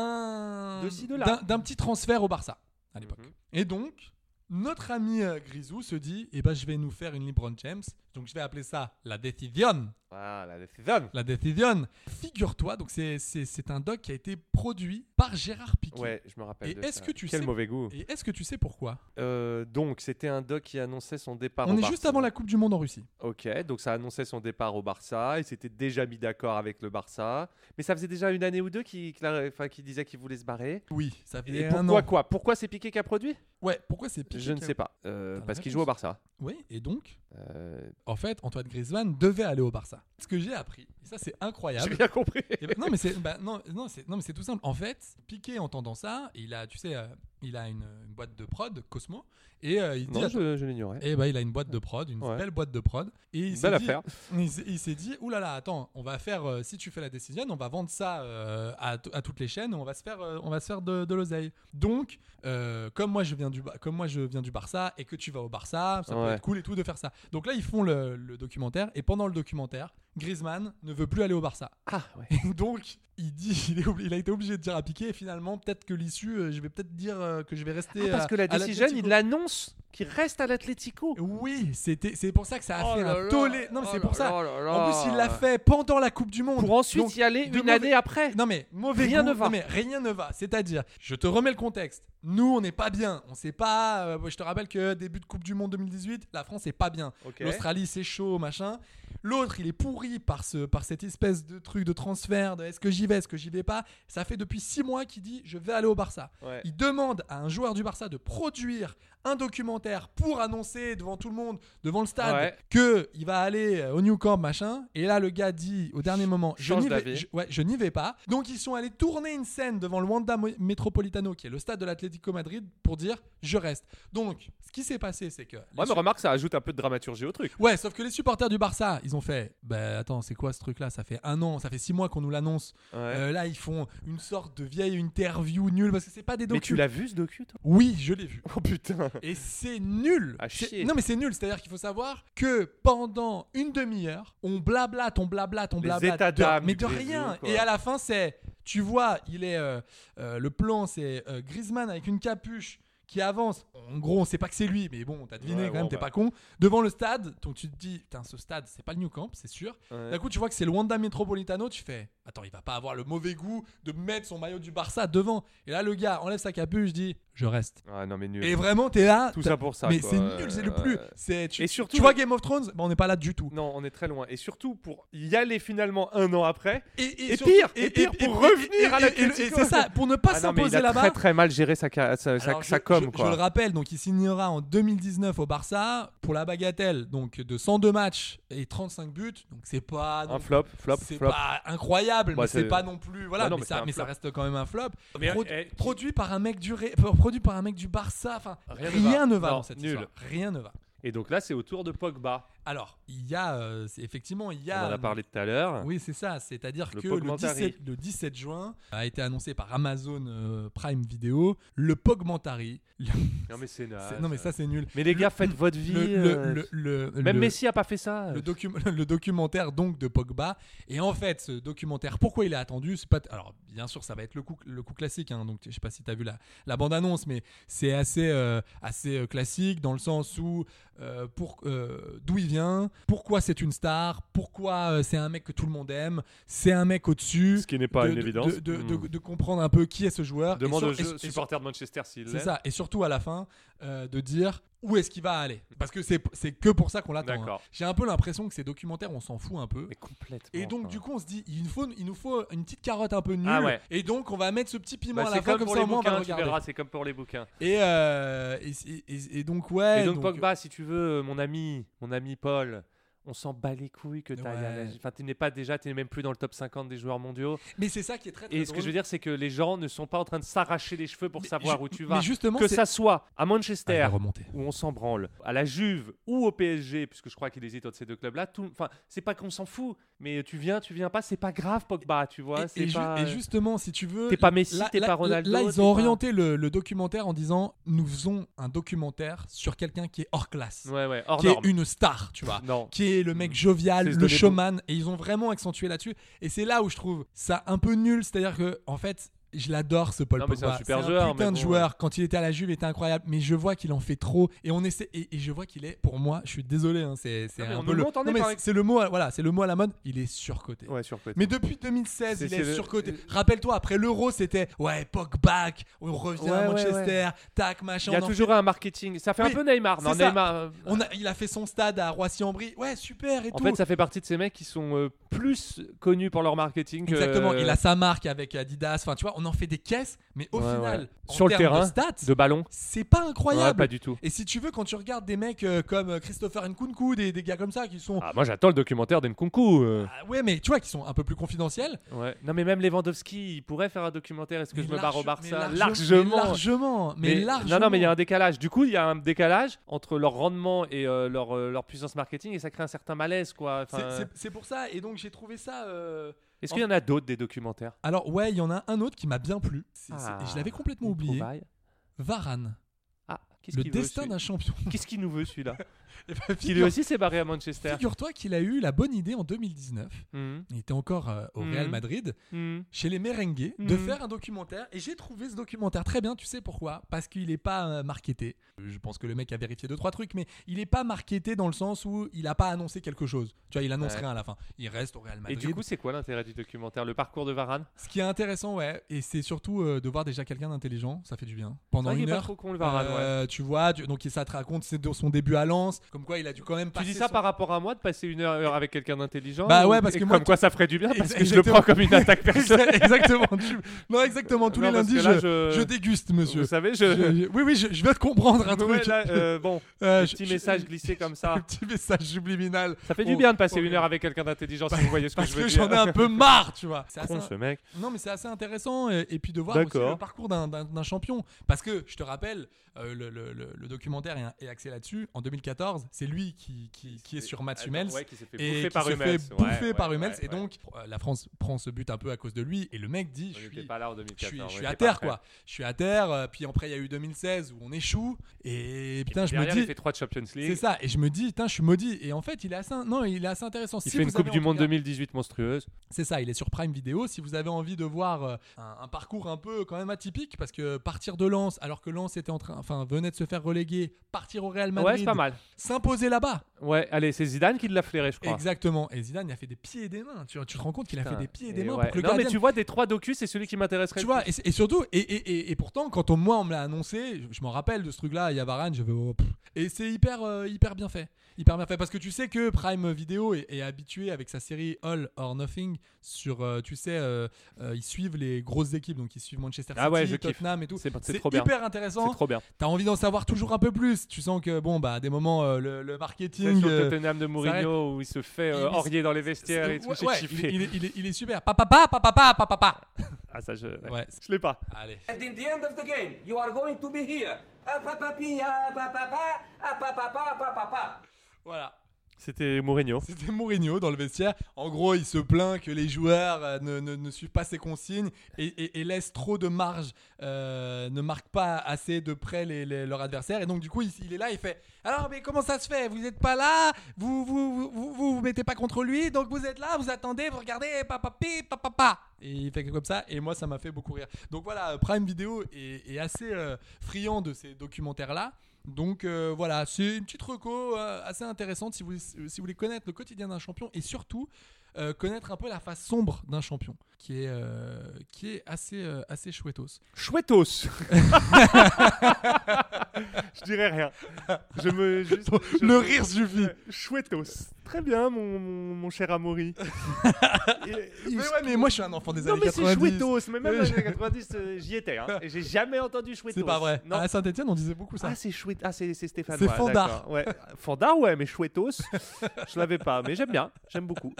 F: d'un
G: De ci, de là.
F: d'un- d'un petit transfert au Barça, à l'époque.
G: Mhm.
F: Et donc, notre ami euh, Grisou se dit, eh ben, je vais nous faire une LeBron James, donc je vais appeler ça la décision.
G: Ah, la décision.
F: La décision. Figure-toi, donc c'est- c'est c'est un doc qui a été produit par Gérard Piquet.
G: Ouais, je me rappelle.
F: Et
G: de
F: est-ce
G: ça.
F: que tu
G: Quel
F: sais-
G: mauvais goût.
F: Et est-ce que tu sais pourquoi
G: Euh, donc, c'était un doc qui annonçait son départ au
F: On est
G: Barça.
F: juste avant la Coupe du Monde en Russie.
G: Ok, donc ça annonçait son départ au Barça. Il s'était déjà mis d'accord avec le Barça. Mais ça faisait déjà une année ou deux qu'il qu'il a- enfin, qu'il disait qu'il voulait se barrer.
F: Oui, ça fait
G: Et
F: un
G: pourquoi
F: an.
G: quoi Pourquoi c'est Piqué qui a produit
F: Ouais, pourquoi c'est Piqué
G: Je ne
F: qui a-
G: sais pas. Euh,
F: T'as la
G: parce qu'il
F: réponse
G: joue au Barça.
F: Oui, et donc,
G: Euh,
F: en fait, Antoine Griezmann devait aller au Barça. Ce que j'ai appris, et ça
G: [laughs]
F: c'est
G: J'ai [laughs]
F: incroyable.
G: bien compris.
F: Eh ben, non mais c'est bah, non non c'est non mais c'est tout simple. En fait, Piqué entendant ça, il a tu sais euh, il a une, une boîte de prod Cosmo et euh, il dit
G: Non,
F: à-
G: je, je l'ignorais.
F: eh ben il a une boîte de prod, une
G: Ouais.
F: belle boîte de prod et il s'est
G: Belle
F: dit-
G: affaire.
F: [laughs] Il s'est- il s'est dit, oulala, attends, on va faire, euh, si tu fais la décision, on va vendre ça euh, à, t- à toutes les chaînes, on va se faire, euh, on va se faire de, de l'oseille. Donc, euh, comme, moi, je viens du, Ba- comme moi je viens du Barça et que tu vas au Barça, ça peut
G: Ouais.
F: être cool et tout de faire ça. Donc là, ils font le, le documentaire et pendant le documentaire, Griezmann ne veut plus aller au Barça.
G: Ah, ouais.
F: [laughs] Et donc, il dit, [laughs] il, est obli- il a été obligé de dire à Piqué et finalement, peut-être que l'issue, euh, je vais peut-être dire euh, que je vais rester.
G: Ah, parce
F: à-
G: que la
F: à
G: décision,
F: l'Atlético.
G: il annonce qu'il reste à l'Atlético.
F: Oui, c'était, c'est pour ça que ça a
G: Oh
F: fait
G: là
F: un
G: là,
F: tollé. Non, mais
G: oh
F: c'est
G: là
F: pour ça.
G: là là
F: En plus, il l'a fait pendant la Coupe du Monde.
G: Pour ensuite
F: Donc,
G: y aller
F: de
G: une
F: mauvais-
G: année après.
F: Non mais mauvais
G: Rien
F: goût.
G: ne va.
F: Non mais rien ne va. C'est-à-dire, je te remets le contexte. Nous, on n'est pas bien. On sait pas. euh, je te rappelle que début de Coupe du Monde 2018, la France est pas bien.
G: Ok.
F: L'Australie, c'est chaud, machin. L'autre, il est pourri par ce, par cette espèce de truc de transfert. De est-ce que j'y vais, est-ce que j'y vais pas. Ça fait depuis six mois qu'il dit, je vais aller au Barça.
G: Ouais.
F: Il demande à un joueur du Barça de produire un documentaire pour annoncer devant tout le monde, devant le stade,
G: Ouais.
F: que il va aller euh, au New Camp, machin. Et là, le gars dit au dernier moment, je
G: Change
F: n'y vais,
G: d'avis.
F: je- ouais, je n'y vais pas. Donc ils sont allés tourner une scène devant le Wanda Mo- Metropolitano, qui est le stade de l'Atlético Madrid, pour dire je reste. Donc, ce qui s'est passé, c'est que les
G: Ouais, mais
F: su-
G: remarque, ça ajoute un peu de dramaturgie au truc.
F: Ouais, sauf que les supporters du Barça, ils ont fait. Bah attends, c'est quoi ce truc-là Ça fait un an, ça fait six mois qu'on nous l'annonce. Euh, là, ils font une sorte de vieille interview nulle parce que c'est pas des
G: mais tu
F: documents.
G: l'as vu ce docu, toi
F: Oui, je l'ai vu.
G: Oh putain
F: Et c'est C'est nul.
G: Ah,
F: C'est-
G: chier.
F: Non mais c'est nul, c'est-à-dire qu'il faut savoir que pendant une demi-heure, on blablate, on blablate, on
G: Les
F: blablate,
G: états
F: de-
G: d'âme
F: mais de
G: du
F: rien.
G: Brésil, quoi.
F: Et à la fin, c'est, tu vois, il est, euh, euh, le plan, c'est euh, Griezmann avec une capuche qui avance. En gros, on sait pas que c'est lui, mais bon, t'as deviné
G: Ouais,
F: quand même,
G: bon,
F: t'es
G: bah.
F: pas con. Devant le stade, donc tu te dis, putain, ce stade, c'est pas le New Camp, c'est sûr.
G: Ouais.
F: D'un coup, tu vois que c'est le Wanda Metropolitano, tu fais Attends, il va pas avoir le mauvais goût de mettre son maillot du Barça devant. Et là, le gars enlève sa capuche, dit Je reste.
G: Ah non, mais nul.
F: Et vraiment, t'es là.
G: Tout
F: t'as-
G: ça pour ça,
F: Mais
G: quoi.
F: c'est
G: Ouais,
F: nul, c'est le
G: ouais,
F: plus.
G: ouais.
F: C'est, tu,
G: Et surtout-
F: tu vois Game of Thrones Bah, on n'est pas là du tout.
G: Non, on est très loin. Et surtout, pour y aller finalement un an après,
F: Et,
G: Et pire, et pire, pour revenir à
F: et-
G: l'Atlético.
F: et- et C'est ça, pour ne pas
G: Ah non, mais il
F: s'imposer
G: a
F: là-bas.
G: très très mal géré sa, ca- sa, sa-
F: Alors,
G: sa
F: je-
G: com.
F: je-
G: quoi.
F: je le rappelle, donc il signera en 2019 au Barça pour la bagatelle donc de 102 matchs et 35 buts. Donc c'est pas non
G: Un flop, flop,
F: c'est
G: flop.
F: pas incroyable,
G: Bah,
F: mais c'est
G: c'est-
F: pas non plus. Voilà,
G: Bah non,
F: mais,
G: mais c'est
F: ça,
G: un
F: mais ça
G: flop.
F: reste quand même un flop.
G: Mais,
F: Pro-
G: eh,
F: Produit par un mec du Ré- euh, produit par un mec du Barça. Enfin, rien,
G: Rien ne va.
F: ne va
G: Non,
F: dans cette
G: nul.
F: histoire. Rien ne va.
G: Et donc là, c'est au tour de Pogba.
F: Alors, il y a euh, c'est- effectivement, il y
G: On
F: a.
G: en a parlé tout à l'heure.
F: Oui, c'est ça. C'est-à-dire
G: Hein. Le
F: que le
G: Pogmentari.
F: 17, le 17 juin a été annoncé par Amazon euh, Prime Video le Pogmentari. [laughs] Le-
G: Non, mais c'est naze.
F: c'est- non mais ça c'est nul.
G: Mais les gars, faites votre vie.
F: Le,
G: euh,
F: le- le- le-
G: Même
F: le-
G: Messi a pas fait ça. euh.
F: le, docu- [laughs] le documentaire donc de Pogba et en fait ce documentaire pourquoi il est attendu c'est pas t- alors bien sûr ça va être le coup le coup classique hein, donc je sais pas si t'as vu la, la bande annonce mais c'est assez euh, assez euh, classique dans le sens où euh, pour euh, d'où il vient pourquoi c'est une star pourquoi euh, c'est un mec que tout le monde aime c'est un mec au dessus
G: Ce qui n'est pas
F: de,
G: une
F: de-
G: évidence.
F: de, de- de-
G: Mm.
F: de comprendre un peu qui est ce joueur Et
G: Demande
F: sur-
G: aux
F: et-
G: jeux-
F: et-
G: supporters de Manchester s'il
F: c'est
G: l'est.
F: ça, et surtout à la fin, euh, de dire où est-ce qu'il va aller. Parce que c'est c'est que pour ça qu'on l'attend.
G: D'accord.
F: hein. J'ai un peu l'impression que ces documentaires, on s'en fout un peu.
G: Mais complètement.
F: Et donc,
G: enfin.
F: du coup, on se dit, il nous faut, il nous faut une petite carotte un peu nulle.
G: Ah ouais.
F: Et donc, on va mettre ce petit piment
G: Bah,
F: à
G: c'est
F: la fin,
G: comme
F: comme
G: pour
F: ça,
G: les
F: au moins, on va le
G: bouquins, tu
F: regarder.
G: verras, c'est comme pour les bouquins.
F: Et, euh, et, et- et donc, ouais.
G: Et donc,
F: Eh, donc,
G: Pogba, si tu veux, euh, mon ami, mon ami Paul, on s'en bat les couilles que t'ailles à la-
F: Ouais.
G: Enfin, tu n'es pas déjà, tu n'es même plus dans le top 50 des joueurs mondiaux.
F: Mais c'est ça qui est très, très
G: Et ce que
F: drôle.
G: je veux dire, c'est que les gens ne sont pas en train de s'arracher les cheveux pour
F: Mais
G: savoir
F: ju-
G: où tu
F: mais
G: vas.
F: justement,
G: que
F: c'est-
G: ça soit à
F: Ah, il
G: Manchester,
F: va remonter.
G: où on s'en branle, à la Juve ou au PSG, puisque je crois qu'il hésite entre ces deux clubs-là. tout- Enfin, c'est pas qu'on s'en fout, mais tu viens, tu viens pas, c'est pas grave, Pogba, tu vois.
F: Et, et
G: c'est
F: ju-
G: pas...
F: et justement, si tu veux.
G: T'es pas Messi,
F: là-
G: t'es
F: là-
G: pas Ronaldo,
F: Là, ils ont
G: t'es pas-
F: orienté le, le documentaire en disant nous faisons un documentaire sur quelqu'un qui est hors classe.
G: Ouais, ouais, hors
F: qui
G: norme. Ah,
F: est une star, tu vois.
G: Non. Mm.
F: Qui est le mec
G: C'est
F: jovial,
G: se
F: le
G: donner
F: showman. Et ils ont vraiment accentué là-dessus. Et c'est là où je trouve ça un peu nul. C'est-à-dire que, en fait, je l'adore ce Paul
G: Non, mais c'est
F: Pogba.
G: un super joueur,
F: putain
G: mais
F: de
G: bon,
F: joueur. Quand il était à la Juve, il était incroyable. Mais je vois qu'il en fait trop. Et on essaie. Et, et je vois qu'il est, pour moi, je suis désolé. hein, c'est c'est
G: Non, mais
F: un
G: on
F: peu
G: nous
F: le.
G: monte en
F: non, mais
G: épingle.
F: c'est le mot. à- Voilà, c'est le mot à la mode. Il est surcoté.
G: Ouais, surcoté.
F: Mais depuis 2016,
G: C'est-
F: il est,
G: c'est le- euh,
F: surcoté. Rappelle-toi, après l'Euro, c'était ouais, Pogba, on revient
G: Ouais,
F: à
G: ouais,
F: Manchester,
G: ouais.
F: tac, machin.
G: Il y a
F: on en
G: toujours un marketing. Ça fait
F: Oui,
G: un peu Neymar. Non,
F: c'est ça.
G: Neymar. euh,
F: On a- il a fait son stade à Roissy-en-Brie. Ouais, super et
G: En
F: tout.
G: fait, ça fait partie de ces mecs qui sont euh, plus connus pour leur marketing. que-
F: Exactement. Il a sa marque avec Adidas. Enfin, tu vois, on en fait des caisses, mais au
G: Ouais,
F: final,
G: ouais.
F: en
G: sur le
F: termes
G: terrain,
F: de stats,
G: de ballon.
F: c'est pas incroyable.
G: Ouais, pas du tout.
F: Et si tu veux, quand tu regardes des mecs euh, comme euh, Christopher Nkunku, des, des gars comme ça qui sont.
G: Ah, moi, j'attends le documentaire d'Enkunku. euh.
F: Ah ouais, mais tu vois, qui sont un peu plus confidentiels.
G: Ouais. Non, mais même Lewandowski, il pourrait faire un documentaire. Est-ce que
F: Mais
G: je me barre au
F: large-
G: Barça
F: mais
G: Largement.
F: Mais largement. Mais, largement.
G: Non, non, mais il y a un décalage. Du coup, il y a un décalage entre leur rendement et euh, leur, euh, leur puissance marketing et ça crée un certain malaise, quoi. Enfin,
F: C'est- c'est- C'est pour ça. Et donc, j'ai trouvé ça. euh,
G: Est-ce qu'il y en a d'autres des documentaires
F: Alors, ouais, il y en a un autre qui m'a bien plu. C'est- c'est-
G: Ah,
F: je l'avais complètement
G: une
F: oublié.
G: trouvaille.
F: Varane.
G: Ah, qu'est-ce
F: Le
G: qu'il veut,
F: destin
G: celui-
F: d'un champion.
G: Qu'est-ce qu'il nous veut,
F: [laughs]
G: celui-là
F: Eh ben,
G: Qui
F: [laughs]
G: lui
F: figure-
G: aussi s'est barré à Manchester.
F: Figure-toi qu'il a eu la bonne idée en 2019.
G: Mhm.
F: Il était encore euh, au Real
G: Mhm.
F: Madrid,
G: Mhm.
F: chez les Merengues, de
G: Mhm.
F: faire un documentaire. Et j'ai trouvé ce documentaire très bien. Tu sais pourquoi Parce qu'il n'est pas euh, marketé. Je pense que le mec a vérifié deux trois trucs, mais il n'est pas marketé dans le sens où il n'a pas annoncé quelque chose. Tu vois, il annonce
G: Ouais.
F: rien à la fin. Il reste au Real
G: Et
F: Madrid.
G: du coup, c'est quoi l'intérêt du documentaire Le parcours de Varane
F: ce qui est intéressant, ouais, et c'est surtout euh, de voir déjà quelqu'un d'intelligent. Ça fait du bien. Pendant
G: Ouais, Ah, il est
F: une
G: pas
F: heure.
G: trop con, le Varane,
F: euh, Tu vois, tu- donc ça te raconte ses- son début à Lens. Comme quoi, il a dû quand même.
G: Tu
F: passer
G: dis ça
F: son-
G: par rapport à moi de passer une heure, heure avec quelqu'un d'intelligent
F: Bah ouais,
G: ou-
F: parce
G: et
F: que moi,
G: comme quoi ça ferait du bien parce que je le
F: Exactement.
G: prends comme une
F: [laughs]
G: attaque personnelle.
F: exactement. tu- Non, exactement. Tous
G: Non,
F: les
G: parce
F: lundis,
G: que là,
F: je...
G: je-
F: je déguste, monsieur.
G: Vous savez,
F: Je-
G: je.
F: je- oui, oui, je, je viens de comprendre un
G: Ouais,
F: truc.
G: là, euh, bon,
F: [laughs] Euh, je-
G: petit
F: je-
G: message glissé comme ça.
F: Le [laughs] petit message subliminal.
G: Ça fait
F: Oh,
G: du bien de passer
F: oh,
G: une heure avec quelqu'un d'intelligent si vous voyez ce que
F: Parce
G: je veux
F: que
G: dire.
F: j'en ai un peu marre, tu vois.
G: [laughs]
F: C'est
G: Con,
F: assez-
G: ce mec.
F: Non, mais c'est assez intéressant. Et, et puis de voir aussi
G: D'accord.
F: le parcours d'un- d'un d'un champion. Parce que, je te rappelle, euh, le, le- le- le documentaire est, est axé là-dessus. En 2014, 14, c'est lui qui, qui, qui est sur Mats
D: Attends,
F: Hummels.
D: ouais, qui s'est fait
F: et
D: bouffer
F: qui
D: par
F: se
D: Hummels.
F: fait
D: Ouais,
F: bouffer
D: ouais,
F: par
D: ouais,
F: Hummels.
D: ouais.
F: et donc, euh, la France prend ce but un peu à cause de lui. Et le mec dit
D: On
F: Je
D: n'était
F: suis
D: pas là en
F: je suis,
D: 2014.
F: je
D: on
F: suis à
D: était pas
F: terre,
D: prêts.
F: quoi. Je suis à terre. euh, puis après, il y a eu 2016 où on échoue. Et
D: Et
F: putain,
D: puis
F: je me
D: derrière,
F: dis.
D: Il fait 3 Champions League.
F: C'est ça. Et je me dis, putain, je suis maudit. Et en fait, il est assez, non, il est assez intéressant.
D: Il
F: Si
D: fait une
F: vous
D: Coupe
F: avez
D: du
F: envie
D: Monde
F: de-
D: 2018 monstrueuse.
F: C'est ça, il est sur Prime Vidéo. Si vous avez envie de voir euh, un, un parcours un peu quand même atypique, parce que partir de Lens, alors que Lens était en train, enfin, venait de se faire reléguer, partir au Real
D: Ouais, c'est
F: Madrid,
D: pas mal.
F: s'imposer là-bas.
D: Ouais, allez, c'est Zidane qui l'a flairé, je crois.
F: Exactement. Et Zidane, il a fait des pieds et des mains. Tu, tu te rends compte qu'il a fait
D: Putain.
F: des pieds et des
D: Et
F: mains
D: ouais.
F: pour que le
D: Non, mais
F: gardien-
D: tu vois, des trois docus, c'est celui qui m'intéresserait.
F: Tu
D: le
F: vois,
D: plus.
F: et, et surtout, et, et- et- et pourtant, quand on, moi on me l'a annoncé, je, je m'en rappelle de ce truc-là, il y a Varane, j'avais. oh, pff. et c'est hyper, euh, hyper bien fait. Hyper bien fait. Parce que tu sais que Prime Video est, est habitué avec sa série All or Nothing sur, euh, tu sais, euh, euh, ils suivent les grosses équipes, donc ils suivent Manchester City,
D: Ah ouais, je kiffe.
F: Tottenham et tout.
D: C'est- c'est
F: C'est
D: trop bien.
F: hyper intéressant.
D: c'est trop bien.
F: T'as envie d'en savoir toujours un peu plus. Tu sens que, bon, bah, à des moments, euh, le, le
D: C'est
F: marketing.
D: sur
F: euh,
D: Tottenham de Mourinho où il se fait euh,
F: il- il-
D: orier dans les vestiaires et tout.
F: ouais,
D: J'ai
F: ouais, il,
D: kiffé.
F: est- il est, il est super. Papa, papa, papa, papa, papa.
D: Ah, ça, je. ouais.
F: Ouais,
D: Je l'ai pas.
F: allez.
A: And in the end of the game, you are going to be here. Ah,
F: Voilà.
D: C'était Mourinho.
F: C'était Mourinho dans le vestiaire. En gros, il se plaint que les joueurs euh, ne, ne- ne suivent pas ses consignes et, et- et laissent trop de marge, euh, ne marquent pas assez de près les, les- leurs adversaires. Et donc, du coup, il, il est là, il fait Alors, mais comment ça se fait Vous n'êtes pas là Vous vous, vous, vous, vous vous mettez pas contre lui Donc, vous êtes là, vous attendez, vous regardez, papa, papa, papa. Et il fait comme ça. Et moi, ça m'a fait beaucoup rire. Donc, voilà, Prime Video est, est assez euh, friand de ces documentaires-là. Donc euh, voilà, c'est une petite reco euh, assez intéressante si vous, si vous voulez connaître le quotidien d'un champion et surtout euh, connaître un peu la face sombre d'un champion qui est, euh, qui est assez, euh,
G: [laughs]
F: assez chouettos.
G: Chouettos Je dirais rien. Je me. juste- je-
F: Le rire suffit.
G: Ouais, Chouettos. Très bien, mon, mon, mon cher
F: [laughs]
G: Amaury. Et- il-
F: Mais ouais, mais moi je suis un enfant des
G: non,
F: années
G: mais
F: 90.
G: c'est Chouettos. Mais même
F: [laughs]
G: dans
F: Ouais,
G: les
F: je-
G: années 90, euh, j'y étais. hein, et j'ai jamais entendu Chouettos.
F: C'est pas vrai.
G: Non.
F: À Saint-Etienne, on disait beaucoup ça.
G: Ah, c'est Chouet... ah, c'est c'est Stéphane.
F: C'est
G: ouais,
F: Fandard.
G: d'accord. Ouais. Fandard, ouais, mais
F: [laughs]
G: Chouettos, je l'avais pas. Mais j'aime bien. J'aime beaucoup.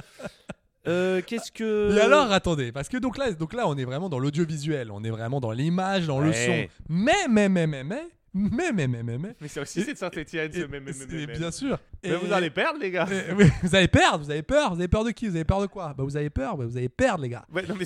G: Euh, Qu'est-ce que.
F: Et alors, attendez, parce que donc là, donc là, on est vraiment dans l'audiovisuel, on est vraiment dans l'image, dans le son.
G: Ouais.
F: Mais, mais, mais, mais, mais, mais, mais, mais, mais, mais.
G: Mais c'est aussi c'est de Saint-Etienne, ce
F: Et-
G: même.
F: et- et bien sûr.
G: Mais vous
F: Et-
G: allez perdre, les gars.
F: Euh, oui, [laughs] vous allez perdre, vous avez peur, vous avez peur de qui, vous avez peur de quoi Bah vous avez peur, bah, vous allez perdre les gars,
G: Ouais, [laughs] non, mais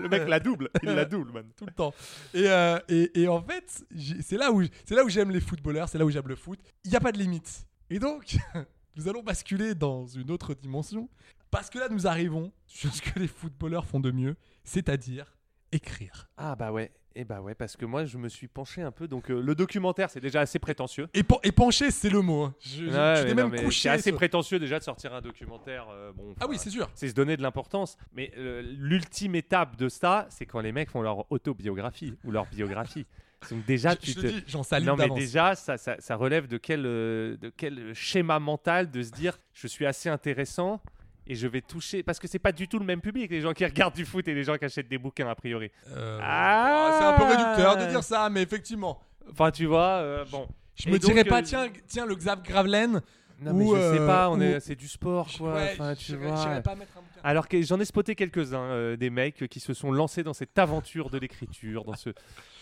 G: le mec la double, il la double, man.
F: tout le temps. Et, euh, et, et en fait, j'ai- c'est là où c'est là où j'aime les footballeurs, c'est là où j'aime le foot. Il n'y a pas de limite. Et donc, [laughs] nous allons basculer dans une autre dimension parce que là nous arrivons sur ce que les footballeurs font de mieux, c'est-à-dire écrire.
G: Ah bah ouais, et bah ouais, parce que moi je me suis penché un peu, donc euh, le documentaire c'est déjà assez prétentieux.
F: Et, pen- et pencher, c'est le mot. hein.
G: Ouais,
F: Je, je- je
G: mais
F: t'ai
G: non,
F: même
G: mais
F: couché.
G: c'est assez
F: sur-
G: prétentieux déjà de sortir un documentaire. euh, bon,
F: Ah oui,
G: enfin,
F: c'est sûr.
G: c'est se donner de l'importance, mais euh, l'ultime étape de ça, c'est quand les mecs font leur autobiographie ou leur biographie. Donc déjà,
F: Je,
G: Ah, tu
F: je
G: te...
F: te dis, j'en salue
G: non mais
F: d'avance.
G: déjà, ça, ça, ça relève de quel, euh, de quel schéma mental de se dire je suis assez intéressant et je vais toucher parce que c'est pas du tout le même public les gens qui [laughs] regardent du foot et les gens qui achètent des bouquins a priori.
F: Euh,
G: Ah
F: c'est un peu réducteur de dire ça, mais effectivement.
G: Enfin tu vois euh, bon.
F: Je
G: Et
F: me
G: donc,
F: dirais
G: euh,
F: pas, tiens, tiens le Xav Gravelen.
G: Non mais
F: ou,
G: je sais pas,
F: euh,
G: on
F: ou-
G: est c'est du sport quoi.
F: Ouais,
G: enfin tu
F: j'irais-
G: vois.
F: j'irais pas mettre un bouquin.
G: Alors que j'en ai spoté quelques-uns euh, des mecs qui se sont lancés dans cette aventure de l'écriture, dans ce,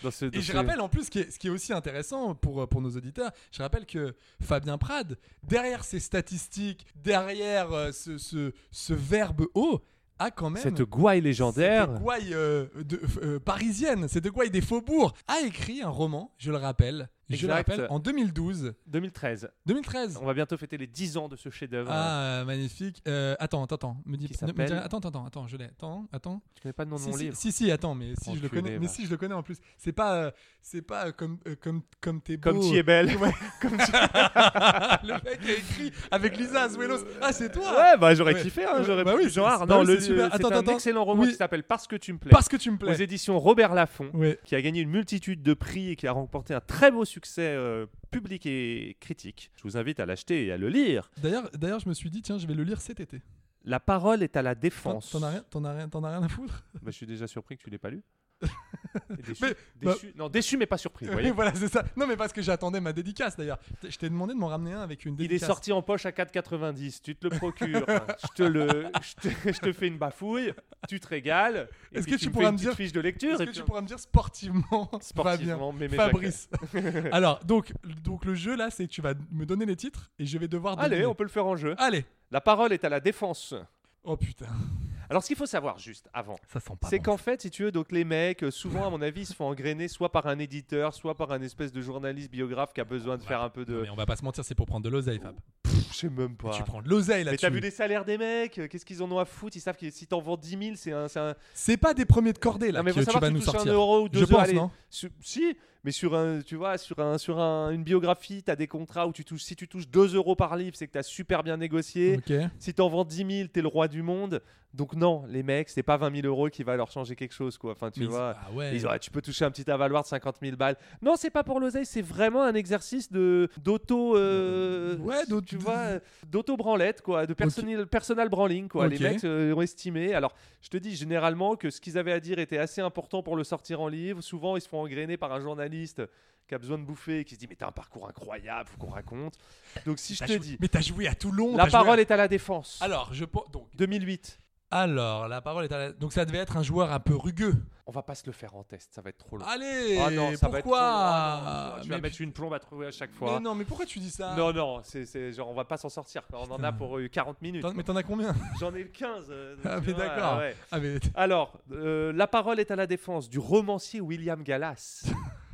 G: dans ce. dans
F: Et je
G: ce-
F: rappelle en plus, ce qui est, ce qui est aussi intéressant pour, euh, pour nos auditeurs, je rappelle que Fabien Prade, derrière ses statistiques, derrière euh, ce, ce, ce verbe haut, a quand même...
G: cette gouaille légendaire.
F: Cette gouaille euh, de, euh, parisienne, cette gouaille des faubourgs, a écrit un roman, je le rappelle, je le
G: Exact.
F: rappelle, en 2012,
G: 2013.
F: 2013.
G: On va bientôt fêter les 10 ans de ce chef-d'œuvre.
F: Ah, magnifique. Euh, attends, attends, attends. Me dis,
G: Qui
F: ne- me dis-
G: s'appelle
F: attends, attends, attends, je l'ai. Attends, attends.
G: Je connais pas le nom de
F: Si
G: mon
F: si,
G: livre.
F: si, si, attends, mais si je le
G: Enculé,
F: connais, mais
G: vache.
F: si je le connais en plus, c'est pas, euh, c'est pas euh, comme euh, comme comme t'es beau.
G: Comme
F: [laughs]
G: tu es belle.
F: Ouais.
G: Comme tu-
F: le mec a écrit avec Lisa Azuelos. Ah, c'est toi.
G: Ouais, bah j'aurais
F: Ouais.
G: kiffé. Hein, j'aurais
F: Bah
G: pu-
F: oui, c'est-
G: genre,
F: bah
G: non,
F: oui,
G: le,
F: c'est super.
G: c'est
F: Attends,
G: un
F: attends.
G: excellent roman
F: Oui.
G: qui s'appelle Parce que tu me plais.
F: Parce que tu me
G: Aux
F: plais.
G: éditions Robert Laffont.
F: Ouais.
G: qui a gagné une multitude de prix et qui a remporté un très beau succès euh, public et critique. Je vous invite à l'acheter et à le lire.
F: D'ailleurs, d'ailleurs, je me suis dit tiens, je vais le lire cet été.
G: La parole est à la
F: T'en
G: défense.
F: t'en as rien, t'en as rien, t'en as rien à foutre. [laughs]
G: Bah, je suis déjà surpris que tu l'aies pas lu. Et déçu,
F: Mais- bah-
G: déçu- non, déçu mais pas
F: [laughs]
G: surpris. vous voyez.
F: voilà, c'est ça. Non, mais parce que j'attendais ma dédicace d'ailleurs. T- Je t'ai demandé de m'en ramener un avec une
G: Il est
F: dédicace.
G: sorti en poche à 4,90. Tu te le
F: [laughs]
G: procures. je, te le, je, te, je te fais une bafouille. Tu te régales. et
F: Est-ce
G: puis
F: que tu
G: me
F: pourras
G: fais une
F: me
G: petite
F: dire-
G: fiche de lecture
F: Est-ce
G: et
F: que tu
G: puis-
F: pourras me dire sportivement, [laughs]
G: Sportivement,
F: Fabien,
G: Mémé [laughs]
F: Fabrice [laughs] Alors, donc, donc le jeu là, c'est que tu vas me donner les titres et je vais devoir.
G: Allez,
F: deviner.
G: on peut le faire en jeu.
F: Allez.
G: La parole est à la défense.
F: Oh putain,
G: Alors, ce qu'il faut savoir juste avant,
F: ça sent pas.
G: c'est
F: bon.
G: qu'en fait, si tu veux, donc les mecs, euh, souvent, à mon avis, ils se font engrainer soit par un éditeur, soit par un espèce de journaliste biographe qui a besoin de faire un peu
F: Non,
G: de.
F: mais on va pas se mentir, c'est pour prendre de l'oseille, Fab.
G: Je sais même pas.
F: Tu prends de l'oseille là.
G: Mais t'as
F: tu-
G: vu les salaires des mecs euh, Qu'est-ce qu'ils en ont à foutre Ils savent que si t'en vends 10 000, c'est un. c'est un-
F: C'est pas des premiers de cordée là
G: non, mais
F: que
G: faut
F: tu
G: savoir
F: vas
G: que
F: nous
G: tu touches
F: sortir.
G: un euro ou deux
F: je
G: euros.
F: pense,
G: allez.
F: non
G: Sur- si, mais sur un, tu vois, sur un, sur un- une biographie, t'as des contrats où tu touches, si tu touches 2 euros par livre, c'est que t'as super bien négocié.
F: Ok.
G: Si t'en vends 10 000, t'es le roi du monde. Donc non, les mecs, c'est pas 20 000 euros qui va leur changer quelque chose, quoi. Enfin, tu
F: Mais-
G: vois.
F: Ah ouais.
G: Ils auraient- tu peux toucher un petit avaloir de 50 000 balles. Non, c'est pas pour l'oseille, c'est vraiment un exercice de d'auto. euh,
F: Ouais, d'auto-
G: tu vois, euh, d'auto branlette quoi, de personnel personal branding quoi.
F: Ok.
G: Les mecs euh, ont estimé. Alors, je te dis généralement que ce qu'ils avaient à dire était assez important pour le sortir en livre. Souvent, ils se font engrainer par un journaliste qui a besoin de bouffer et qui se dit mais t'as un parcours incroyable, faut qu'on raconte. Donc si je
F: T'as
G: te
F: joué-
G: dis,
F: Mais t'as joué à Toulon.
G: la
F: t'as joué à-
G: parole est à la défense.
F: Alors, je pense. Donc,
G: 2008.
F: alors, la parole est à la. Donc, ça devait être un joueur un peu rugueux.
G: On va pas se le faire en test, ça va être trop long.
F: Allez
G: Ah non, ça va être trop long.
F: Pourquoi
G: Ah non, tu vas
F: mais,
G: mettre une plombe à trouver à chaque
F: mais
G: fois.
F: non, mais pourquoi tu dis ça
G: Non, non, c'est, c'est genre on va pas s'en sortir. quoi. On en a pour euh, 40 minutes.
F: T'en- Mais t'en as combien
G: J'en ai le 15. euh, donc
F: Ah,
G: tu
F: mais
G: vois,
F: d'accord.
G: ouais.
F: Ah, mais
G: Alors, euh, la parole est à la défense du romancier William
F: [laughs]
G: Gallas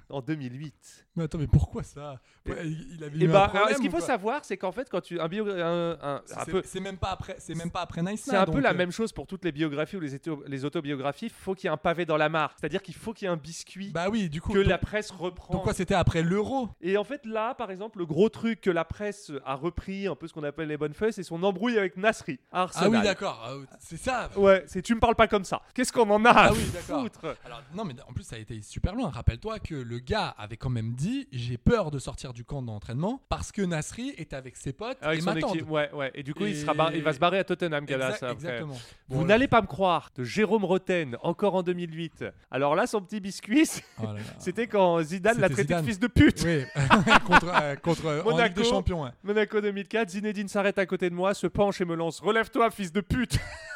G: en 2008.
F: Mais attends, mais pourquoi ça Ouais, Il il avait
G: Et
F: eu
G: bah,
F: un problème.
G: alors, ce qu'il
F: ou
G: faut
F: pas
G: savoir, c'est qu'en fait, quand tu. Un bio, un- un- un
F: C'est-
G: peu,
F: C'est même pas euh. après, c'est même pas après Nice.
G: C'est un peu la même chose pour toutes les biographies ou les, éto- les autobiographies. Il faut qu'il y ait un pavé dans la mare. C'est-à-dire qu'il faut qu'il y ait un biscuit
F: Bah oui, du coup.
G: que
F: donc-
G: la presse reprend.
F: donc quoi, c'était après l'euro
G: Et en fait, là, par exemple, le gros truc que la presse a repris, un peu ce qu'on appelle les bonnes feuilles, c'est son embrouille avec Nasri. à
F: Ah oui,
G: Arsenal.
F: d'accord. ah, C'est ça.
G: Ouais, c'est tu me parles pas comme ça. Qu'est-ce qu'on en a à
F: Ah oui, d'accord.
G: foutre
F: Alors, non, mais en plus, ça a été super loin. Rappelle-toi que le gars avait quand même dit J'ai peur de sortir du camp d'entraînement parce que Nasri est avec ses potes
G: Avec
F: et
G: son
F: m'attendent.
G: équipe, Ah ouais, ouais. Et du coup,
F: Et-
G: il, sera bar- il va se barrer à Tottenham, Gallas.
F: Exact-
G: après.
F: exactement.
G: Vous n'allez pas me croire, de Jérôme Roten, encore en 2008. Alors là, son petit biscuit, [laughs] c'est-
F: Oh là là.
G: c'était quand Zidane l'a
F: C'était
G: traité
F: Zidane.
G: de fils de pute.
F: [laughs] Oui, contre, euh, contre euh, en Ligue
G: Monaco.
F: des Champions. ouais.
G: Monaco 2004, Zinedine s'arrête à côté de moi, se penche et me lance Relève-toi, fils de pute [laughs]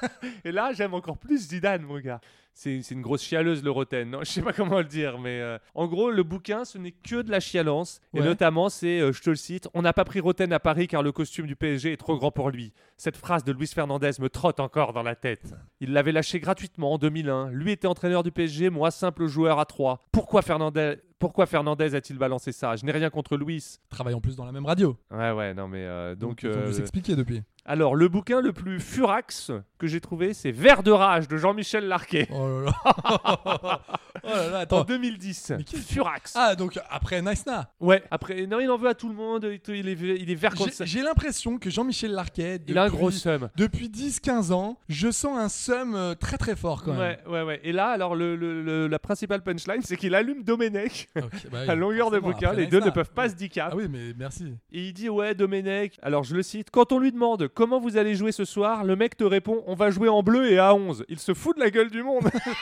G: Et là, j'aime encore plus Zidane, mon gars. C'est c'est une grosse chialeuse, le Roten. Non, [laughs] je sais pas comment le dire, mais euh, en gros, le bouquin, ce n'est que de la chialance.
F: Ouais.
G: Et notamment, c'est, euh, je te le cite On n'a pas pris Roten à Paris car le costume du PSG est trop grand pour lui. Cette phrase de Luis Fernandez me trotte encore dans la tête. Il l'avait lâché gratuitement en 2001. Lui était entraîneur du PSG, moi simple joueur à 3. Pourquoi Fernandez, pourquoi Fernandez a-t-il balancé ça Je n'ai rien contre Luis.
F: Travaille en plus dans la même radio.
G: Ouais, ouais, non, mais euh, donc.
F: ils ont
G: euh,
F: dû s'expliquer depuis.
G: alors, le bouquin le plus furax que j'ai trouvé, c'est Vert de rage de Jean-Michel Larquet.
F: Oh là
G: [laughs]
F: là. oh là là,
G: En
F: attends.
G: 2010.
F: Mais qu'est-ce-
G: Furax.
F: Ah, donc après Nice Na.
G: Ouais, après, non, il en veut à tout le monde. Il, il est, il est vert contre
F: J'ai-
G: ça.
F: J'ai l'impression que Jean-Michel Larquet.
G: Il a un
F: depuis-
G: gros seum.
F: Depuis 10-15 ans, je sens un seum euh, très très fort quand
G: Ouais,
F: même.
G: ouais, ouais. Et là, alors, le- le- le- la principale punchline, c'est qu'il allume Domenech
F: Ok, bah oui,
G: à longueur de
F: forcément,
G: bouquin.
F: après
G: Les
F: Nice
G: deux
F: Na.
G: ne peuvent pas se
F: Ah
G: dicap.
F: oui, mais merci.
G: Et il dit, ouais, Domenech. Alors, je le cite. Quand on lui demande comment vous allez jouer ce soir, le mec te répond, on va jouer en bleu et à 11. Il se fout de la gueule du monde. [laughs]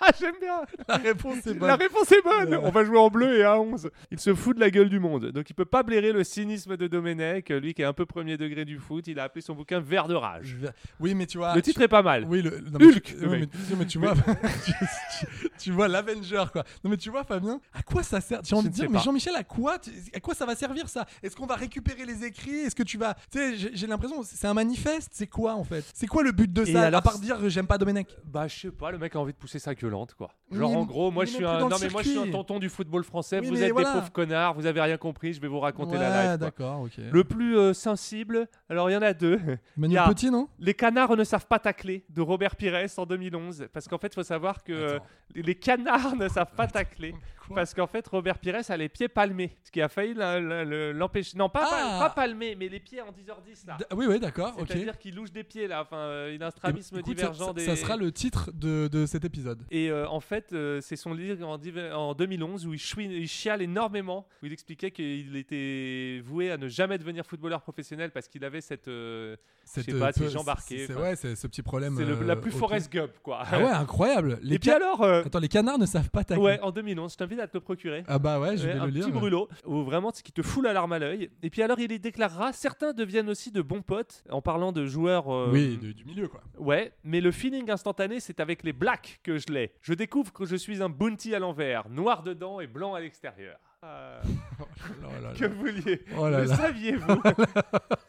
G: ah, j'aime bien.
F: La réponse est bonne.
G: La réponse est bonne
F: Euh.
G: On va jouer en bleu et à 11. Il se fout de la gueule du monde. Donc il peut pas blairer le cynisme de Domenech, lui qui est un peu premier degré du foot. Il a appelé son bouquin Vert de rage.
F: Je vais- Oui, mais tu vois.
G: le titre est pas mal.
F: [laughs] Oui, le, non, mais
G: Hulk,
F: tu-
G: le
F: ouais,
G: mec.
F: mais- non, mais tu vois, [laughs] tu, tu- tu vois l'Avenger quoi. Non mais tu vois Fabien, à quoi ça sert J'ai envie
G: Je
F: de
G: ne sais
F: dire, mais
G: pas.
F: Jean-Michel, à quoi, tu- à quoi ça va servir ça Est-ce qu'on va récupérer les écrits Est-ce que tu vas, tu sais, j'ai j'ai l'impression, c'est un manifeste. C'est quoi en fait C'est quoi le but de
G: Et
F: ça À
G: alors-
F: part dire, j'aime pas Domenech.
G: Bah je sais pas, le mec a envie de pousser sa gueulante quoi.
F: Mais
G: Genre
F: il est-
G: en gros, moi
F: il est
G: je suis
F: non plus
G: un
F: dans
G: non
F: le
G: mais moi je suis un
F: circuit.
G: tonton du football français,
F: Oui,
G: vous
F: mais
G: êtes
F: voilà.
G: des pauvres connards, vous avez rien compris, je vais vous raconter la
F: Ouais,
G: live. quoi.
F: d'accord, ok.
G: Le plus euh, sensible, alors il y en a [laughs] deux.
F: Manuel
G: y a-
F: Petit, non
G: Les canards ne savent pas tacler de Robert Pires en 2011 parce qu'en fait, il faut savoir que euh,
F: Attends.
G: les- les canards ne savent pas tacler.
F: Pourquoi
G: Parce qu'en fait, Robert Pires a les pieds palmés, ce qui a failli la- la- le- l'empêcher. Non, pas,
F: Ah.
G: pal- pas palmés, mais les pieds en 10h10 là.
F: D- Oui, oui, d'accord, ok. Eh ben,
G: C'est-à-dire qu'il louche des pieds là, enfin, euh, il a un strabisme
F: Écoute, ça-
G: divergent
F: ça,
G: des.
F: ça sera le titre de, de cet épisode.
G: Et euh, en fait, euh, c'est son livre en, div- en 2011 où il, chouine- il chiale énormément, où il expliquait qu'il était voué à ne jamais devenir footballeur professionnel parce qu'il avait cette. euh,
F: Cette,
G: sais pas,
F: euh,
G: ces
F: peu-
G: gens barqués,
F: c'est- c'est-
G: enfin.
F: Ouais, c'est ce petit problème.
G: c'est le-
F: euh,
G: la plus
F: au pied.
G: Forrest Gump, quoi.
F: Ah ouais, incroyable. Les
G: Et puis
F: ca-
G: alors. euh,
F: Attends, les canards ne savent pas taquer.
G: Ouais, en 2011, je t'invite à te le procurer.
F: Ah bah ouais, je
G: Ouais,
F: vais
G: un
F: le
G: petit
F: lire. mais-
G: brûlot où vraiment ce qui te fout la larme à l'œil. Et puis alors il les déclarera certains deviennent aussi de bons potes en parlant de joueurs. euh,
F: Oui, de- du milieu quoi.
G: Ouais, mais le feeling instantané c'est avec les blacks que je l'ai. Je découvre que je suis un bounty à l'envers, noir dedans et blanc à l'extérieur. Euh,
F: Oh là là.
G: que vous vouliez
F: Oh là
G: Le
F: là.
G: saviez-vous [laughs]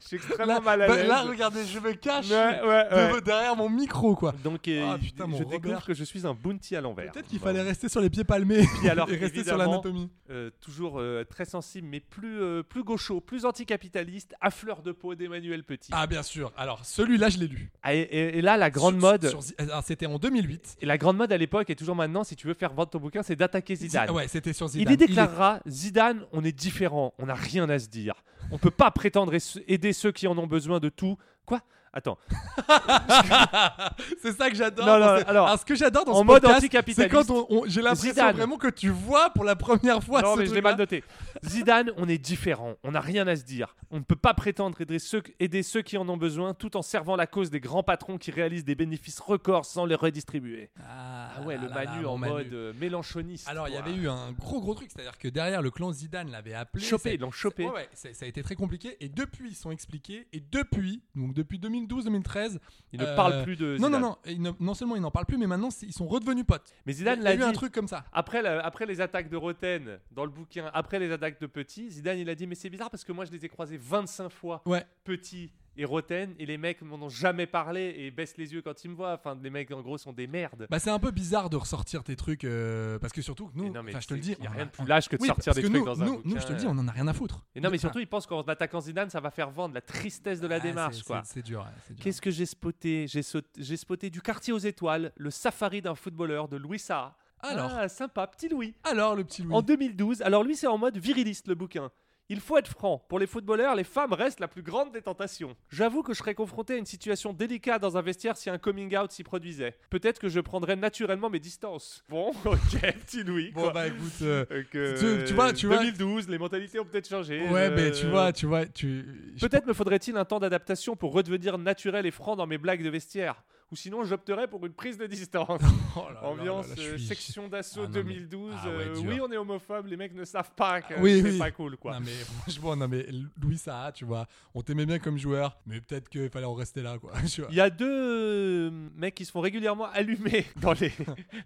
G: Je suis extrêmement
F: Là,
G: mal à
F: bah,
G: l'aise.
F: là, regardez, je me cache
G: Ouais, ouais, ouais.
F: de- derrière mon micro quoi.
G: Donc euh,
F: Ah,
G: il-
F: putain, mon
G: je
F: Robert.
G: découvre que je suis un bounty à l'envers.
F: Peut-être qu'il fallait rester sur les pieds palmés
G: bah Puis alors,
F: [laughs] et rester sur
G: évidemment,
F: l'anatomie.
G: Euh, toujours euh, très sensible, mais plus, euh, plus gaucho, plus anticapitaliste, à fleur de peau d'Emmanuel Petit.
F: Ah bien sûr. Alors celui-là, je l'ai lu.
G: Ah, et, et- et là, la grande
F: Sur-
G: mode.
F: sur- ah, C'était en 2008.
G: Et la grande mode à l'époque, et toujours maintenant, si tu veux faire vendre ton bouquin, c'est d'attaquer Zidane.
F: Ah Ouais, c'était sur
G: Il
F: Zidane.
G: y déclarera Zidane, on est différent, on n'a rien à se dire. On peut pas prétendre es- aider ceux qui en ont besoin de tout. Quoi Attends.
F: est- [laughs] C'est ça que j'adore.
G: Non, non,
F: dans ce-
G: alors,
F: ce que j'adore dans
G: en
F: ce
G: mode
F: podcast, c'est
G: anticapitaliste,
F: quand on- on- j'ai l'impression
G: Zidane.
F: vraiment que tu vois pour la première fois.
G: non,
F: ce
G: mais je l'ai
F: truc-là.
G: mal noté. Zidane, on est différent, on n'a rien à se dire. On ne peut pas prétendre aider ceux, aider ceux qui en ont besoin tout en servant la cause des grands patrons qui réalisent des bénéfices records sans les redistribuer.
F: Ah,
G: Ah ouais,
F: là
G: le
F: là
G: Manu
F: là,
G: en
F: mon Manu.
G: mode euh, mélanchoniste.
F: Alors, il y
G: quoi.
F: avait eu un gros gros truc, c'est-à-dire que derrière le clan Zidane l'avait appelé.
G: Chopé,
F: ça-
G: ils l'ont chopé.
F: Ouais, ouais, ça ça a été très compliqué. Et depuis, ils sont expliqués. Et depuis, donc depuis 2012-2013.
G: Il ne
F: euh,
G: parle plus de.
F: Non,
G: Zidane.
F: non, non. ils ne- non seulement ils n'en parlent plus, mais maintenant, c'est- ils sont redevenus potes.
G: Mais
F: Il y a
G: Zidane
F: il y a
G: l'a
F: eu
G: dit.
F: un truc comme ça.
G: Après, la- après les attaques de Roten dans le bouquin, après les attaques de Petit, Zidane il a dit Mais c'est bizarre parce que moi je les ai croisés 25 fois,
F: Ouais.
G: Petit et Roten, et les mecs m'en ont jamais parlé et baissent les yeux quand ils me voient. Enfin, les mecs en gros sont des merdes.
F: Bah, c'est un peu bizarre de ressortir tes trucs euh, parce que surtout que nous,
G: Et non, mais
F: enfin, je te le
G: tu sais
F: dis,
G: qu'il y a
F: on
G: rien
F: a-
G: de plus lâche que de
F: Oui,
G: sortir
F: parce
G: des
F: que
G: trucs
F: nous,
G: dans un
F: nous, nous, je te le dis,
G: bouquin.
F: on en a rien à foutre.
G: Et non, mais
F: Ah,
G: surtout, ils pensent qu'en attaquant Zidane, ça va faire vendre la tristesse de la
F: ah,
G: démarche,
F: c'est-
G: quoi.
F: C'est c'est dur. ouais, c'est dur.
G: Qu'est-ce que j'ai spoté J'ai saut- j'ai spoté du quartier aux étoiles, le safari d'un footballeur de Louis Sarr.
F: Alors.
G: Ah, sympa, petit Louis.
F: Alors, le petit Louis.
G: En 2012, alors lui c'est en mode viriliste le bouquin. Il faut être franc, pour les footballeurs, les femmes restent la plus grande des tentations. J'avoue que je serais confronté à une situation délicate dans un vestiaire si un coming out s'y produisait. Peut-être que je prendrais naturellement mes distances. Bon, [laughs] ok, petit Louis.
F: Bon,
G: quoi.
F: bah, écoute. euh,
G: Donc, euh,
F: tu- tu vois- tu vois-
G: 2012, les mentalités ont peut-être changé.
F: Ouais,
G: euh,
F: mais tu vois, tu vois, tu. je
G: Peut-être me faudrait-il un temps d'adaptation pour redevenir naturel et franc dans mes blagues de vestiaire. Ou sinon, j'opterais pour une prise de distance.
F: [laughs] Oh là là là là,
G: Ambiance
F: là, je
G: euh,
F: suis-
G: section d'assaut
F: Ah non, mais-
G: 2012.
F: Ah ouais,
G: euh,
F: dur.
G: oui, on est homophobe, les mecs ne savent pas que
F: Oui,
G: euh, c'est
F: oui.
G: pas cool quoi.
F: Non mais franchement, non mais Louis Saha, tu vois, on t'aimait bien comme joueur, mais peut-être qu'il fallait en rester là, quoi. [laughs] tu vois.
G: Il y a deux euh, mecs qui se font régulièrement allumer [laughs] dans les,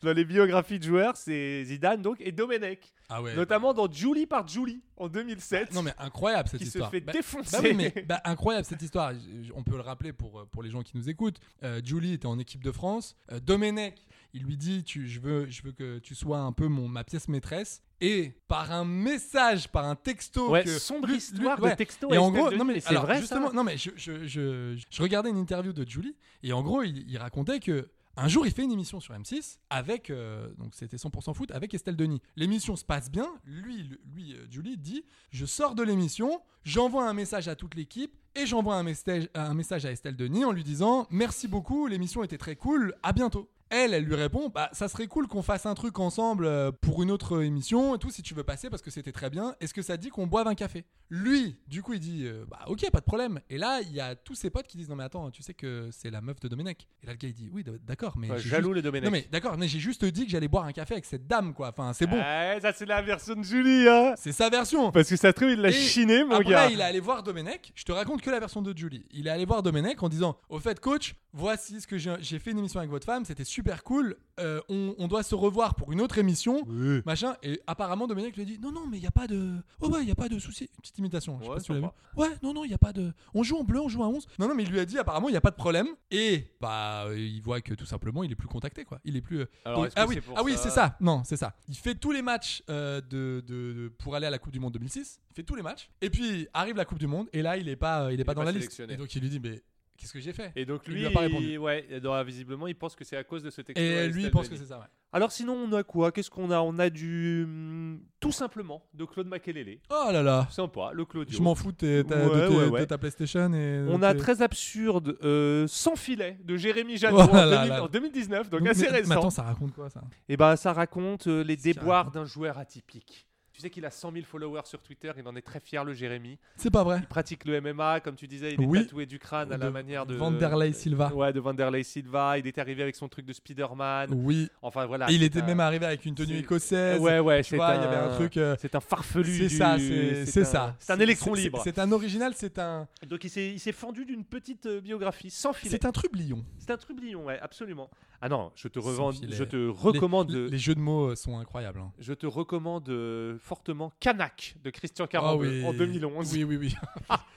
G: dans les biographies de joueurs, c'est Zidane donc et Domenech,
F: Ah ouais. Bah,
G: notamment dans Julie par Julie en 2007.
F: Non mais incroyable cette
G: Qui se
F: histoire.
G: fait
F: Bah-
G: défoncer.
F: bah oui, mais- bah, incroyable cette histoire. Je- je- On peut le rappeler pour euh, pour les gens qui nous écoutent. Euh, Julie était en équipe de France. Euh, Domenech, il lui dit, tu, je veux, je veux que tu sois un peu mon ma pièce maîtresse. Et par un message, par un texto,
G: Ouais,
F: que
G: sombre
F: Lu-
G: histoire
F: Lu-
G: de
F: ouais.
G: texto
F: Et
G: à
F: en
G: Estelle
F: gros,
G: Denis,
F: non mais
G: mais c'est
F: alors,
G: vrai, ça
F: justement, non mais je, je, je, je regardais une interview de Julie et en gros, il, il racontait que un jour, il fait une émission sur M6 avec euh, donc c'était 100% foot avec Estelle Denis. L'émission se passe bien, lui le- lui euh, Julie dit "Je sors de l'émission, j'envoie un message à toute l'équipe et j'envoie un message un message à Estelle Denis en lui disant "Merci beaucoup, l'émission était très cool, à bientôt." Elle, elle lui répond "Bah ça serait cool qu'on fasse un truc ensemble euh, pour une autre émission et tout si tu veux passer parce que c'était très bien. Est-ce que ça te dit qu'on boive un café Lui, du coup, il dit euh, "Bah OK, pas de problème." Et là, il y a tous ses potes qui disent "Non mais attends, tu sais que c'est la meuf de Domenech." Et là le gars il dit "Oui, d- d'accord, mais
G: Ouais,
F: j'ai
G: jaloux
F: juste-
G: le Domenech.
F: Non mais d'accord, mais j'ai juste dit que j'allais boire un café avec cette dame quoi. Enfin, c'est bon.
G: Ouais, ça c'est la version de Julie, hein
F: C'est sa version.
G: Parce que ça se trouve, il l'a
F: Et
G: chiné, mon
F: après,
G: gars.
F: il est allé voir Domenech. Je te raconte que la version de Julie. Il est allé voir Domenech en disant Au fait, coach, voici ce que j'ai j'ai fait une émission avec votre femme. C'était super cool. Euh, on, on doit se revoir pour une autre émission. Machin. Et apparemment, Domenech lui a dit Non, non, mais il n'y a pas de. Oh, ouais, il n'y a pas de souci. Une petite imitation. je sais
G: Ouais,
F: pas si tu l'as vu.
G: sympa.
F: Ouais, non, non, il n'y a pas de. On joue en bleu, on joue à 11. Non, non, mais il lui a dit Apparemment, il n'y a pas de problème. Et bah, euh, il voit que tout simplement, il est plus contacté, quoi. Il est plus. euh,
G: Alors,
F: donc-
G: est-ce que
F: ah oui,
G: c'est pour
F: ah oui,
G: ça
F: c'est ça. Non, c'est ça. Il fait tous les matchs euh, de, de- de- pour aller à la Coupe du Monde 2006. Il fait tous les matchs. Et puis arrive la Coupe du Monde et là il est pas, euh, il est pas
G: est
F: dans
G: pas
F: la liste.
G: sélectionné.
F: Et donc il lui dit mais Qu'est-ce que j'ai fait
G: Et donc
F: Il
G: lui,
F: lui a pas répondu.
G: il- ouais, et donc, visiblement, il pense que c'est à cause de ce texte.
F: Et lui, il pense que c'est ça, ouais.
G: Alors sinon, on a quoi Qu'est-ce qu'on a On a du hum, tout simplement de Claude Makelele.
F: Oh là là
G: Sympa, le Claudio.
F: Je m'en fous de, tes- ta-
G: Ouais,
F: de tes-
G: ouais, ouais.
F: de ta PlayStation et.
G: On a
F: tes-
G: très absurde euh, sans filet de Jérémy Janot
F: Oh
G: en,
F: là
G: 2000
F: là.
G: en 2019, donc,
F: Donc,
G: assez
F: mais- mais
G: récent.
F: attends, ça raconte quoi ça
G: Et bah ça raconte euh, les
F: Qu'est-ce qu'il
G: déboires
F: raconte
G: d'un joueur atypique. Tu sais qu'il a 100 000 followers sur Twitter, il en est très fier le Jérémy.
F: C'est pas vrai.
G: Il pratique le MMA, comme tu disais, il est
F: Oui.
G: tatoué du crâne à la
F: De
G: manière de...
F: Vanderlei Silva.
G: Ouais, de Vanderlei Silva. Il était arrivé avec son truc de Spider-Man.
F: Oui.
G: Enfin voilà.
F: Et il
G: c'est
F: était
G: un-
F: même arrivé avec une tenue
G: c'est-
F: écossaise.
G: Ouais, ouais,
F: Tu
G: c'est
F: vois,
G: un...
F: il y avait un truc. euh,
G: C'est un farfelu.
F: C'est
G: du-
F: ça, c'est c'est
G: un-
F: ça.
G: C'est un électron
F: c'est-
G: libre.
F: C'est un original, c'est un,
G: Donc il s'est il s'est fendu d'une petite euh, biographie sans filet.
F: c'est un trublion.
G: C'est un trublion, ouais, absolument. Ah non, je te,
F: Sans
G: revends,
F: filet.
G: je te recommande,
F: Les, les jeux de mots euh, sont incroyables. hein.
G: je te recommande euh, fortement Kanak de Christian 42
F: Ah oui.
G: en 2011.
F: Oui,
G: [laughs]
F: oui, oui. [laughs]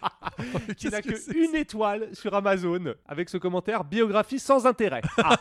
G: Qui n'a
F: Qu'est-ce que
G: que,
F: c'est
G: une étoile sur Amazon avec ce commentaire biographie sans intérêt. [laughs] Ah.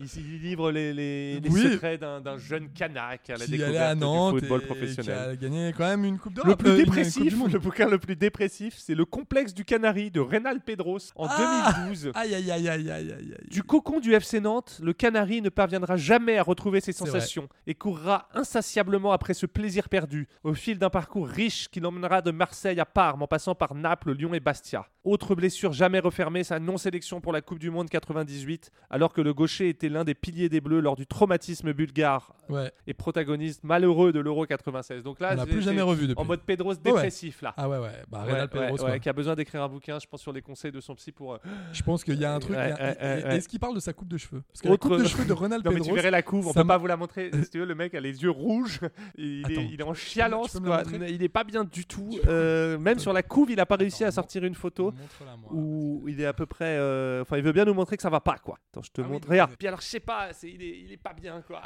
G: Il, il livre les, les- les
F: Oui.
G: secrets d'un d'un jeune Kanak à la
F: Qui allait
G: découverte
F: à Nantes
G: du football
F: et qui
G: professionnel.
F: a gagné quand même une coupe d'Europe.
G: Le plus
F: euh, une Coupe
G: dépressif,
F: du
G: [laughs]
F: Monde.
G: le bouquin le plus dépressif, c'est Le complexe du Canari de Reynal Pedros en
F: Ah
G: 2012.
F: Aïe, aïe, aïe, aïe, aïe, aïe, aïe.
G: Du cocon du FC Nantes, le Canari ne parviendra jamais à retrouver ses
F: vrai.
G: sensations et courra insatiablement après ce plaisir perdu, au fil d'un parcours riche qui l'emmènera de Marseille à Parme en passant par Naples, Lyon et Bastia. Autre blessure jamais refermée, sa non-sélection pour la Coupe du Monde 98, alors que le gaucher était l'un des piliers des Bleus lors du traumatisme bulgare
F: Ouais,
G: et protagoniste malheureux de l'Euro 96. Donc là,
F: on l'a
G: Ah, c'est-
F: plus jamais
G: c'est
F: revu depuis.
G: en mode Pedros
F: ouais.
G: dépressif là.
F: Ah ouais, ouais. Bah,
G: Ouais,
F: Reynald
G: ouais,
F: Pedros,
G: ouais,
F: quoi.
G: qui a besoin d'écrire un bouquin, je pense, sur les conseils de son psy pour. euh,
F: Je pense qu'il y a un truc.
G: Ouais,
F: il y a-
G: ouais, ouais,
F: et-
G: ouais.
F: Est-ce qu'il parle de sa coupe de cheveux Parce que
G: Autre-
F: la coupe de cheveux de
G: [laughs]
F: Ronald
G: Non, mais
F: Pedros.
G: tu verrais la couve, on
F: ça
G: peut pas
F: m-
G: vous la montrer. si tu veux, le mec a les yeux rouges, il,
F: Attends,
G: est, il est en
F: tu
G: chialance,
F: peux me la
G: quoi.
F: montrer
G: il est pas bien du tout. Euh, même sur la couve, il a pas réussi
F: Attends,
G: à sortir une photo
F: Montre-la moi.
G: où il est à peu près. euh, Enfin, il veut bien nous montrer que ça va pas, quoi. Attends, je te
F: Ah oui,
G: montre.
F: donc,
G: Regarde.
F: euh,
G: Puis alors, je sais pas, c'est- il, est, il est pas bien, quoi.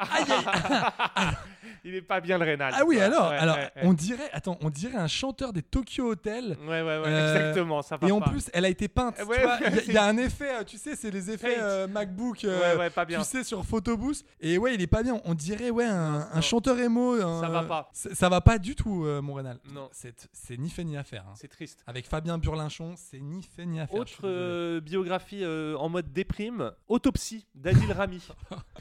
G: [laughs] il est pas bien, le rénal.
F: Ah oui,
G: quoi.
F: alors,
G: Ouais,
F: alors
G: ouais, ouais.
F: on dirait, attends, on dirait un chanteur des Tokyo Hotel.
G: Ouais, ouais, ouais,
F: Euh,
G: exactement, ça va
F: Et en
G: pas. Eh
F: plus, elle a été peinte.
G: Ouais,
F: tu vois. Il y a- il y,
G: c'est-
F: a un effet, euh, tu sais, c'est les effets
G: Paint.
F: euh, MacBook. euh,
G: ouais, ouais, pas bien.
F: Tu sais, sur Photobooth. Et ouais, il est pas bien. On dirait, ouais, un, un chanteur émo. un-
G: Ça va pas.
F: Ça, ça va pas du tout, euh, mon Rénal.
G: Non.
F: C'est c'est ni fait ni à faire. hein.
G: C'est triste.
F: Avec Fabien Burlinchon, c'est ni fait ni à faire. je suis
G: Autre
F: désolé.
G: euh, biographie euh, en mode déprime, Autopsie d'Adil
F: [laughs]
G: Rami,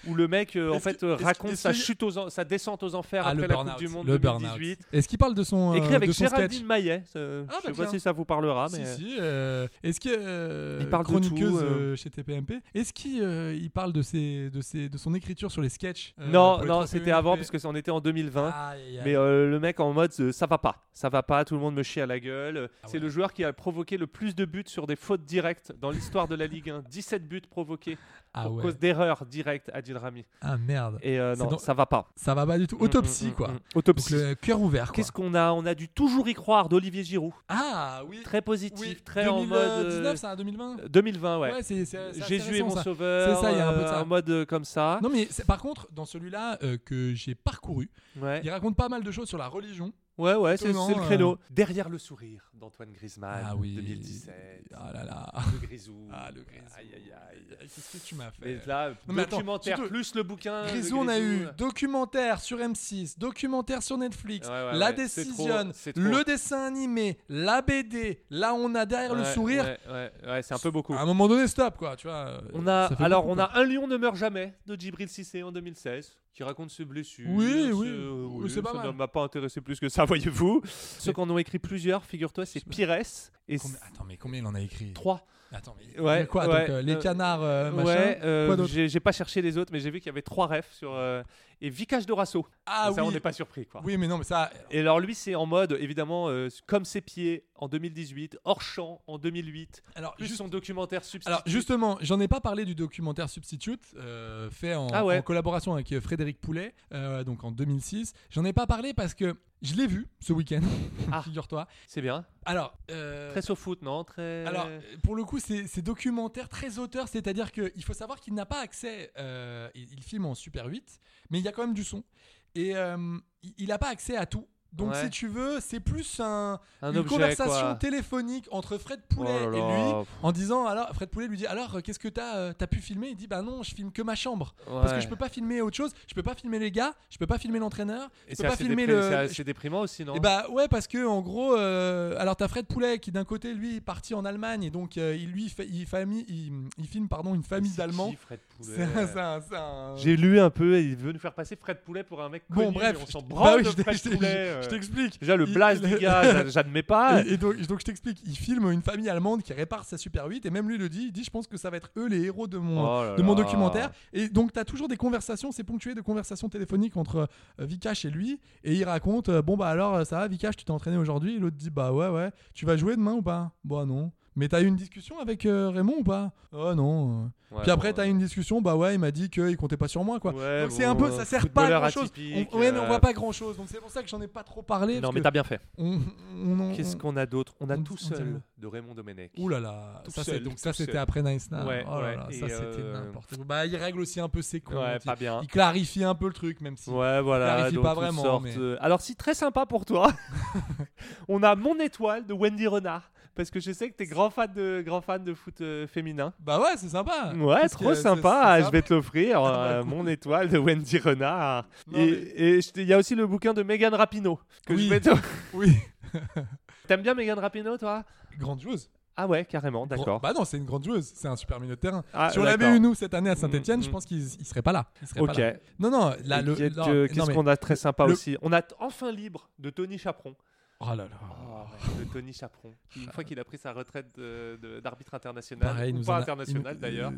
G: où le mec euh, en
F: Est-ce
G: fait
F: que-
G: euh,
F: est-ce que-
G: raconte
F: est-ce
G: sa
F: qu'il-
G: chute aux en- sa descente aux enfers
F: Ah,
G: après
F: le
G: la Coupe
F: burn-out.
G: du Monde
F: Le burn-out.
G: 2018.
F: Est-ce qu'il parle de son, euh,
G: Écrit avec
F: de son sketch
G: Géraldine Maillet, euh,
F: Ah, bah
G: je sais pas
F: tiens.
G: si ça vous parlera, Ah, mais
F: Si, si, euh, est-ce que euh,
G: Il parle de tout,
F: chroniqueuse
G: euh.
F: euh, chez TPMP, est-ce qu'il euh, il parle de ses, de ses, de son écriture sur les sketchs euh, pour
G: non,
F: les
G: non,
F: trophées
G: c'était avant
F: UMP?
G: parce que c'en était en 2020.
F: Aïe, aïe, aïe.
G: Mais euh, le mec en mode euh, ça va pas, ça va pas, tout le monde me chie à la gueule. Euh,
F: Ah
G: c'est
F: ouais.
G: le joueur qui a provoqué le plus de buts sur des fautes directes dans l'histoire de la Ligue 1. 17 buts provoqués
F: ah
G: pour
F: ouais.
G: cause d'erreurs directes à Adil Rami.
F: Ah merde,
G: Et euh,
F: C'est
G: non,
F: dans-
G: ça va pas.
F: ça va pas du tout.
G: Mm,
F: Autopsie
G: mm,
F: quoi.
G: mm, mm.
F: Donc
G: Autopsie.
F: le cœur ouvert quoi.
G: Qu'est-ce qu'on a On a dû toujours y croire d'Olivier Giroud.
F: Ah oui.
G: Très positif,
F: oui.
G: très en mode.
F: 2019,
G: euh,
F: c'est un 2020.
G: 2020, ouais.
F: c'est c'est- c'est
G: Jésus est
F: intéressant,
G: mon
F: ça.
G: sauveur.
F: C'est ça, il y a un peu de
G: euh,
F: ça.
G: En mode euh, comme ça.
F: Non mais c'est- par contre, dans celui-là euh, que j'ai parcouru,
G: Ouais,
F: il raconte pas mal de choses sur la religion.
G: ouais, ouais, c'est
F: Étonnant,
G: c'est le créneau.
F: euh.
G: Derrière le sourire d'Antoine Griezmann,
F: Ah oui.
G: 2017.
F: Ah là là.
G: Le grisou.
F: [laughs] Ah le Grisou.
G: Aïe, aïe, aïe.
F: Qu'est-ce que tu m'as fait
G: Mais là,
F: Non, mais attends,
G: documentaire
F: surtout-
G: plus le bouquin. le euh.
F: Grisou, on a eu
G: là.
F: documentaire sur M6, documentaire sur Netflix,
G: Ouais, ouais,
F: la
G: ouais,
F: décision,
G: c'est trop, c'est trop.
F: le dessin animé, la BD. Là, on a derrière le
G: Ouais,
F: sourire.
G: Ouais, ouais, ouais, c'est un peu beaucoup.
F: À un moment donné, stop, quoi. Tu vois. euh,
G: On a,
F: ça fait
G: alors,
F: beaucoup,
G: on
F: quoi.
G: a Un lion ne meurt jamais de Djibril Cissé en 2016, qui raconte ses blessures.
F: Oui,
G: ce-
F: oui,
G: euh,
F: oui, c'est pas
G: ça
F: mal.
G: ne m'a pas intéressé plus que ça, [laughs] voyez-vous. Ceux qu'en ont écrit plusieurs, figure-toi, c'est Pires et
F: Combien- Ah, Attends, mais combien il en a écrit
G: 3.
F: Attends, mais
G: Ouais,
F: mais quoi
G: ouais,
F: donc, euh, Les
G: euh,
F: canards, euh, machin.
G: ouais, euh,
F: quoi d'autre
G: j'ai j'ai pas cherché les autres, mais j'ai vu qu'il y avait trois refs sur. euh, et Vicage Dorasso.
F: Ah
G: ça,
F: oui.
G: on n'est pas surpris, quoi.
F: Oui, mais non, mais ça.
G: Et alors, lui, c'est en mode, évidemment, euh, comme ses pieds en 2018, hors champ en 2008,
F: Alors,
G: plus
F: juste-
G: son documentaire substitut.
F: Alors justement, j'en ai pas parlé du documentaire Substitute euh, fait en,
G: Ah ouais.
F: en collaboration avec euh, Frédéric Poulet, euh, donc en 2006. J'en ai pas parlé parce que je l'ai vu ce week-end,
G: Ah.
F: [laughs] figure-toi.
G: C'est bien.
F: Alors, euh,
G: Très sauf foot, non Très.
F: alors euh, pour le coup, c'est c'est documentaire très auteur, c'est-à-dire qu'il faut savoir qu'il n'a pas accès. euh, il, il filme en Super 8, mais il y a quand même du son et euh, il- il n'a pas accès à tout. Donc
G: Ouais.
F: si tu veux, c'est plus un,
G: Un
F: une
G: objet,
F: conversation
G: quoi.
F: téléphonique entre Fred Poulet
H: Oh là
F: et
H: là,
F: lui
H: pff.
F: en disant alors Fred Poulet lui dit alors euh, qu'est-ce que t'as euh, t'as pu filmer il dit bah non je filme que ma chambre parce que
G: Ouais.
F: je peux pas filmer autre chose je peux pas filmer les gars je peux pas filmer l'entraîneur je
G: Et
F: peux
G: c'est
F: pas
G: assez,
F: filmer
G: déprim- c'est
F: le
G: assez déprimant aussi, non
F: et bah ouais parce que en gros euh, alors t'as Fred Poulet qui d'un côté lui est parti en Allemagne et donc euh, il lui fa- il, famille, il, il filme pardon une famille d'Allemands c'est un, c'est un- c'est un-
G: J'ai lu un peu, il veut nous faire passer Fred Poulet pour un mec
F: bon
G: connu,
F: bref
G: mais on s'en
F: je-
G: branle
F: bah oui,
G: de
F: je t'ai-
G: Fred
F: je t'ai-
G: Poulet,
F: je-
G: euh.
F: je t'explique
G: Déjà, le
F: Il- [laughs]
G: blaze
F: il-
G: du gars, j'a- j'admets pas.
F: Et, et donc, donc je t'explique, il filme une famille allemande qui répare sa Super 8 et même lui le dit, il dit je pense que ça va être eux les héros de mon,
H: Oh là
F: de mon
H: là.
F: documentaire. Et donc t'as toujours des conversations, c'est ponctué de conversations téléphoniques entre euh, Vikash et lui et il raconte euh, bon bah alors euh, ça va Vikash tu t'es entraîné aujourd'hui et l'autre dit bah ouais ouais, tu vas jouer demain ou pas Bah non. Mais t'as eu une discussion avec euh, Raymond ou pas Oh non. Puis après t'as eu une discussion, bah ouais il m'a dit qu'il comptait pas sur moi quoi.
G: Ouais,
F: donc c'est
G: bon,
F: un peu,
G: euh,
F: ça sert pas à
G: footballeur
F: grand chose.
G: atypique,
F: ouais mais on
G: euh,
F: voit pas grand chose, donc c'est pour ça que j'en ai pas trop parlé.
G: Non,
F: parce
G: mais
F: que
G: t'as bien fait.
F: on- on- on-
G: Qu'est-ce qu'on a d'autre On a
F: on- on
G: tout
F: dit un mot.
G: seul de Raymond Domenech.
F: Ouh là là,
G: Tout
F: ça
G: seul,
F: c'est donc
G: tout
F: ça c'était
G: seul.
F: après Nice Now.
G: Ouais,
F: oh là
G: ouais,
F: là,
G: et
F: ça c'était
G: euh,
F: n'importe quoi. Bah il règle aussi un peu ses comptes.
G: Ouais, pas
F: il,
G: bien.
F: il clarifie un peu le truc même si.
G: Ouais, voilà.
F: clarifie
G: donc
F: pas
G: toutes
F: vraiment,
G: sortes,
F: mais-
G: euh, Alors, si très sympa pour toi, [laughs] on a mon étoile de Wendy Renard. Parce que je sais que t'es grand fan de, grand fan de foot euh, féminin.
F: Bah ouais, c'est sympa.
G: Ouais,
F: Qu'est-ce
G: trop
F: que- c'est-
G: sympa.
F: c'est
G: Je vais te l'offrir.
F: Ah bah,
G: euh,
F: cool.
G: Mon étoile de Wendy Renard.
F: Non,
G: Et et je t'ai- il y a aussi le bouquin de Megan Rapinoe. Que
F: Oui.
G: je vais te- [laughs]
F: [laughs] Oui,
G: T'aimes bien Megan Rapinoe, toi
F: grande joueuse.
G: Ah ouais, carrément,
F: Grand-
G: d'accord.
F: Bah non, c'est une grande joueuse. C'est un super milieu de terrain.
G: Ah,
F: si on l'avait
G: d'accord.
F: eu nous cette année à Saint-Etienne,
G: Mm,
F: je
G: mm.
F: pense qu'il il serait pas là. Il serait
G: Ok.
F: pas là. Non, non, là,
G: Et
F: le.
G: qu'est-
F: non,
G: que-
F: non,
G: Qu'est-ce
F: mais-
G: qu'on a de très sympa
F: le-
G: aussi On a t- enfin libre de Tony Chaperon.
F: Oh là là.
G: de Tony Chaperon. qui, une fois qu'il a pris sa retraite de- de- d'arbitre international,
F: Pareil,
G: Bah, ou
F: nous
G: pas
F: en a-
G: international
F: il-
G: d'ailleurs,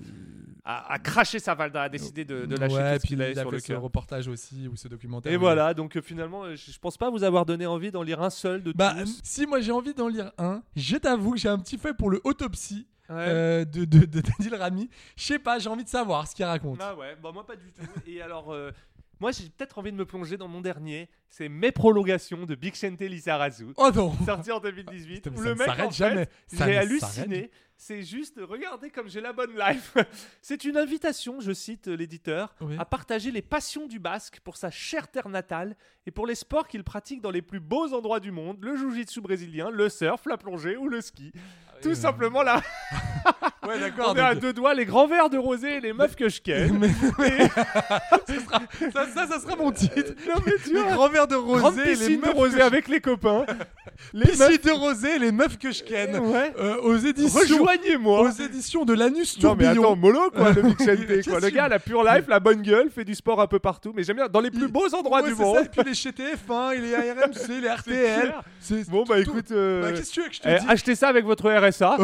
G: a, a craché sa valda, a décidé de, de lâcher
F: ouais,
G: tout ce
F: puis
G: qu'il avait
F: il a
G: sur
F: fait
G: le
F: ce
G: cœur.
F: reportage aussi ou ce documentaire.
G: Et
F: où-
G: voilà, donc euh, finalement, euh, je je pense pas vous avoir donné envie d'en lire un seul de
F: Bah,
G: tous.
F: si moi j'ai envie d'en lire un, je t'avoue que j'ai un petit fait pour le autopsie
G: Ouais.
F: euh, de, de, de Daniel Rami. Je sais pas, j'ai envie de savoir ce qu'il raconte.
G: Ah ouais, bah moi pas du tout. Et alors, euh, moi j'ai peut-être envie de me plonger dans mon dernier, c'est Mes prologations de Big Shente Lizarazu.
F: Oh non
G: sorti en 2018
F: Putain, mais
G: où
F: ça
G: le
F: ne
G: mec
F: s'arrête
G: en fait,
F: jamais. Ça ne
G: j'ai
F: s'arrête.
G: halluciné c'est juste regardez comme j'ai la bonne life [laughs] c'est une invitation je cite euh, l'éditeur
F: Oui.
G: à partager les passions du basque pour sa chère terre natale et pour les sports qu'il pratique dans les plus beaux endroits du monde le jiu-jitsu brésilien le surf la plongée ou le ski
F: Ah
G: tout simplement là
F: Ouais, d'accord.
G: on est à
F: donc-
G: deux doigts les grands verres de rosé et les meufs que je kiffe
F: [laughs] Mais- ça, ça, ça sera mon titre.
G: non mais tu vois
F: Grand verre de
G: grande
F: rosé, les
G: piscine de
F: meufs
G: rosé
F: que
G: avec les
F: [laughs]
G: copains
F: je... piscine de rosé, les meufs que je ken.
G: ouais
F: Euh, aux éditions,
G: rejoignez-moi
F: aux éditions de l'anus
G: Non mais
F: tourbillon.
G: attends, mollo quoi, le Big
F: [laughs]
G: Shanty,
F: Qu'est-ce
G: quoi. Le
F: que-
G: gars, la pure life, la bonne gueule, fait du sport un peu partout, mais j'aime bien dans les plus
F: Il-
G: beaux endroits
F: Ouais,
G: du
F: c'est
G: monde.
F: ça, et puis les CTF1, il
G: [laughs]
F: est RMC, les RTL.
G: clair.
F: c'est-
G: Bon bah
F: tout-
G: écoute, euh,
F: Bah, qu'est-ce que tu veux que [laughs] je te
G: eh,
F: dise
G: achetez ça avec votre
F: [laughs]
G: RSA.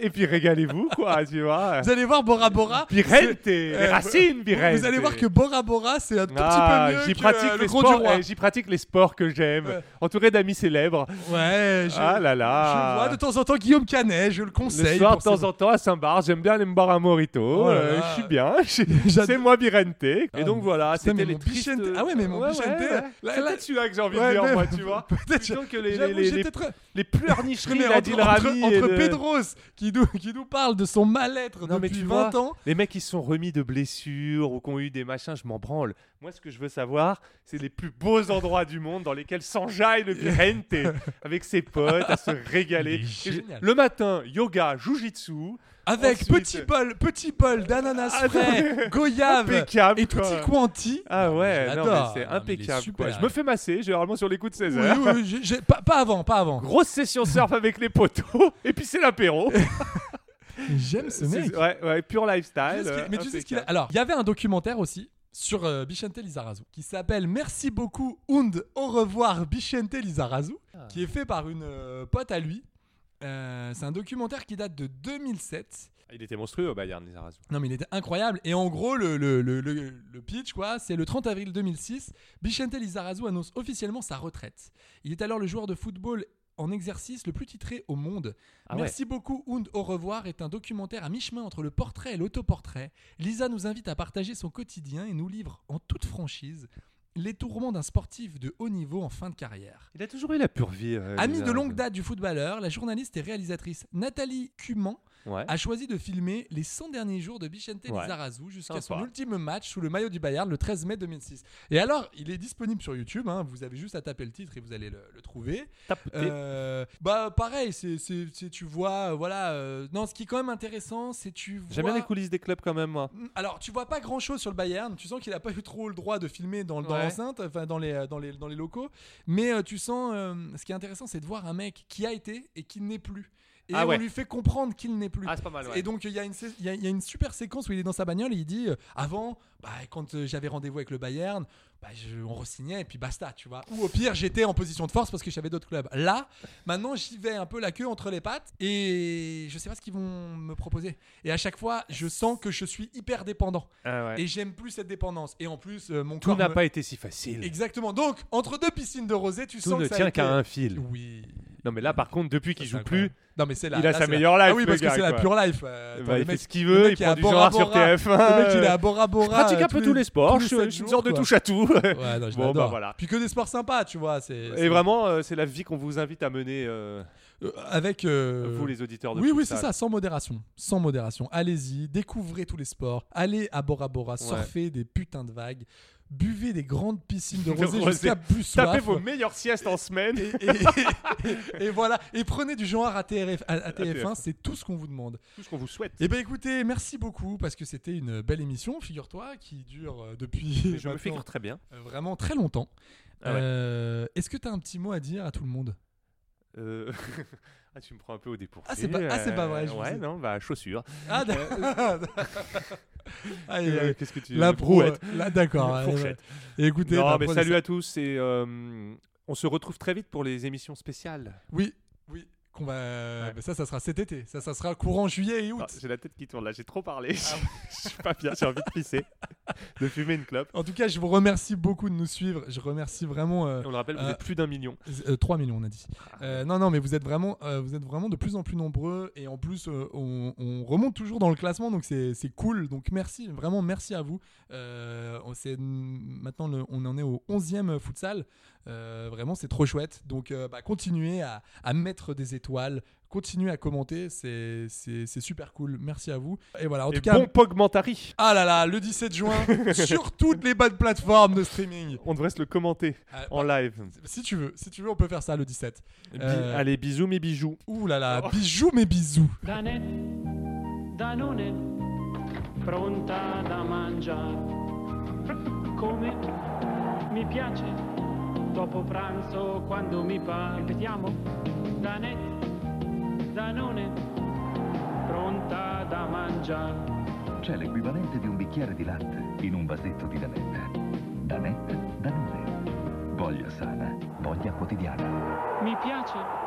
G: Et puis régalez-vous quoi, tu vois.
F: Vous allez voir Bora Bora.
G: Birente,
F: Euh,
G: les racines, Birente.
F: Vous allez voir que Bora Bora, c'est un tout petit
G: Ah,
F: peu mieux
G: j'y
F: que
G: pratique
F: euh, le
G: les
F: Gros
G: sports,
F: du Roi.
G: eh, j'y pratique les sports que j'aime,
F: Ouais.
G: entouré d'amis célèbres.
F: Ouais, je,
G: Ah là là.
F: je vois de temps en temps Guillaume Canet, je le
G: Le
F: conseille.
G: soir, de
F: pour ses- [laughs]
G: temps en temps, à Saint-Bar, j'aime bien aller me boire un morito.
F: Oh là
G: euh,
F: là.
G: je suis bien.
F: [laughs] J'adore.
G: C'est moi Birente.
F: Ah,
G: et donc
F: mais-
G: voilà,
F: Putain, mais
G: c'était les
F: mon
G: tristes...
F: Bichente- Ah ouais, mais mon Bichente, là- là-
G: C'est peut-être celui-là que j'ai envie
F: Ouais,
G: de lire,
F: mais-
G: moi, tu vois.
F: Peut-être,
G: Plutôt que les, les,
F: J'avoue,
G: les,
F: j'ai
G: les,
F: peut-être-
G: les
F: Mais
G: pleurnicheries
F: entre,
G: d'Adil
F: entre-
G: Rami
F: entre
G: et de-
F: Pedros qui nous, qui nous parle de son mal-être
G: Non, mais
F: depuis
G: tu
F: 20
G: vois,
F: ans.
G: les mecs qui se sont remis de blessures ou qui ont eu des machins, je m'en branle. Moi, ce que je veux savoir, c'est les plus beaux endroits du monde dans lesquels s'enjaille le
F: [laughs]
G: Birente avec ses potes à se régaler.
F: Il est
G: Et je-
F: génial.
G: Le matin, yoga, jujitsu.
F: Avec
G: Ensuite-
F: petit bol, petit bol d'ananas
G: Ah, non,
F: frais,
G: mais-
F: goyave
G: Impeccable,
F: et
G: quoi.
F: tutti quanti.
G: Ah ouais, non, mais
F: j'adore.
G: c'est
F: Non, mais il est
G: impeccable.
F: super.
G: quoi. Je me fais masser, généralement sur les coups de 16
F: Oui,
G: heures.
F: oui, j'ai- j'ai- pas, pas avant, pas
G: [laughs]
F: avant.
G: Grosse session surf avec les poteaux, [laughs] et puis c'est l'apéro.
F: J'aime [laughs] ce mec.
G: C'est- ouais, ouais, pure lifestyle.
F: Qu'est-ce qu'il-
G: euh,
F: mais tu sais ce qu'il a.
G: impeccable.
F: Alors, il y avait un documentaire aussi sur euh, Bichente Lizarazu qui s'appelle Merci beaucoup und au revoir Bichente Lizarazu, qui est fait par une euh, pote à lui. Euh, c'est un documentaire qui date de 2007.
G: Il était monstrueux au Bayern, Lizarazu.
F: Non, mais il était incroyable. Et en gros, le, le, le, le- le pitch, quoi, c'est le 30 avril 2006, Bichente Lizarazu annonce officiellement sa retraite. Il est alors le joueur de football en exercice le plus titré au monde.
G: Ah ouais.
F: Merci beaucoup, Und Au revoir est un documentaire à mi-chemin entre le portrait et l'autoportrait. Lisa nous invite à partager son quotidien et nous livre en toute franchise les tourments d'un sportif de haut niveau en fin de carrière.
G: Il a toujours eu la pure vie. euh,
F: Amie de
G: Lizarazu.
F: longue date Ah, du footballeur, la journaliste et réalisatrice Nathalie Cuman
G: Ouais.
F: a choisi de filmer les 100 derniers jours de Bichente
G: Ouais.
F: Lizarazu jusqu'à son
G: Sympa.
F: ultime match sous le maillot du Bayard le 13 mai 2006. Et alors, il est disponible sur YouTube, hein, vous avez juste à taper le titre et vous allez le, le trouver. Euh, bah pareil, c'est c'est- c'est- tu vois, euh, voilà. euh, non, ce qui est quand même intéressant, c'est tu vois. Mm,
G: J'aime bien les coulisses des clubs quand même, moi.
F: Alors, tu vois pas grand chose sur le Bayern. Tu sens qu'il a pas eu trop le droit de filmer dans, dans
G: Ouais.
F: l'enceinte, enfin dans les, euh, dans, les, dans les locaux. Mais euh, tu sens, euh, ce qui est intéressant, c'est de voir un mec qui a été et qui n'est plus. Et
D: Ah ouais.
F: on lui fait comprendre qu'il n'est plus.
D: Ah, c'est pas mal, ouais.
F: Et donc, il y, a une sé- il y a- il y a une super séquence où il est dans sa bagnole et il dit euh, Avant, bah, quand euh, j'avais rendez-vous avec le Bayern, bah, je- on re-signait et puis basta, tu vois. Ou au pire, j'étais en position de force parce que j'avais d'autres clubs. Là, maintenant, j'y vais un peu la queue entre les pattes et je sais pas ce qu'ils vont me proposer. Et à chaque fois, je sens que je suis hyper dépendant. Ah Et j'aime plus cette dépendance. Et en plus, euh, mon
D: Tout
F: corps.
D: n'a
F: me-
D: pas été si facile.
F: Exactement. Donc, entre deux piscines de rosée, tu
G: Tout
F: sens
G: ne
F: que ça a
G: tient
F: été-
G: qu'à un fil.
F: Oui.
G: Non, mais là, par contre, depuis qu'il
F: Ça,
G: joue
F: c'est
G: plus,
F: Non, mais c'est la.
G: Il a
F: là,
G: sa
F: c'est
G: meilleure
F: la-
G: life,
F: Ah oui,
G: le
F: parce que
G: gars,
F: c'est la
G: quoi.
F: pure life. euh, attends,
G: bah,
F: le
G: il fait
F: mec-
G: ce qu'il
F: le
G: veut,
F: mec
G: il
F: est
G: prend
F: à
G: du
F: Bora
G: genre sur
F: Bora.
G: TF1.
F: Le mec, il est à Bora Bora.
G: Je pratique
F: euh,
G: un peu
F: les-
G: tous les sports,
F: tous
G: je suis
F: les
G: je
F: sept
G: suis une
F: jours,
G: sorte de
F: quoi.
G: touche à tout. [laughs]
F: Ouais, non, je
G: Bon, bah,
F: l'adore.
G: voilà.
F: Puis que des sports sympas, tu vois. c'est- c'est-
G: Et vraiment, euh, c'est la vie qu'on vous invite à mener, euh,
F: Euh, Avec. euh,
G: vous les auditeurs de
F: Oui, oui, c'est
G: Futsal.
F: ça, sans modération. Sans modération. Allez-y, découvrez tous les sports. Allez à Bora Bora, surfez des putains de vagues. Buvez des grandes piscines de
G: De
F: rosée
G: rosée.
F: jusqu'à plus
G: Tapez
F: soif.
G: vos meilleures siestes en semaine.
F: et, et- et voilà. Et prenez du genre à, TRF, à- à TF1, c'est tout ce qu'on vous demande.
G: Tout ce qu'on vous souhaite.
F: Eh ben écoutez, merci beaucoup parce que c'était une belle émission, figure-toi, qui dure euh, depuis
G: [laughs] Mais je me
F: maintenant,
G: figure très bien.
F: euh, vraiment très longtemps.
G: Ah ouais.
F: Euh, Est-ce que tu as un petit mot à dire à tout le monde
G: Euh, [laughs] ah, tu me prends un peu au dépourvu.
F: Ah, c'est pas- ah, c'est pas vrai, je vous
G: ouais,
F: ai-
G: non, bah, chaussures.
F: Ah, [laughs] d'accord. Ah, Aïe, aïe,
G: Euh,
F: aïe.
G: Qu'est-ce que tu
F: La
G: brouette.
F: brouette. Là, d'accord. ouais,
G: Fourchette.
F: ouais. Et Écoutez,
G: non,
F: bah,
G: mais
F: prenez
G: salut
F: ça.
G: à tous et euh, on se retrouve très vite pour les émissions spéciales.
F: Oui, oui. Qu'on va. bah, ça, ça sera cet été. Ça, ça sera courant juillet et août. Ah
G: Ah, j'ai la tête qui tourne là, j'ai trop parlé. [laughs] je suis pas bien, j'ai envie de pisser, de fumer une clope.
F: En tout cas, je vous remercie beaucoup de nous suivre. Je remercie vraiment. euh,
G: Et on le rappelle, vous
F: Euh,
G: êtes plus d'un million.
F: Euh, 3 millions on a dit.
G: Ah.
F: Euh, non, non, mais vous êtes, vraiment, euh, vous êtes vraiment de plus en plus nombreux et en plus euh, on, on remonte toujours dans le classement donc c'est c'est cool. Donc merci, vraiment merci à vous. Euh, on- c'est- maintenant le- on en est au 11e futsal. Euh, vraiment c'est trop chouette. Donc euh, bah, continuez à, à mettre des étoiles, continuez à commenter, c'est c'est- c'est super cool. Merci à vous. Et voilà, en
G: et
F: tout cas...
G: bon Pogmentari
F: Ah là là, le 17 juin, sur toutes les bonnes plateformes de streaming.
G: On devrait se le commenter
F: Euh,
G: en live.
F: Si tu veux, si tu veux, on peut faire ça le 17.
G: Bi-
F: Euh,
G: Allez, bisous mes bijoux.
F: Ouh là là, bijoux mes bisous.
I: Danone, Danone, pronta da mangiare. Come mi piace, dopo pranzo quando mi pare. Ripetiamo, Danone, Danone, pronta da mangiare.
J: C'è l'equivalente di un bicchiere di latte in un vasetto di Danette. Danette, Danone. Voglia sana, voglia quotidiana.
I: Mi piace.